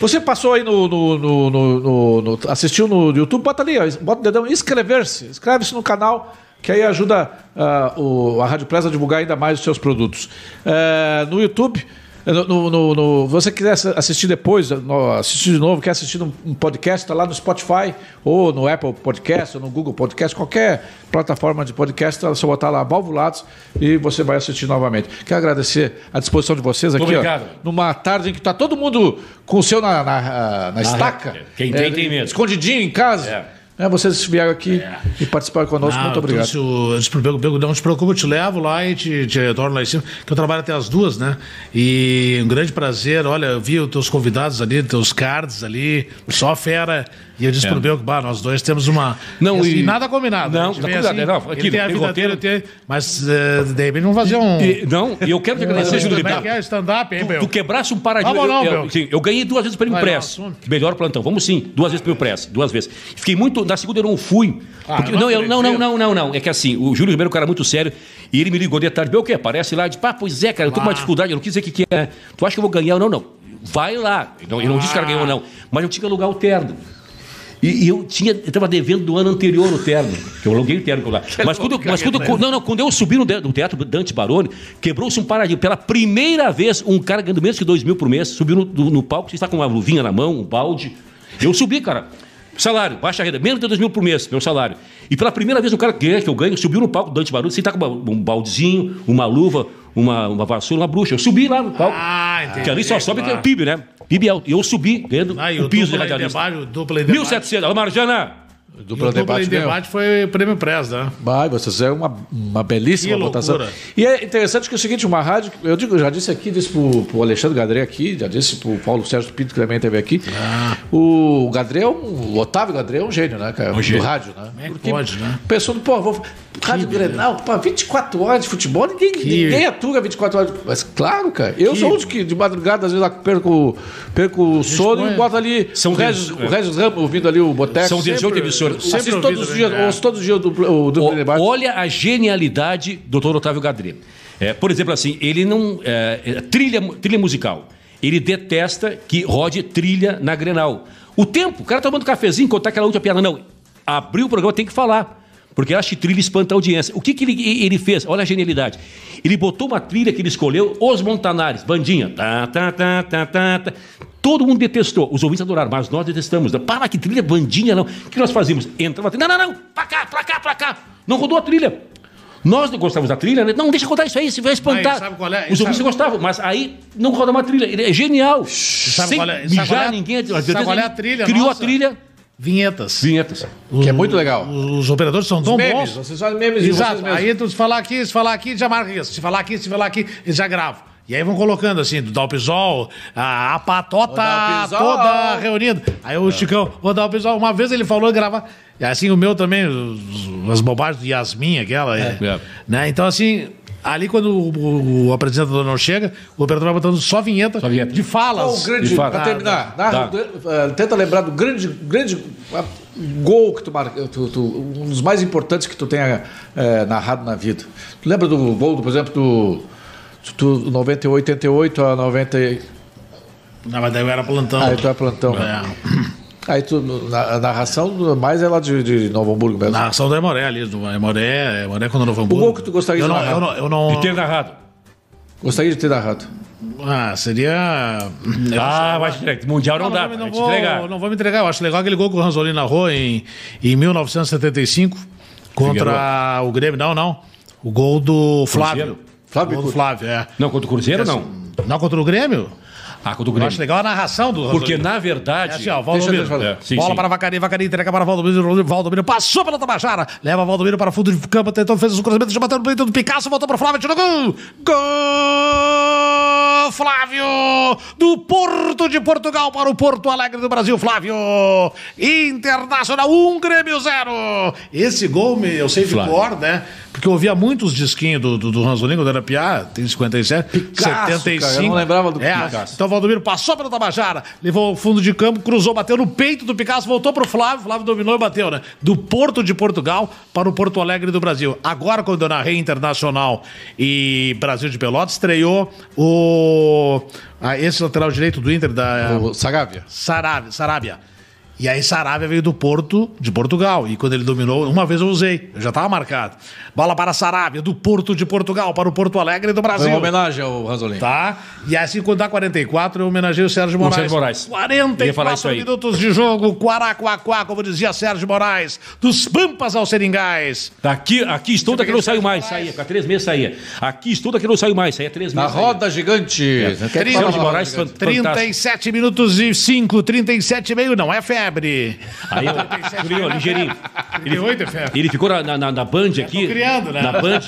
A: Você passou aí no, no- no- no- no- no- assistiu no YouTube, bota ali, ó, bota o dedão, inscrever-se. Inscreve-se no canal, que aí ajuda ah, o- a Rádio Presa a divulgar ainda mais os seus produtos. Eh, no YouTube. eh, No, no- no- no- você quiser ass- assistir depois, no- assistir de novo, quer assistir um, um podcast, está lá no Spotify, ou no Apple Podcast, ou no Google Podcast, qualquer plataforma de podcast, é só botar lá Valvulados e você vai assistir novamente. Quero agradecer a disposição de vocês aqui, ó,
C: Obrigado.
A: numa tarde em que está todo mundo com o seu na, na, na estaca. é,
C: Quem tem, tem mesmo. É.
A: Escondidinho em casa. É, vocês vieram aqui e participaram conosco,
B: Ah,
A: muito
B: então
A: obrigado.
B: se o- se o- pego- pego- não se preocupa, eu te levo lá e te, te retorno lá em cima, que eu trabalho até as duas, né? E um grande prazer, olha, eu vi os teus convidados ali, teus cards ali, só fera. E eu disse pro Belco, bah, nós dois temos uma.
C: É. Não,
B: e, assim,
C: e-
B: nada combinado.
C: Não,
B: A gente
C: tá
B: vem assim,
C: combinado, é, não,
B: ele
C: aqui
B: tem
C: não,
B: a
C: tem
B: vida dele,
C: roteiro.
B: eu tenho, mas eh, de repente vamos fazer um.
C: E- não, e eu quero te agradecer, Júlio
B: como é
C: Bitar.
B: que é stand-up, hein,
C: É. Tu
B: meu?
C: quebrasse um paradigma.
B: Vamos não,
C: eu, eu,
B: meu.
C: sim, eu ganhei duas vezes o prêmio
B: Vai,
C: Press.
B: não, assunto.
C: Melhor plantão. Vamos sim, duas vezes prêmio Press. Duas vezes. Fiquei muito. Na segunda eu não fui. porque-
B: eu não
C: não, eu, não, não,
B: acredito.
C: não, não, não. É que assim, o Júlio Ribeiro é um cara muito sério. E ele me ligou de tarde. Meu, o quê? Aparece lá e disse, pá, pois é, cara, eu tô com uma dificuldade, eu não quis dizer o que, que é. Tu acha que eu vou ganhar? Eu, Não, não. Vai lá. Ele não, ele não disse que era ganhou ou não. Mas eu tinha que alugar o terno. E, e eu tinha, eu tava devendo do ano anterior o terno. que Eu aluguei o terno *laughs* lá. Mas quando, mas quando, não, não, quando eu subi no, te- no teatro Dante Baroni, quebrou-se um paradigma. Pela primeira vez, um cara ganhando menos que dois mil por mês subiu no, no- no palco, você está com uma luvinha na mão, um balde. Eu subi, cara. Salário, baixa renda, menos de dois mil por mês, meu salário. E pela primeira vez, um cara que ganha, que eu ganho, subiu no palco Dante Baroni, você está com uma- um baldezinho, uma luva, uma, uma vassoura, uma bruxa. Eu subi lá no palco.
B: Ah, entendi,
C: Que ali só sobe
B: claro.
C: que é o PIB, né? PIB alto. E eu subi, ganhando
B: Ah, e
C: o piso de
B: dupla em
C: radialista.
B: debate, o dupla em debate.
C: 1700. Alô, Marjana!
B: E o
A: Dupla
B: dupla
A: debate né,
B: em
A: mesmo.
B: debate foi o prêmio Press, né?
A: Vai, vocês é uma, uma belíssima
B: Que
A: votação.
B: loucura.
A: E é interessante que é o seguinte, uma rádio, eu digo, já disse aqui, disse pro, pro Alexandre Gadré aqui, já disse pro Paulo Sérgio Pinto que também esteve aqui.
B: Ah.
A: O Gadré, é um, o Otávio Gadré é um gênio, né, cara? Do rádio, né?
B: é que pode, né?
A: Pensando, pô, vou, rádio Grenal, pô, 24 horas de futebol, ninguém, ninguém atura 24 horas. de- Mas claro, cara, eu sou um dos que de madrugada, às vezes, lá perco, perco o sono e
B: põe-
A: boto ali
C: São
A: o Regis,
C: Deus,
A: o
B: é.
A: Regis Ramos ouvindo ali o Boteco.
C: São 18 emissoras.
B: sempre
A: Assisto
B: ouvido,
A: todos os
B: né,
A: dias,
B: cara?
A: ouço todos os dias o duplo- o duplo debate.
C: O- olha a genialidade do Dr. Otávio Gadret. É, por exemplo, assim, ele não. é, é, trilha, trilha musical. Ele detesta que rode trilha na Grenal. O tempo, o cara tá tomando cafezinho, contar aquela última piada. Não, abriu o programa, tem que falar. Porque acha que trilha espanta a audiência. O que, que ele, ele fez? Olha a genialidade. Ele botou uma trilha que ele escolheu, Os Montanares, bandinha. Tá, tá, tá, tá, tá, tá. Todo mundo detestou. Os ouvintes adoraram, mas nós detestamos. Para que trilha bandinha, não. O que nós fazíamos? Entrava a trilha. Não, não, não. Pra cá, pra cá, pra cá. Não rodou a trilha. Nós não gostávamos da trilha, né? Não, deixa eu contar isso aí, se vai espantar.
B: Ah, e sabe qual é? E
C: Os ouvintes
B: sabe-
C: gostavam, mas aí não rodava uma trilha. Ele é genial. Sem
B: qual é- sabe
C: mijar
B: qual é-
C: ninguém. às
B: sabe
C: vezes
B: qual é a
C: ele
B: trilha
C: Criou
B: nossa?
C: a trilha.
B: Vinhetas.
C: Vinhetas.
A: Que é muito legal.
B: Os operadores são tão
A: memes,
B: bons.
A: vocês fazem memes de vocês
B: Exato.
A: mesmos.
B: Aí é tu se falar aqui, se falar aqui, já marca isso. Se falar aqui, se falar aqui, eles já gravam. E aí vão colocando assim, do Dalpisol, a, a patota
A: Dalpisol.
B: toda reunida. Aí
A: É.
B: o Chicão, o Dalpisol, uma vez ele falou gravar. E assim o meu também, os- as bobagens do Yasmin, aquela. é,
C: é.
B: Né? Então assim, ali quando o, o apresentador não chega, o operador vai botando só vinheta,
C: Só vinheta.
B: de
A: Qual
B: falas.
A: Então, o grande,
C: de fato.
A: pra terminar, narra
C: Tá.
A: o gran- eh, tenta lembrar do grande, grande ah, gol que tu marcou, um dos mais importantes que tu tenha eh, narrado na vida. Tu lembra do gol, do, por exemplo, do, do 98, 88 a 90. e-
B: Não, mas daí eu era plantão.
A: Aí tu é plantão.
B: É.
A: Aí tu, na, a narração mais é lá de, de Novo Hamburgo mesmo.
B: Narração do Emoré ali, do é, Emoré, Emoré quando não vamos.
A: O gol que tu gostaria
B: eu
A: de
B: não,
A: narrar?
B: eu não, eu não-
C: De ter narrado.
A: Gostaria de ter narrado.
B: Ah, seria.
C: Ah, vai te entregar. Mundial não, dá.
B: vou-
C: vai
B: não
C: te
B: vou,
C: entregar.
B: não vou me entregar. Eu acho legal aquele gol que o Ranzolini narrou em, em 1975 contra o Grêmio. Não, não. O gol do Flávio.
C: Cruzeiro?
B: Flávio. Flávio, é.
C: Não, contra o Cruzeiro, não.
B: Não contra o Grêmio?
C: Ah, contra o
B: Eu
C: Grêmio.
B: acho legal a narração do
C: Porque, na
B: É
C: verdade...
B: assim, ó, Valdomiro.
A: deixa eu fazer.
B: É.
C: Sim,
B: Bola
C: sim.
B: para Vacari, Vacari entrega para Valdomiro, Valdomiro passou pela Tabajara, leva Valdomiro para fundo de campo, tentou, fez o cruzamento, já bateu no peito do Picasso, voltou para o Flávio, tirou gol! Gol! Flávio! Do Porto de Portugal para o Porto Alegre do Brasil, Flávio! Internacional 1, Grêmio 0! Esse gol, me- eu sei de
C: Flávio.
B: cor, né? Porque eu ouvia muitos disquinhos do, do, do Ranzolim, quando era piá, tem 57,
A: cara, eu não
B: 75.
A: lembrava do
B: é,
A: Picasso.
B: então o Valdomiro passou pelo Tabajara, levou ao fundo de campo, cruzou, bateu no peito do Picasso, voltou pro Flávio, Flávio dominou e bateu, né? Do Porto de Portugal para o Porto Alegre do Brasil. Agora, quando eu narrei Internacional e Brasil de Pelotas, estreou o. ah, esse lateral direito do Inter da.
A: O Sagávia.
B: Sarabia, Sarabia. E aí Sarabia veio do Porto, de Portugal. E quando ele dominou, uma vez eu usei, eu já estava marcado. Bola para Sarabia, do Porto de Portugal, para o Porto Alegre do
A: Foi um
B: Brasil.
A: uma homenagem ao Ranzolin.
B: um- Tá? E assim, quando dá 44, eu homenageei o Sérgio Moraes.
C: Sérgio Moraes. Eu ia falar isso
B: 44
C: aí.
B: minutos de jogo, Quaracuacuá, como dizia Sérgio Moraes, dos Pampas aos Seringais.
C: Daqui, aqui estou, daqui não saio mais. Saía, fica três meses saía. Aqui estou, daqui não saio mais. Saía três
A: Na
C: meses. saía.
A: roda gigante.
B: É.
A: Quer que
B: Sérgio
A: fala na roda
C: Moraes,
A: gigante?
C: fantástico.
B: 37 minutos e 5, 37 e meio, não é febre.
C: Aí eu, Julinho, ligeirinho. Ele,
B: 38 é febre.
C: ele ficou na, na, na- na Band aqui.
B: criando, né?
C: Na Band.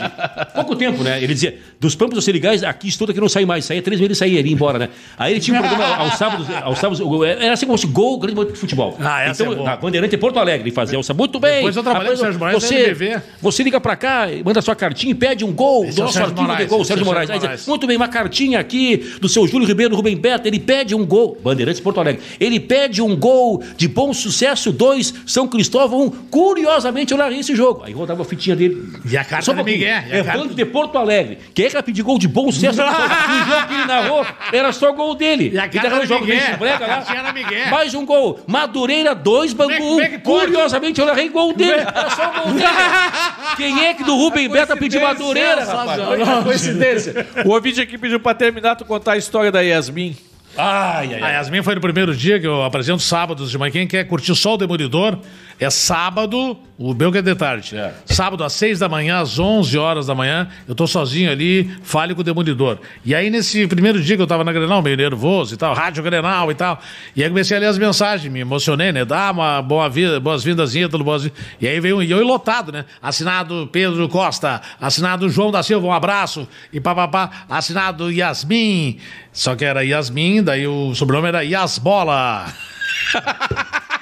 C: Pouco tempo, né? Ele dizia, dos pampos dos serigais, aqui estou, daqui não saio mais. Saía três meses, ele saía, ele ia embora, né? Aí ele tinha um programa aos sábados, aos sábados o gol- era assim como se fosse gol, grande momento de futebol.
B: Ah, essa
C: então,
B: é boa.
C: na Bandeirante em Porto Alegre, ele fazia alça. Muito bem.
B: Depois eu trabalhei com o Sérgio Moraes na
C: você,
B: NBV.
C: você liga pra cá, manda sua cartinha e pede um gol
B: Esse
C: do
B: é o
C: nosso
B: Sérgio
C: arquivo de
B: Moraes,
C: gol,
B: esse é o
C: Sérgio
B: Sérgio
C: Moraes. Aí dizia,
B: Morae.
C: muito bem, uma cartinha aqui do seu Júlio Ribeiro, Rubem Beto. Ele pede um gol. Bandeirantes Porto Alegre. Ele pede um gol de bom sucesso, dois, São Cristóvão, um. Curiosamente, eu narrei esse jogo. Aí rodava a fitinha dele.
B: E a carta
C: Só um
B: do
C: pouquinho.
B: Miguel, e a
C: É
B: carta-
C: Bando de Porto Alegre. Quem é que vai pedir gol de
B: *laughs*
C: bom sucesso? no jogo que ele narrou, era só gol dele.
B: E a
C: Ele
B: cara
C: narrou
B: do
C: o jogo
B: Miguel.
C: do Brega lá.
B: A cara do Miguel.
C: Mais um gol. Madureira, dois, Bangu,
B: Como é que- como é que
C: um.
B: pode?
C: Curiosamente, eu narrei gol dele. Era só gol
B: *laughs*
C: dele. Quem é que do Rubem Beto pediu Madureira, rapaz?
A: Olha que *laughs* coincidência. O ouvinte aqui pediu pra terminar tu contar a história da Yasmin.
C: Ai, ai,
B: A
C: ai.
B: Yasmin foi no primeiro dia que eu apresento sábados de manhã. Quem quer curtir só o Demolidor, é sábado, o Belga é de tarde.
C: É.
B: Sábado às 6 da manhã, às 11 horas da manhã, eu tô sozinho ali, fale com o Demolidor. E aí, nesse primeiro dia que eu tava na Grenal, meio nervoso e tal, rádio Grenal e tal, e aí comecei a ler as mensagens, me emocionei, né? Dá uma boa vida, boas-vindas, Ítalo, boas E aí veio um, e eu lotado, né? Assinado Pedro Costa, assinado João da Silva, um abraço, e papapá, assinado Yasmin. Só que era Yasmin, daí o sobrenome era Yasbola.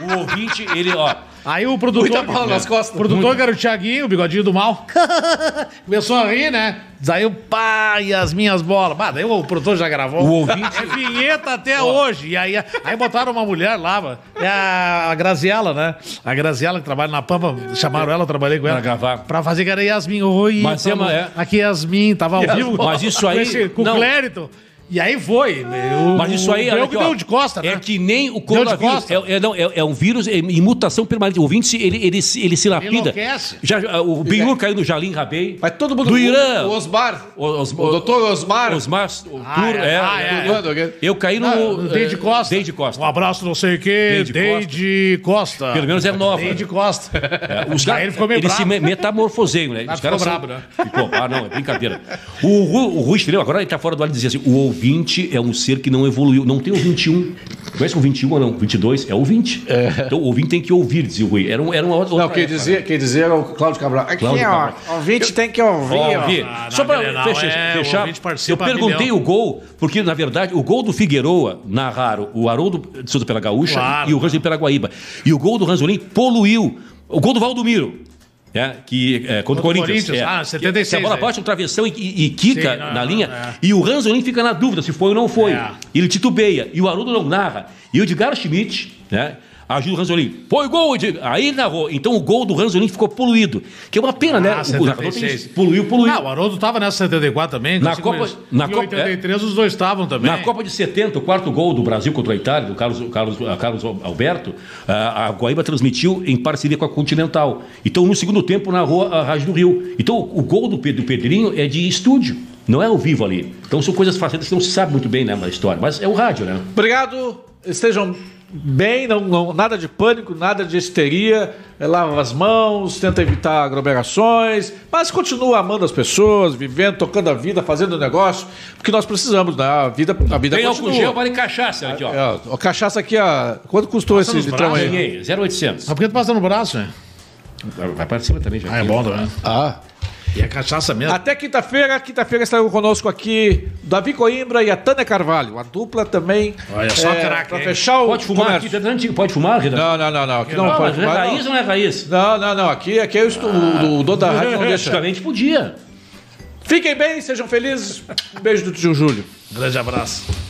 C: O ouvinte, ele, ó.
B: Aí o produtor.
A: Muita bola nas costas.
B: O produtor, que era o Thiaguinho, o bigodinho do mal. *laughs* Começou a rir, né? Daí o pai, as minhas bolas. Bah, daí o produtor já gravou.
C: O ouvinte-
B: É vinheta até hoje. E aí, aí botaram uma mulher lá, mano. É a, a Graziela, né? A Graziela que trabalha na Pampa. Chamaram ela, eu trabalhei com ela.
C: gravar.
B: Pra fazer que era Yasmin. Oi,
C: Mas
B: tamo-
C: é uma- é.
B: Aqui Yasmin, tava ao
C: Yasmin.
B: vivo.
C: Mas isso aí-
B: Com, esse- com
C: não.
B: o Clérito. E aí foi. O-
C: Mas isso aí,
B: o
C: olha
B: Belgo
C: aqui, ó,
B: deu de costa, né?
C: é que nem o
B: Deu
C: coronavírus.
B: de costa.
C: É, é, não, é, é um vírus em em mutação permanente. O ouvinte, ele, ele, se- ele se lapida.
B: Enlouquece. é-
C: Já, já, o Benhur caiu no Jalim Rabei.
A: Mas todo mundo.
C: Do Irã.
A: O Osmar.
C: O- Os-
A: O doutor Osmar.
C: Osmar. O
B: Ah,
C: Tur-
B: é,
C: é,
B: ah,
C: é,
B: é,
C: eu-
A: é, ok.
C: Eu caí no.
B: O Deide
C: eh,
B: Ah, Costa.
C: Deide Costa.
B: Um abraço, não sei o quê.
C: Deide Costa.
B: Deide Costa.
C: Pelo menos é nova.
B: Deide Costa.
C: É, os
B: Aí
C: caras,
B: ele ficou meio
C: eles
B: bravo.
C: se me- metamorfoseiam, né?
B: Ah,
C: Os caras
B: ficou brabo,
C: são-
B: né?
C: Ficou, ah, não, é brincadeira. O, Ru- o Rui Estrela, agora ele tá fora do ar, ele dizia assim, o ouvinte é um ser que não evoluiu, não tem o 21. Conhece o 21 ou não? 22 é o 20. Então o ouvinte tem que ouvir, dizia o Rui. Era, um, era uma outra...
A: Não, quem dizia, quem dizia era o Cláudio Cabral. Aqui,
C: Cláudio Cabral.
A: ó. Ouvinte tem que ouvir.
C: Ó,
A: ó.
C: Vi,
B: Ah,
C: Só
B: na
C: para
B: Grenal,
C: fechar,
B: é, o
C: fechar,
B: ouvinte
C: eu
B: participa a
C: perguntei
B: milhão.
C: o gol, porque na verdade o gol do Figueroa narraram o Haroldo de Souza pela Gaúcha
B: Claro.
C: e o Ranzolin pela Guaíba. E o gol do Ranzolin poluiu. O gol do Valdomiro. né, que é, contra o
B: Contra o
C: Corinthians.
B: Corinthians,
C: é,
B: ah,
C: que-
B: 76,
C: que a bola
B: aí.
C: bate um travessão e, e- e quica
B: Sim, não,
C: na
B: não,
C: linha.
B: é.
C: E o Ranzolin fica na dúvida se foi ou não foi.
B: É.
C: Ele titubeia. E o Haroldo não narra. E o Edgar Schmidt, né? Ajuda o Ranzolin. Foi gol, Edgar. Aí ele narrou. Então o gol do Ranzolin ficou poluído. Que é uma pena, né?
B: Ah,
C: O narrador tem
B: 76.
C: isso. Poluiu, poluiu.
B: Não, Ah, o Haroldo tava nessa 74 também.
C: Na
B: assim,
C: Copa-
B: mas
C: na
B: em
C: Copa-
B: 83 os dois estavam também.
C: Na Copa de 70, o quarto gol do Brasil contra a Itália, do Carlos, Carlos, ah, Carlos Alberto, ah, a a Guaíba transmitiu em parceria com a Continental. Então, no segundo tempo, narrou a Rádio do Rio. Então, o o gol do, Pe- do Pedrinho é de estúdio, não é ao vivo ali. Então, são coisas facetas que não se sabe muito bem né, na história, mas é o rádio, né?
A: Obrigado. Estejam bem, não, não- nada de pânico, nada de histeria, eh, lava as mãos, tenta evitar aglomerações, mas continua amando as pessoas, vivendo, tocando a vida, fazendo o negócio, porque nós precisamos, né? A vida, a vida
C: Tem álcool gel,
A: continua.
C: vale cachaça aqui, ó.
A: É, ó, a cachaça aqui, a... quanto custou esse litrão aí?
C: Ganhei, 0,800.
A: Ah,
B: Mas por que tu passa no braço, né?
C: Vai para cima também, já.
B: Ah, é bom também.
A: Ah.
B: E é cachaça
C: Ah.
B: mesmo.
A: Até quinta-feira, quinta-feira estarão conosco aqui Davi Coimbra e a Tânia Carvalho, a dupla também. é,
B: Olha, só craque,
A: Pra
B: hein?
A: fechar o
C: Pode fumar aqui,
A: comércio.
C: tá dentro de- pode fumar, Renan?
A: Não, não, não, não. Aqui não,
C: Não,
A: pode
C: mas é
A: fumar.
C: raiz ou
A: não.
C: não é raiz?
A: Não, não, não. Aqui, aqui eu estou, o, o dono da rádio não
C: *laughs*
A: deixa.
C: Antigamente podia.
A: Fiquem bem, sejam felizes. Um beijo do tio Júlio.
B: Grande abraço.